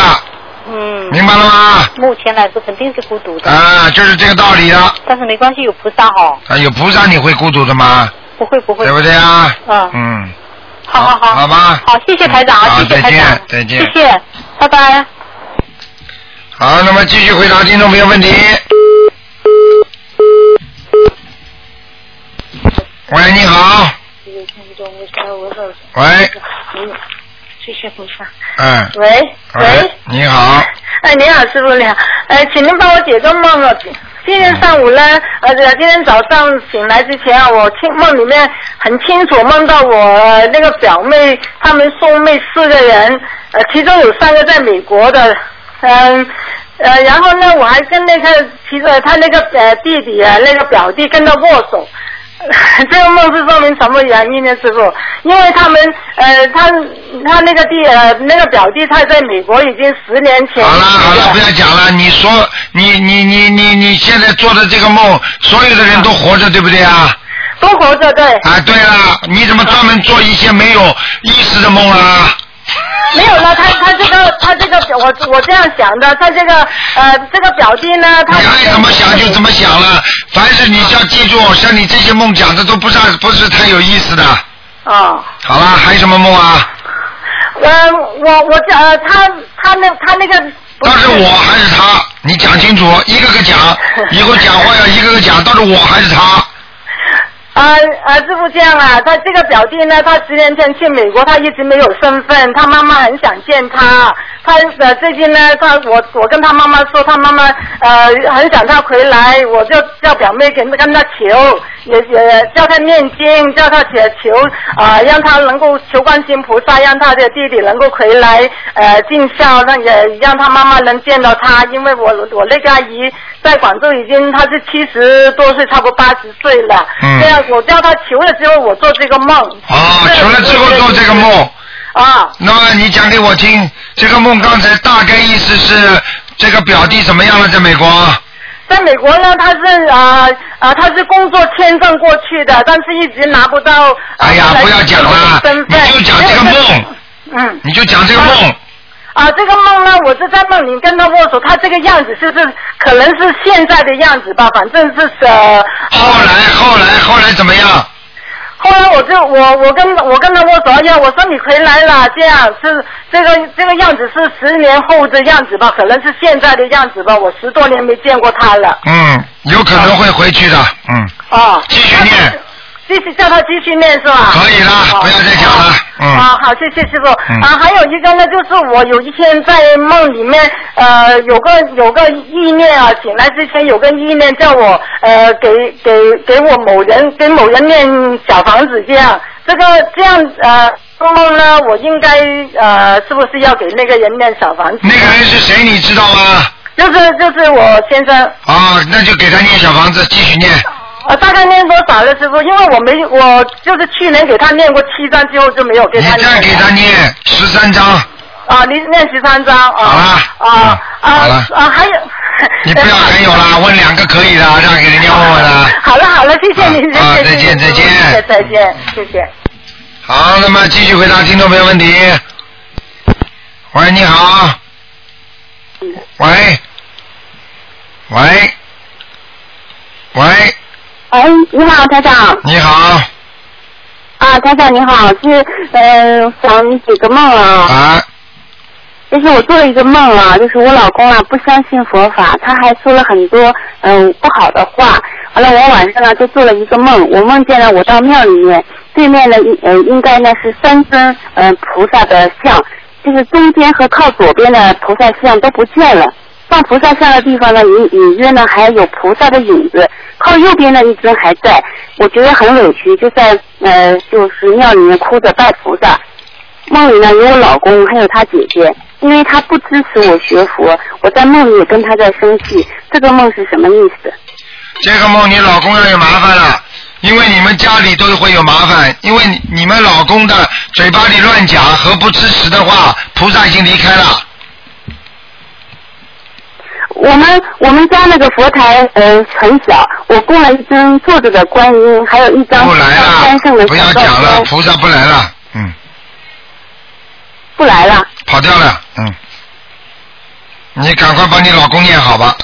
Speaker 12: 嗯。
Speaker 2: 明白了吗？
Speaker 12: 目前来说肯定是孤独的。
Speaker 2: 啊，就是这个道理了。
Speaker 12: 但是没关系，有菩萨哦，
Speaker 2: 啊，有菩萨你会孤独的吗？
Speaker 12: 不会不会。
Speaker 2: 对不对啊？
Speaker 12: 嗯，
Speaker 2: 嗯，
Speaker 12: 好好好。
Speaker 2: 好吧。
Speaker 12: 好，谢谢台长啊，
Speaker 2: 好
Speaker 12: 谢谢台长，
Speaker 2: 再见再见
Speaker 12: 谢谢，拜拜。
Speaker 2: 好，那么继续回答听众朋友问题。喂，你好，
Speaker 14: 有听不懂，我说我老
Speaker 2: 喂，
Speaker 14: 嗯，谢谢菩萨。
Speaker 2: 嗯，
Speaker 14: 喂喂，
Speaker 2: 你好，
Speaker 14: 哎，你好，师傅你好，哎，请您帮我解个梦哦，
Speaker 13: 啊今天上午呢，呃，今天早上醒来之前啊，我清梦里面很清楚梦到我呃那个表妹，她们兄妹四个人，呃，其中有三个在美国的，嗯、呃，然后呢，我还跟那个其实他那个呃弟弟啊，那个表弟跟他握手。 这个梦是说明什么原因呢，师傅？因为他们呃，他他那个弟呃那个表弟他在美国已经十年前
Speaker 2: 好了好了，不要讲了。你说你你你你你现在做的这个梦，所有的人都活着，对不对啊？
Speaker 13: 都活着，对。
Speaker 2: 啊，对了，你怎么专门做一些没有意思的梦啊啦？
Speaker 13: 没有了，他他这个他这个表我我这样想的，他这个呃这个表弟呢，他
Speaker 2: 怎么想就怎么想了。凡是你要记住，像你这些梦讲的都不是不是太有意思的。
Speaker 13: 哦，
Speaker 2: 好了，还有什么梦啊？
Speaker 13: 呃我我这呃他他那他那个
Speaker 2: 到是我还是他？你讲清楚，一个个讲，以后讲话要一个个讲，到底我还是 他？
Speaker 13: 呃呃，师傅这样啊，他这个表弟呢，他十年前去美国，他一直没有身份，他妈妈很想见他，他呃最近呢，他我我跟他妈妈说，他妈妈呃很想他回来，我就叫表妹跟跟他求，也也叫他念经，叫他写求啊、呃让他能够求观世音菩萨，让他的弟弟能够回来呃尽孝，那也让他妈妈能见到他，因为我我那个阿姨在广州已经她是七十多岁，差不多八十岁了，
Speaker 2: 嗯
Speaker 13: 这样我叫他求了之后，我做这个梦。
Speaker 2: 啊，求了之后做这个梦。
Speaker 13: 啊。
Speaker 2: 那么你讲给我听，这个梦刚才大概意思是这个表弟怎么样了，在美国？啊
Speaker 13: 在美国呢，他是啊啊、他是工作签证过去的，但是一直拿不到。哎呀，不要讲了，你就讲这个梦。嗯。
Speaker 2: 你就讲这个梦。
Speaker 13: 啊，这个梦呢，我是在梦里跟他握手，他这个样子就是可能是现在的样子吧，反正是呃。
Speaker 2: 后来，后来，后来怎么样？
Speaker 13: 后来我就我我跟我跟他握手，哎呀，我说你回来了，这样是这个这个样子是十年后的样子吧，可能是现在的样子吧，我十多年没见过他了。
Speaker 2: 嗯，有可能会回去的，嗯。
Speaker 13: 哦，继续念。继续叫他继续念是吧？可以了，不要再讲了。
Speaker 2: 嗯
Speaker 13: 啊，好，谢谢师傅。
Speaker 2: 嗯
Speaker 13: 啊，还有一个呢，就是我有一天在梦里面，呃，有个有个意念啊，醒来之前有个意念叫我呃给给给我某人给某人念小房子这样，这个这样呃梦呢，我应该呃是不是要给那个人念小房子？
Speaker 2: 那个人是谁，你知道吗？
Speaker 13: 就是就是我先生。
Speaker 2: 啊，那就给他念小房子，继续念。
Speaker 13: 呃，大概念多少了，师傅？因为我没，我就是去年给他念过七张，之后就没有给他念。再给他
Speaker 2: 念十三张。
Speaker 13: 啊，你念十三张啊。好啊啊
Speaker 2: 好了
Speaker 13: 啊！还有。
Speaker 2: 你不要还有啦，问两个可以的，让给人家问问啦。
Speaker 13: 好了好了，谢谢您，谢谢
Speaker 2: 啊再见
Speaker 13: 您
Speaker 2: 再见
Speaker 13: 谢谢再见，谢谢。
Speaker 2: 好，那么继续回答听众朋友问题。喂，你好。喂，喂，喂，
Speaker 15: 哎，你好，台长。
Speaker 2: 你好。
Speaker 15: 啊，台长你好，是呃，想几个梦啊。
Speaker 2: 啊。
Speaker 15: 就是我做了一个梦啊，就是我老公啊不相信佛法，他还说了很多嗯、不好的话。完了，我晚上呢就做了一个梦，我梦见了我到庙里面，对面呢应呃应该呢是三尊嗯、呃菩萨的像，就是中间和靠左边的菩萨像都不见了。放菩萨像的地方呢，隐隐约呢还有菩萨的影子，靠右边的一尊还在，我觉得很委屈，就在呃就是庙里面哭着拜菩萨。梦里呢有我老公，还有他姐姐，因为他不支持我学佛，我在梦里也跟他在生气。这个梦是什么意思？
Speaker 2: 这个梦你老公要有麻烦了，因为你们家里都会有麻烦，因为你你们老公的嘴巴里乱讲和不支持的话，菩萨已经离开了。
Speaker 15: 我们我们家那个佛台呃很小，我供了一尊坐着的观音，还有一张山上的
Speaker 2: 不要
Speaker 15: 小
Speaker 2: 讲
Speaker 15: 照
Speaker 2: 了，
Speaker 15: 片，
Speaker 2: 菩萨不来了，
Speaker 15: 不来了。
Speaker 2: 跑掉了，嗯。你赶快帮你老公念好吧。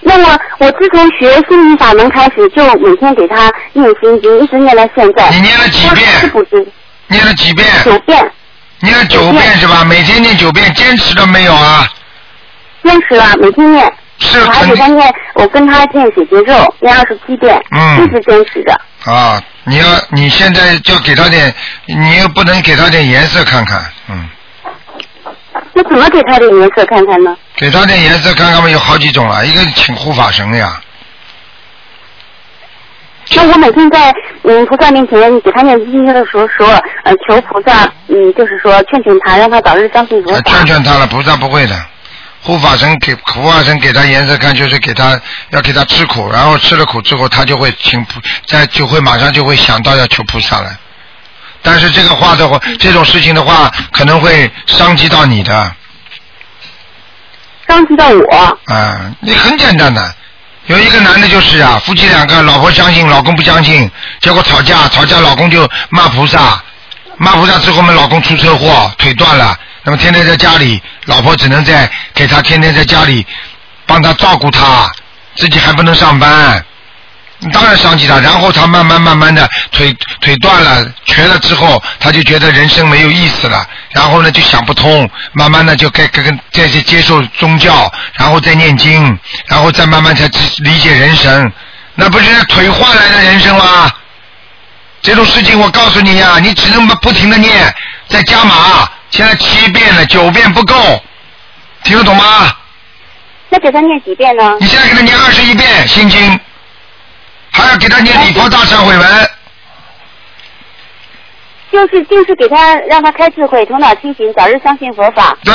Speaker 15: 那么我自从学心灵法门开始，就每天给他念心经，一直念到现在。你
Speaker 2: 念了几
Speaker 15: 遍？是不知。
Speaker 2: 念了几遍？
Speaker 15: 九遍。
Speaker 2: 念了九遍是吧？每天念九遍，坚持了没有啊？
Speaker 15: 坚持了，每天念。
Speaker 2: 是。
Speaker 15: 我还给他念，我跟他念姐姐咒，念二十七遍，
Speaker 2: 嗯
Speaker 15: 一直坚持着。
Speaker 2: 啊，你要你现在就给他点，你又不能给他点颜色看看，嗯。
Speaker 15: 那怎么给他点颜色看看呢？
Speaker 2: 给他点颜色看看吧，有好几种了，一个请护法神呀，
Speaker 15: 那我每天在嗯菩萨面前给他念经的时候说，呃求菩萨嗯就是说劝劝他，让他早日相信佛
Speaker 2: 啊
Speaker 15: 法。
Speaker 2: 劝劝他了，菩萨不会的。护法神给护法神给他颜色看，就是给他要给他吃苦，然后吃了苦之后，他就会请菩，在就会马上就会想到要求菩萨了。但是这个话的话，
Speaker 15: 嗯
Speaker 2: 这种事情的话，可能会伤及到你的。
Speaker 15: 伤及到我。
Speaker 2: 啊，你很简单的，有一个男的就是啊，夫妻两个，老婆相信，老公不相信，结果吵架，吵架老公就骂菩萨，骂菩萨之后，我们老公出车祸，腿断了，那么天天在家里，老婆只能在给他天天在家里帮他照顾他，自己还不能上班。当然伤及他，然后他慢慢慢慢的腿腿断了、瘸了之后，他就觉得人生没有意思了，然后呢就想不通，慢慢的就该跟跟再去接受宗教，然后再念经，然后再慢慢才知理解人生，那不是腿换来的人生吗？这种事情我告诉你呀、你只能不停的念，再加码，现在七遍了，九遍不够，听得懂吗？
Speaker 15: 那给他念几遍呢？
Speaker 2: 你现在给他念二十一遍心经，还要给他念礼佛大忏悔文。
Speaker 15: 就是就是给他让他开智慧，头脑清醒，早日相信佛法。
Speaker 2: 对。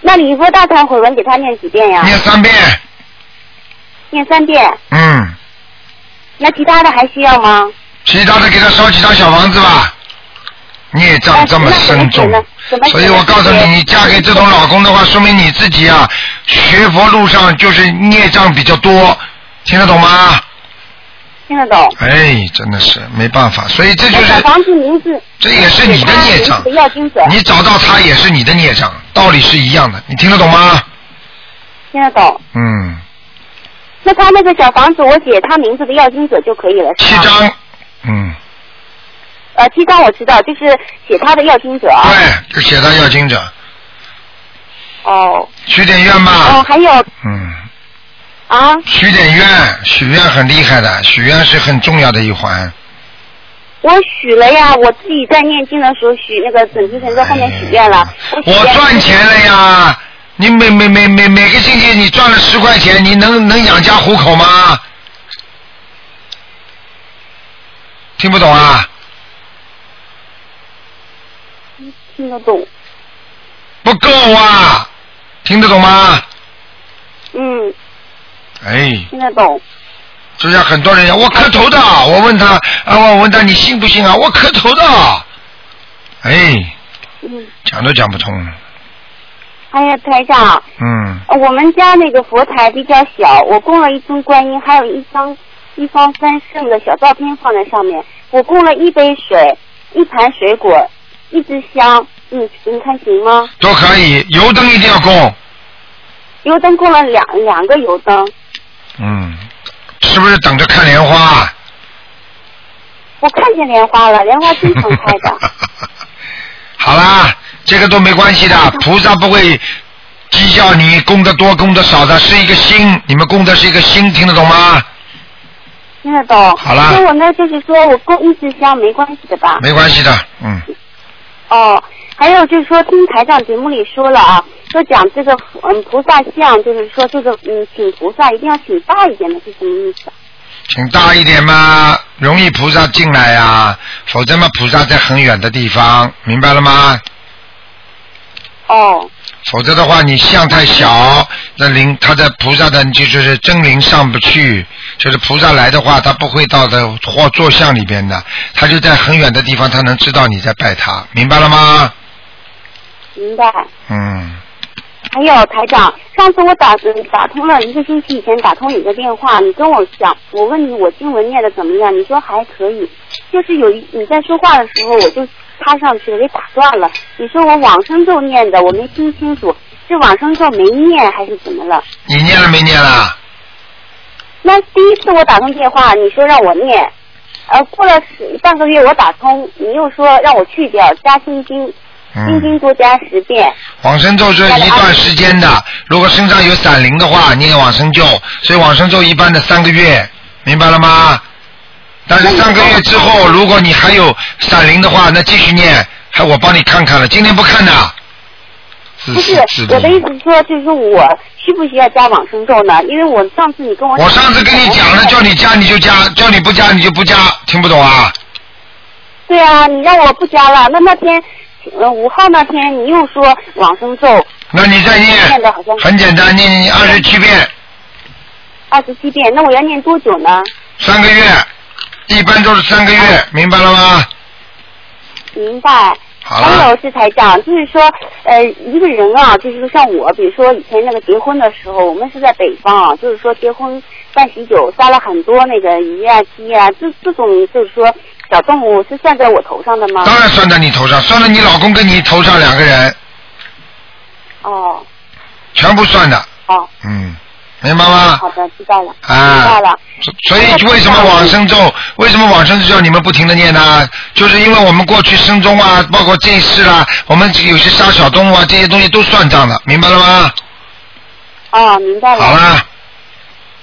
Speaker 15: 那礼佛大忏悔文给他念几遍呀？
Speaker 2: 念三遍。
Speaker 15: 念三遍，
Speaker 2: 嗯，
Speaker 15: 那其他的还需要吗？
Speaker 2: 其他的给他烧几张小房子吧。孽障这么深重，
Speaker 15: 怎么
Speaker 2: 所以我告诉你，你嫁给这种老公的话，说明你自己啊，学佛路上就是孽障比较多，听得懂吗？
Speaker 15: 听得懂？
Speaker 2: 哎，真的是没办法，所以这就是
Speaker 15: 哎小房子名字。
Speaker 2: 这也是你的孽障
Speaker 15: 给他名字要经者，
Speaker 2: 你找到他也是你的孽障，道理是一样的，你听得懂吗？
Speaker 15: 听得懂？
Speaker 2: 嗯，
Speaker 15: 那他那个小房子，我写他名字的要经者就可以了，是吧？七
Speaker 2: 张。嗯，
Speaker 15: 呃，七张我知道，就是写他的要经者。啊
Speaker 2: 就写他要经者，
Speaker 15: 哦。
Speaker 2: 许点愿吧。
Speaker 15: 哦，还有
Speaker 2: 嗯。
Speaker 15: 啊。
Speaker 2: 许点愿，许愿很厉害的，许愿是很重要的一环。
Speaker 15: 我许了呀，我自己在念经的时候许那个准提神咒后面许愿了。
Speaker 2: 哎我赚钱了呀，你每每每每每个星期你赚了十块钱，你能能养家糊口吗？听不懂啊？
Speaker 15: 听得懂。
Speaker 2: 不够啊！听得懂吗？
Speaker 15: 嗯，
Speaker 2: 哎。
Speaker 15: 听得懂。
Speaker 2: 就像很多人一样，我磕头的，我问他，啊，我问他你信不信啊？我磕头的，哎，
Speaker 15: 嗯，
Speaker 2: 讲都讲不通，
Speaker 15: 哎呀，台长，
Speaker 2: 嗯，
Speaker 15: 呃我们家那个佛台比较小，我供了一尊观音，还有一张一方三圣的小照片放在上面。我供了一杯水，一盘水果，一支香。嗯，你看行吗？
Speaker 2: 都可以，油灯一定要供，
Speaker 15: 油灯供了两两个油灯，
Speaker 2: 嗯，是不是等着看莲花？
Speaker 15: 我看见莲花了，莲花经常开的。
Speaker 2: 好啦，这个都没关系的，菩萨不会计较你供的多供的少的，是一个心，你们供的是一个心，听得懂吗？
Speaker 15: 听得懂。
Speaker 2: 好啦
Speaker 15: 所以我呢，就是说我供一支香没关系的吧？
Speaker 2: 没关系的，嗯，
Speaker 15: 哦，还有就是说，听台长节目里说了啊，说讲这个嗯菩萨像，就是说这个嗯请菩萨一定要请大一点的，是什么意思啊？
Speaker 2: 请大一点嘛，容易菩萨进来呀、否则嘛，菩萨在很远的地方，明白了吗？
Speaker 15: 哦，
Speaker 2: 否则的话，你相太小，那灵他在菩萨的就就是真灵上不去，就是菩萨来的话，他不会到的或坐像里边的，他就在很远的地方，他能知道你在拜他，明白了吗？
Speaker 15: 明白。
Speaker 2: 嗯，
Speaker 15: 还有台长，上次我打嗯打通了一个星期以前打通你的电话，你跟我讲，我问你我经文念的怎么样，你说还可以，就是有一你在说话的时候我就插上去了，给打断了。你说我往生咒念的，我没听清楚，是往生咒没念还是怎么了？
Speaker 2: 你念了没念啦？
Speaker 15: 那第一次我打通电话，你说让我念，呃，过了十半个月我打通，你又说让我去掉加心经，心
Speaker 2: 嗯，
Speaker 15: 经多加十遍。
Speaker 2: 往生咒是一段时间的，如果身上有散灵的话，念往生咒，所以往生咒一般的三个月，明白了吗？但是三个月之后，如果你还有散灵的话，那继续念，还我帮你看看了，今天不看的。自
Speaker 15: 不
Speaker 2: 私
Speaker 15: 是
Speaker 2: 自利
Speaker 15: 我。的意思是说，就是我需不需要加往生咒呢？因为我上次你跟我
Speaker 2: 我上次跟你讲了，叫你加你就加，叫你不加你就不加，听不懂啊？
Speaker 15: 对啊，你让我不加了。那那天，呃，五号那天你又说往生咒
Speaker 2: 那你再念，
Speaker 15: 念的好像
Speaker 2: 很简单，念念二十七遍，
Speaker 15: 二十七遍，那我要念多久呢？
Speaker 2: 三个月，一般都是三个月，明白了吗？
Speaker 15: 明白。
Speaker 2: 好
Speaker 15: 还
Speaker 2: 了
Speaker 15: 有，是台长，就是说，呃，一个人啊，就是说像我，比如说以前那个结婚的时候，我们是在北方啊，就是说结婚办喜酒杀了很多那个鱼啊、鸡啊，这这种就是说小动物是算在我头上的吗？
Speaker 2: 当然算在你头上，算在你老公跟你头上两个人，
Speaker 15: 哦
Speaker 2: 全部算的，
Speaker 15: 哦，
Speaker 2: 嗯，明白吗？
Speaker 15: 好的，知道了，知
Speaker 2: 啊
Speaker 15: 道了。，
Speaker 2: 所以为什么往生咒，为什么往生咒叫你们不停的念呢？就是因为我们过去生中啊，包括这一世啊，我们有些杀小动物啊，这些东西都算账的，明白了吗？
Speaker 15: 哦，明白了。
Speaker 2: 好啦，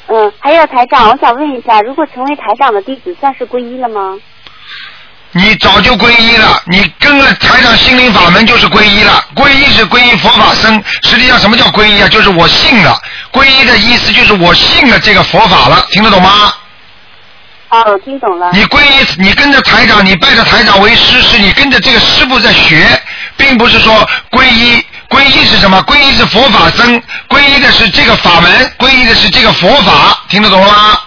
Speaker 15: 嗯，还有台长，我想问一下，如果成为台长的弟子，算是皈依了吗？
Speaker 2: 你早就皈依了，你跟了台长心灵法门就是皈依了。皈依是皈依佛法僧，实际上什么叫皈依啊？就是我信了。皈依的意思就是我信了这个佛法了，听得懂吗？
Speaker 15: 哦，我听懂了。
Speaker 2: 你皈依，你跟着台长，你拜着台长为师，是你跟着这个师傅在学，并不是说皈依。皈依是什么？皈依是佛法僧，皈依的是这个法门，皈依的是这个佛法，听得懂了吗？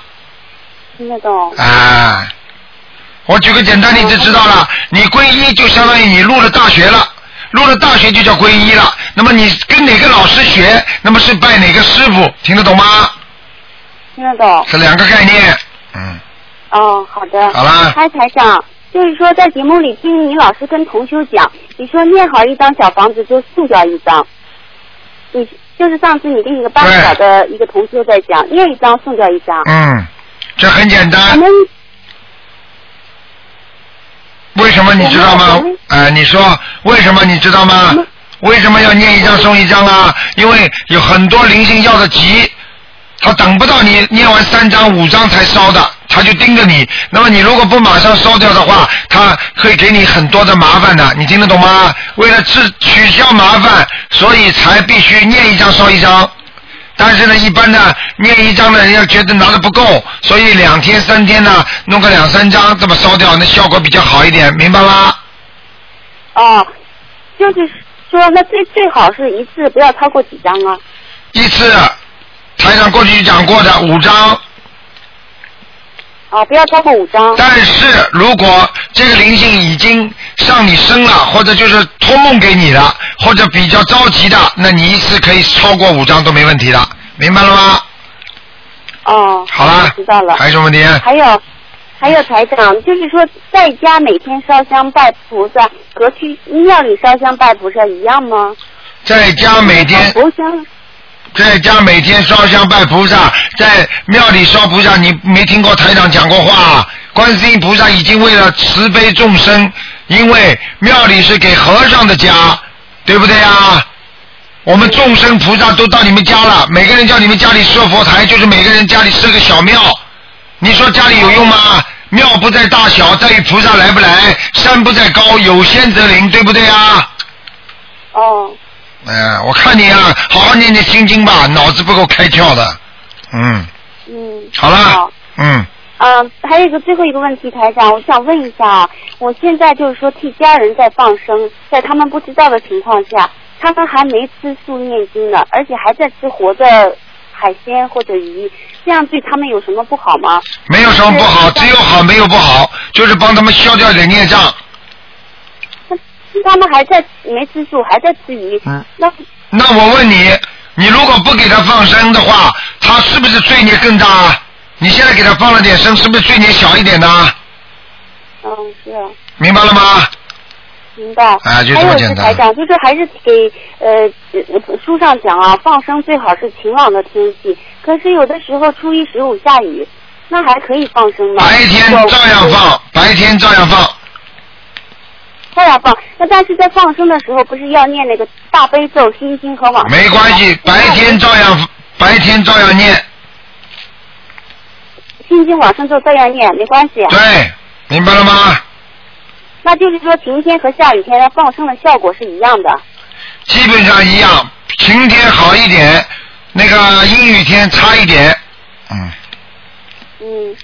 Speaker 15: 听得懂。
Speaker 2: 啊，我举个简单例子知道了，你皈依就相当于你入了大学了，入了大学就叫皈依了。那么你跟哪个老师学，那么是拜哪个师傅，听得懂吗？
Speaker 15: 听得懂。
Speaker 2: 是两个概念。
Speaker 15: 哦，好的。
Speaker 2: 好啦
Speaker 15: 嗨，台长，就是说在节目里听你老师跟同修讲，你说念好一张小房子就送掉一张，你就是上次你跟一个八小的一个同修在讲，念一张送掉一张。
Speaker 2: 嗯，这很简单。为什么你知道吗？哎、你说为什么你知道吗？为什么要念一张送一张啊？因为有很多灵性要的急，他等不到你念完三张五张才烧的，他就盯着你。那么你如果不马上烧掉的话，他会给你很多的麻烦的，你听得懂吗？为了治取消麻烦，所以才必须念一张烧一张。但是呢，一般呢，念一张呢，人家觉得拿的不够，所以两天三天呢，弄个两三张这么烧掉，那效果比较好一点，明白吗？嗯
Speaker 15: 哦，就是说那最最好是一次不要超过几张啊？
Speaker 2: 一次，台长过去讲过的五张，
Speaker 15: 哦，不要超过五张。
Speaker 2: 但是如果这个灵性已经上你身了，或者就是托梦给你了，或者比较着急的，那你一次可以超过五张都没问题的，明白了吗？
Speaker 15: 哦，
Speaker 2: 好啦
Speaker 15: 知道了。
Speaker 2: 还有什么问题啊
Speaker 15: 还有，还有台长，就是说在家每天烧香拜菩萨和去庙里烧香拜菩萨一样吗？
Speaker 2: 在家每天
Speaker 15: 烧香
Speaker 2: 在家每天烧香拜菩萨，在庙里烧菩萨，你没听过台长讲过话、啊？观世音菩萨已经为了慈悲众生，因为庙里是给和尚的家，对不对啊？我们众生菩萨都到你们家了，每个人叫你们家里设佛台，就是每个人家里设个小庙。你说家里有用吗？庙不在大小，在于菩萨来不来；山不在高，有仙则灵，对不对啊？
Speaker 15: 哦。
Speaker 2: 哎，我看你啊，好好念念心经吧，脑子不够开窍的。嗯，
Speaker 15: 嗯，
Speaker 2: 好啦，嗯，
Speaker 15: 嗯，还有一个最后一个问题，台长，我想问一下啊，我现在就是说替家人在放生，在他们不知道的情况下，他们还没吃素念经呢，而且还在吃活的海鲜或者鱼，这样对他们有什么不好吗？
Speaker 2: 没有什么不好，只有好没有不好，就是帮他们消掉一点孽障。
Speaker 15: 他们还在没吃素，还在吃鱼，
Speaker 2: 嗯
Speaker 15: 那
Speaker 2: 那我问你，你如果不给他放生的话，他是不是罪孽更大？啊？你现在给他放了点生，是不是罪孽小一点呢？
Speaker 15: 嗯是啊。
Speaker 2: 明白了吗？
Speaker 15: 明白。
Speaker 2: 啊就这么简单
Speaker 15: 还有就是台长，就是还是给呃呃书上讲啊，放生最好是晴朗的天气，可是有的时候初一十五下雨，那还可以放生吗？白
Speaker 2: 天照样放，白天照样放。
Speaker 15: 照样放。那但是在放生的时候，不是要念那个大悲咒、心经和往生咒吗
Speaker 2: 没关系，白天照样白天照样念，
Speaker 15: 心经往生咒照样念，没关系。啊
Speaker 2: 对，明白了吗？
Speaker 15: 那就是说晴天和下雨天放生的效果是一样的。
Speaker 2: 基本上一样，晴天好一点，那个阴雨天差一点。
Speaker 15: 嗯，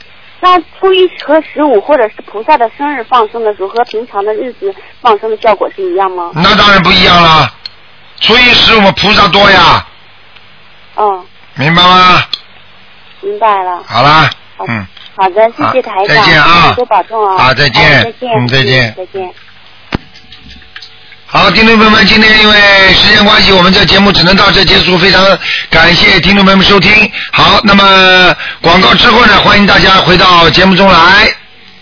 Speaker 15: 那初一和十五或者是菩萨的生日放生的时候，和平常的日子放生的效果是一样吗？
Speaker 2: 那当然不一样了，初一十五菩萨多呀，
Speaker 15: 嗯，
Speaker 2: 明白吗？
Speaker 15: 明白了。
Speaker 2: 好啦，嗯，
Speaker 15: 好的，谢谢台长，
Speaker 2: 再见啊
Speaker 15: 多保重啊。
Speaker 2: 好再见
Speaker 15: 哎再见，
Speaker 2: 嗯再见
Speaker 15: 嗯再见。
Speaker 2: 好，听众朋友们，今天因为时间关系，我们这节目只能到这结束。非常感谢听众朋友们收听。好，那么广告之后呢，欢迎大家回到节目中来。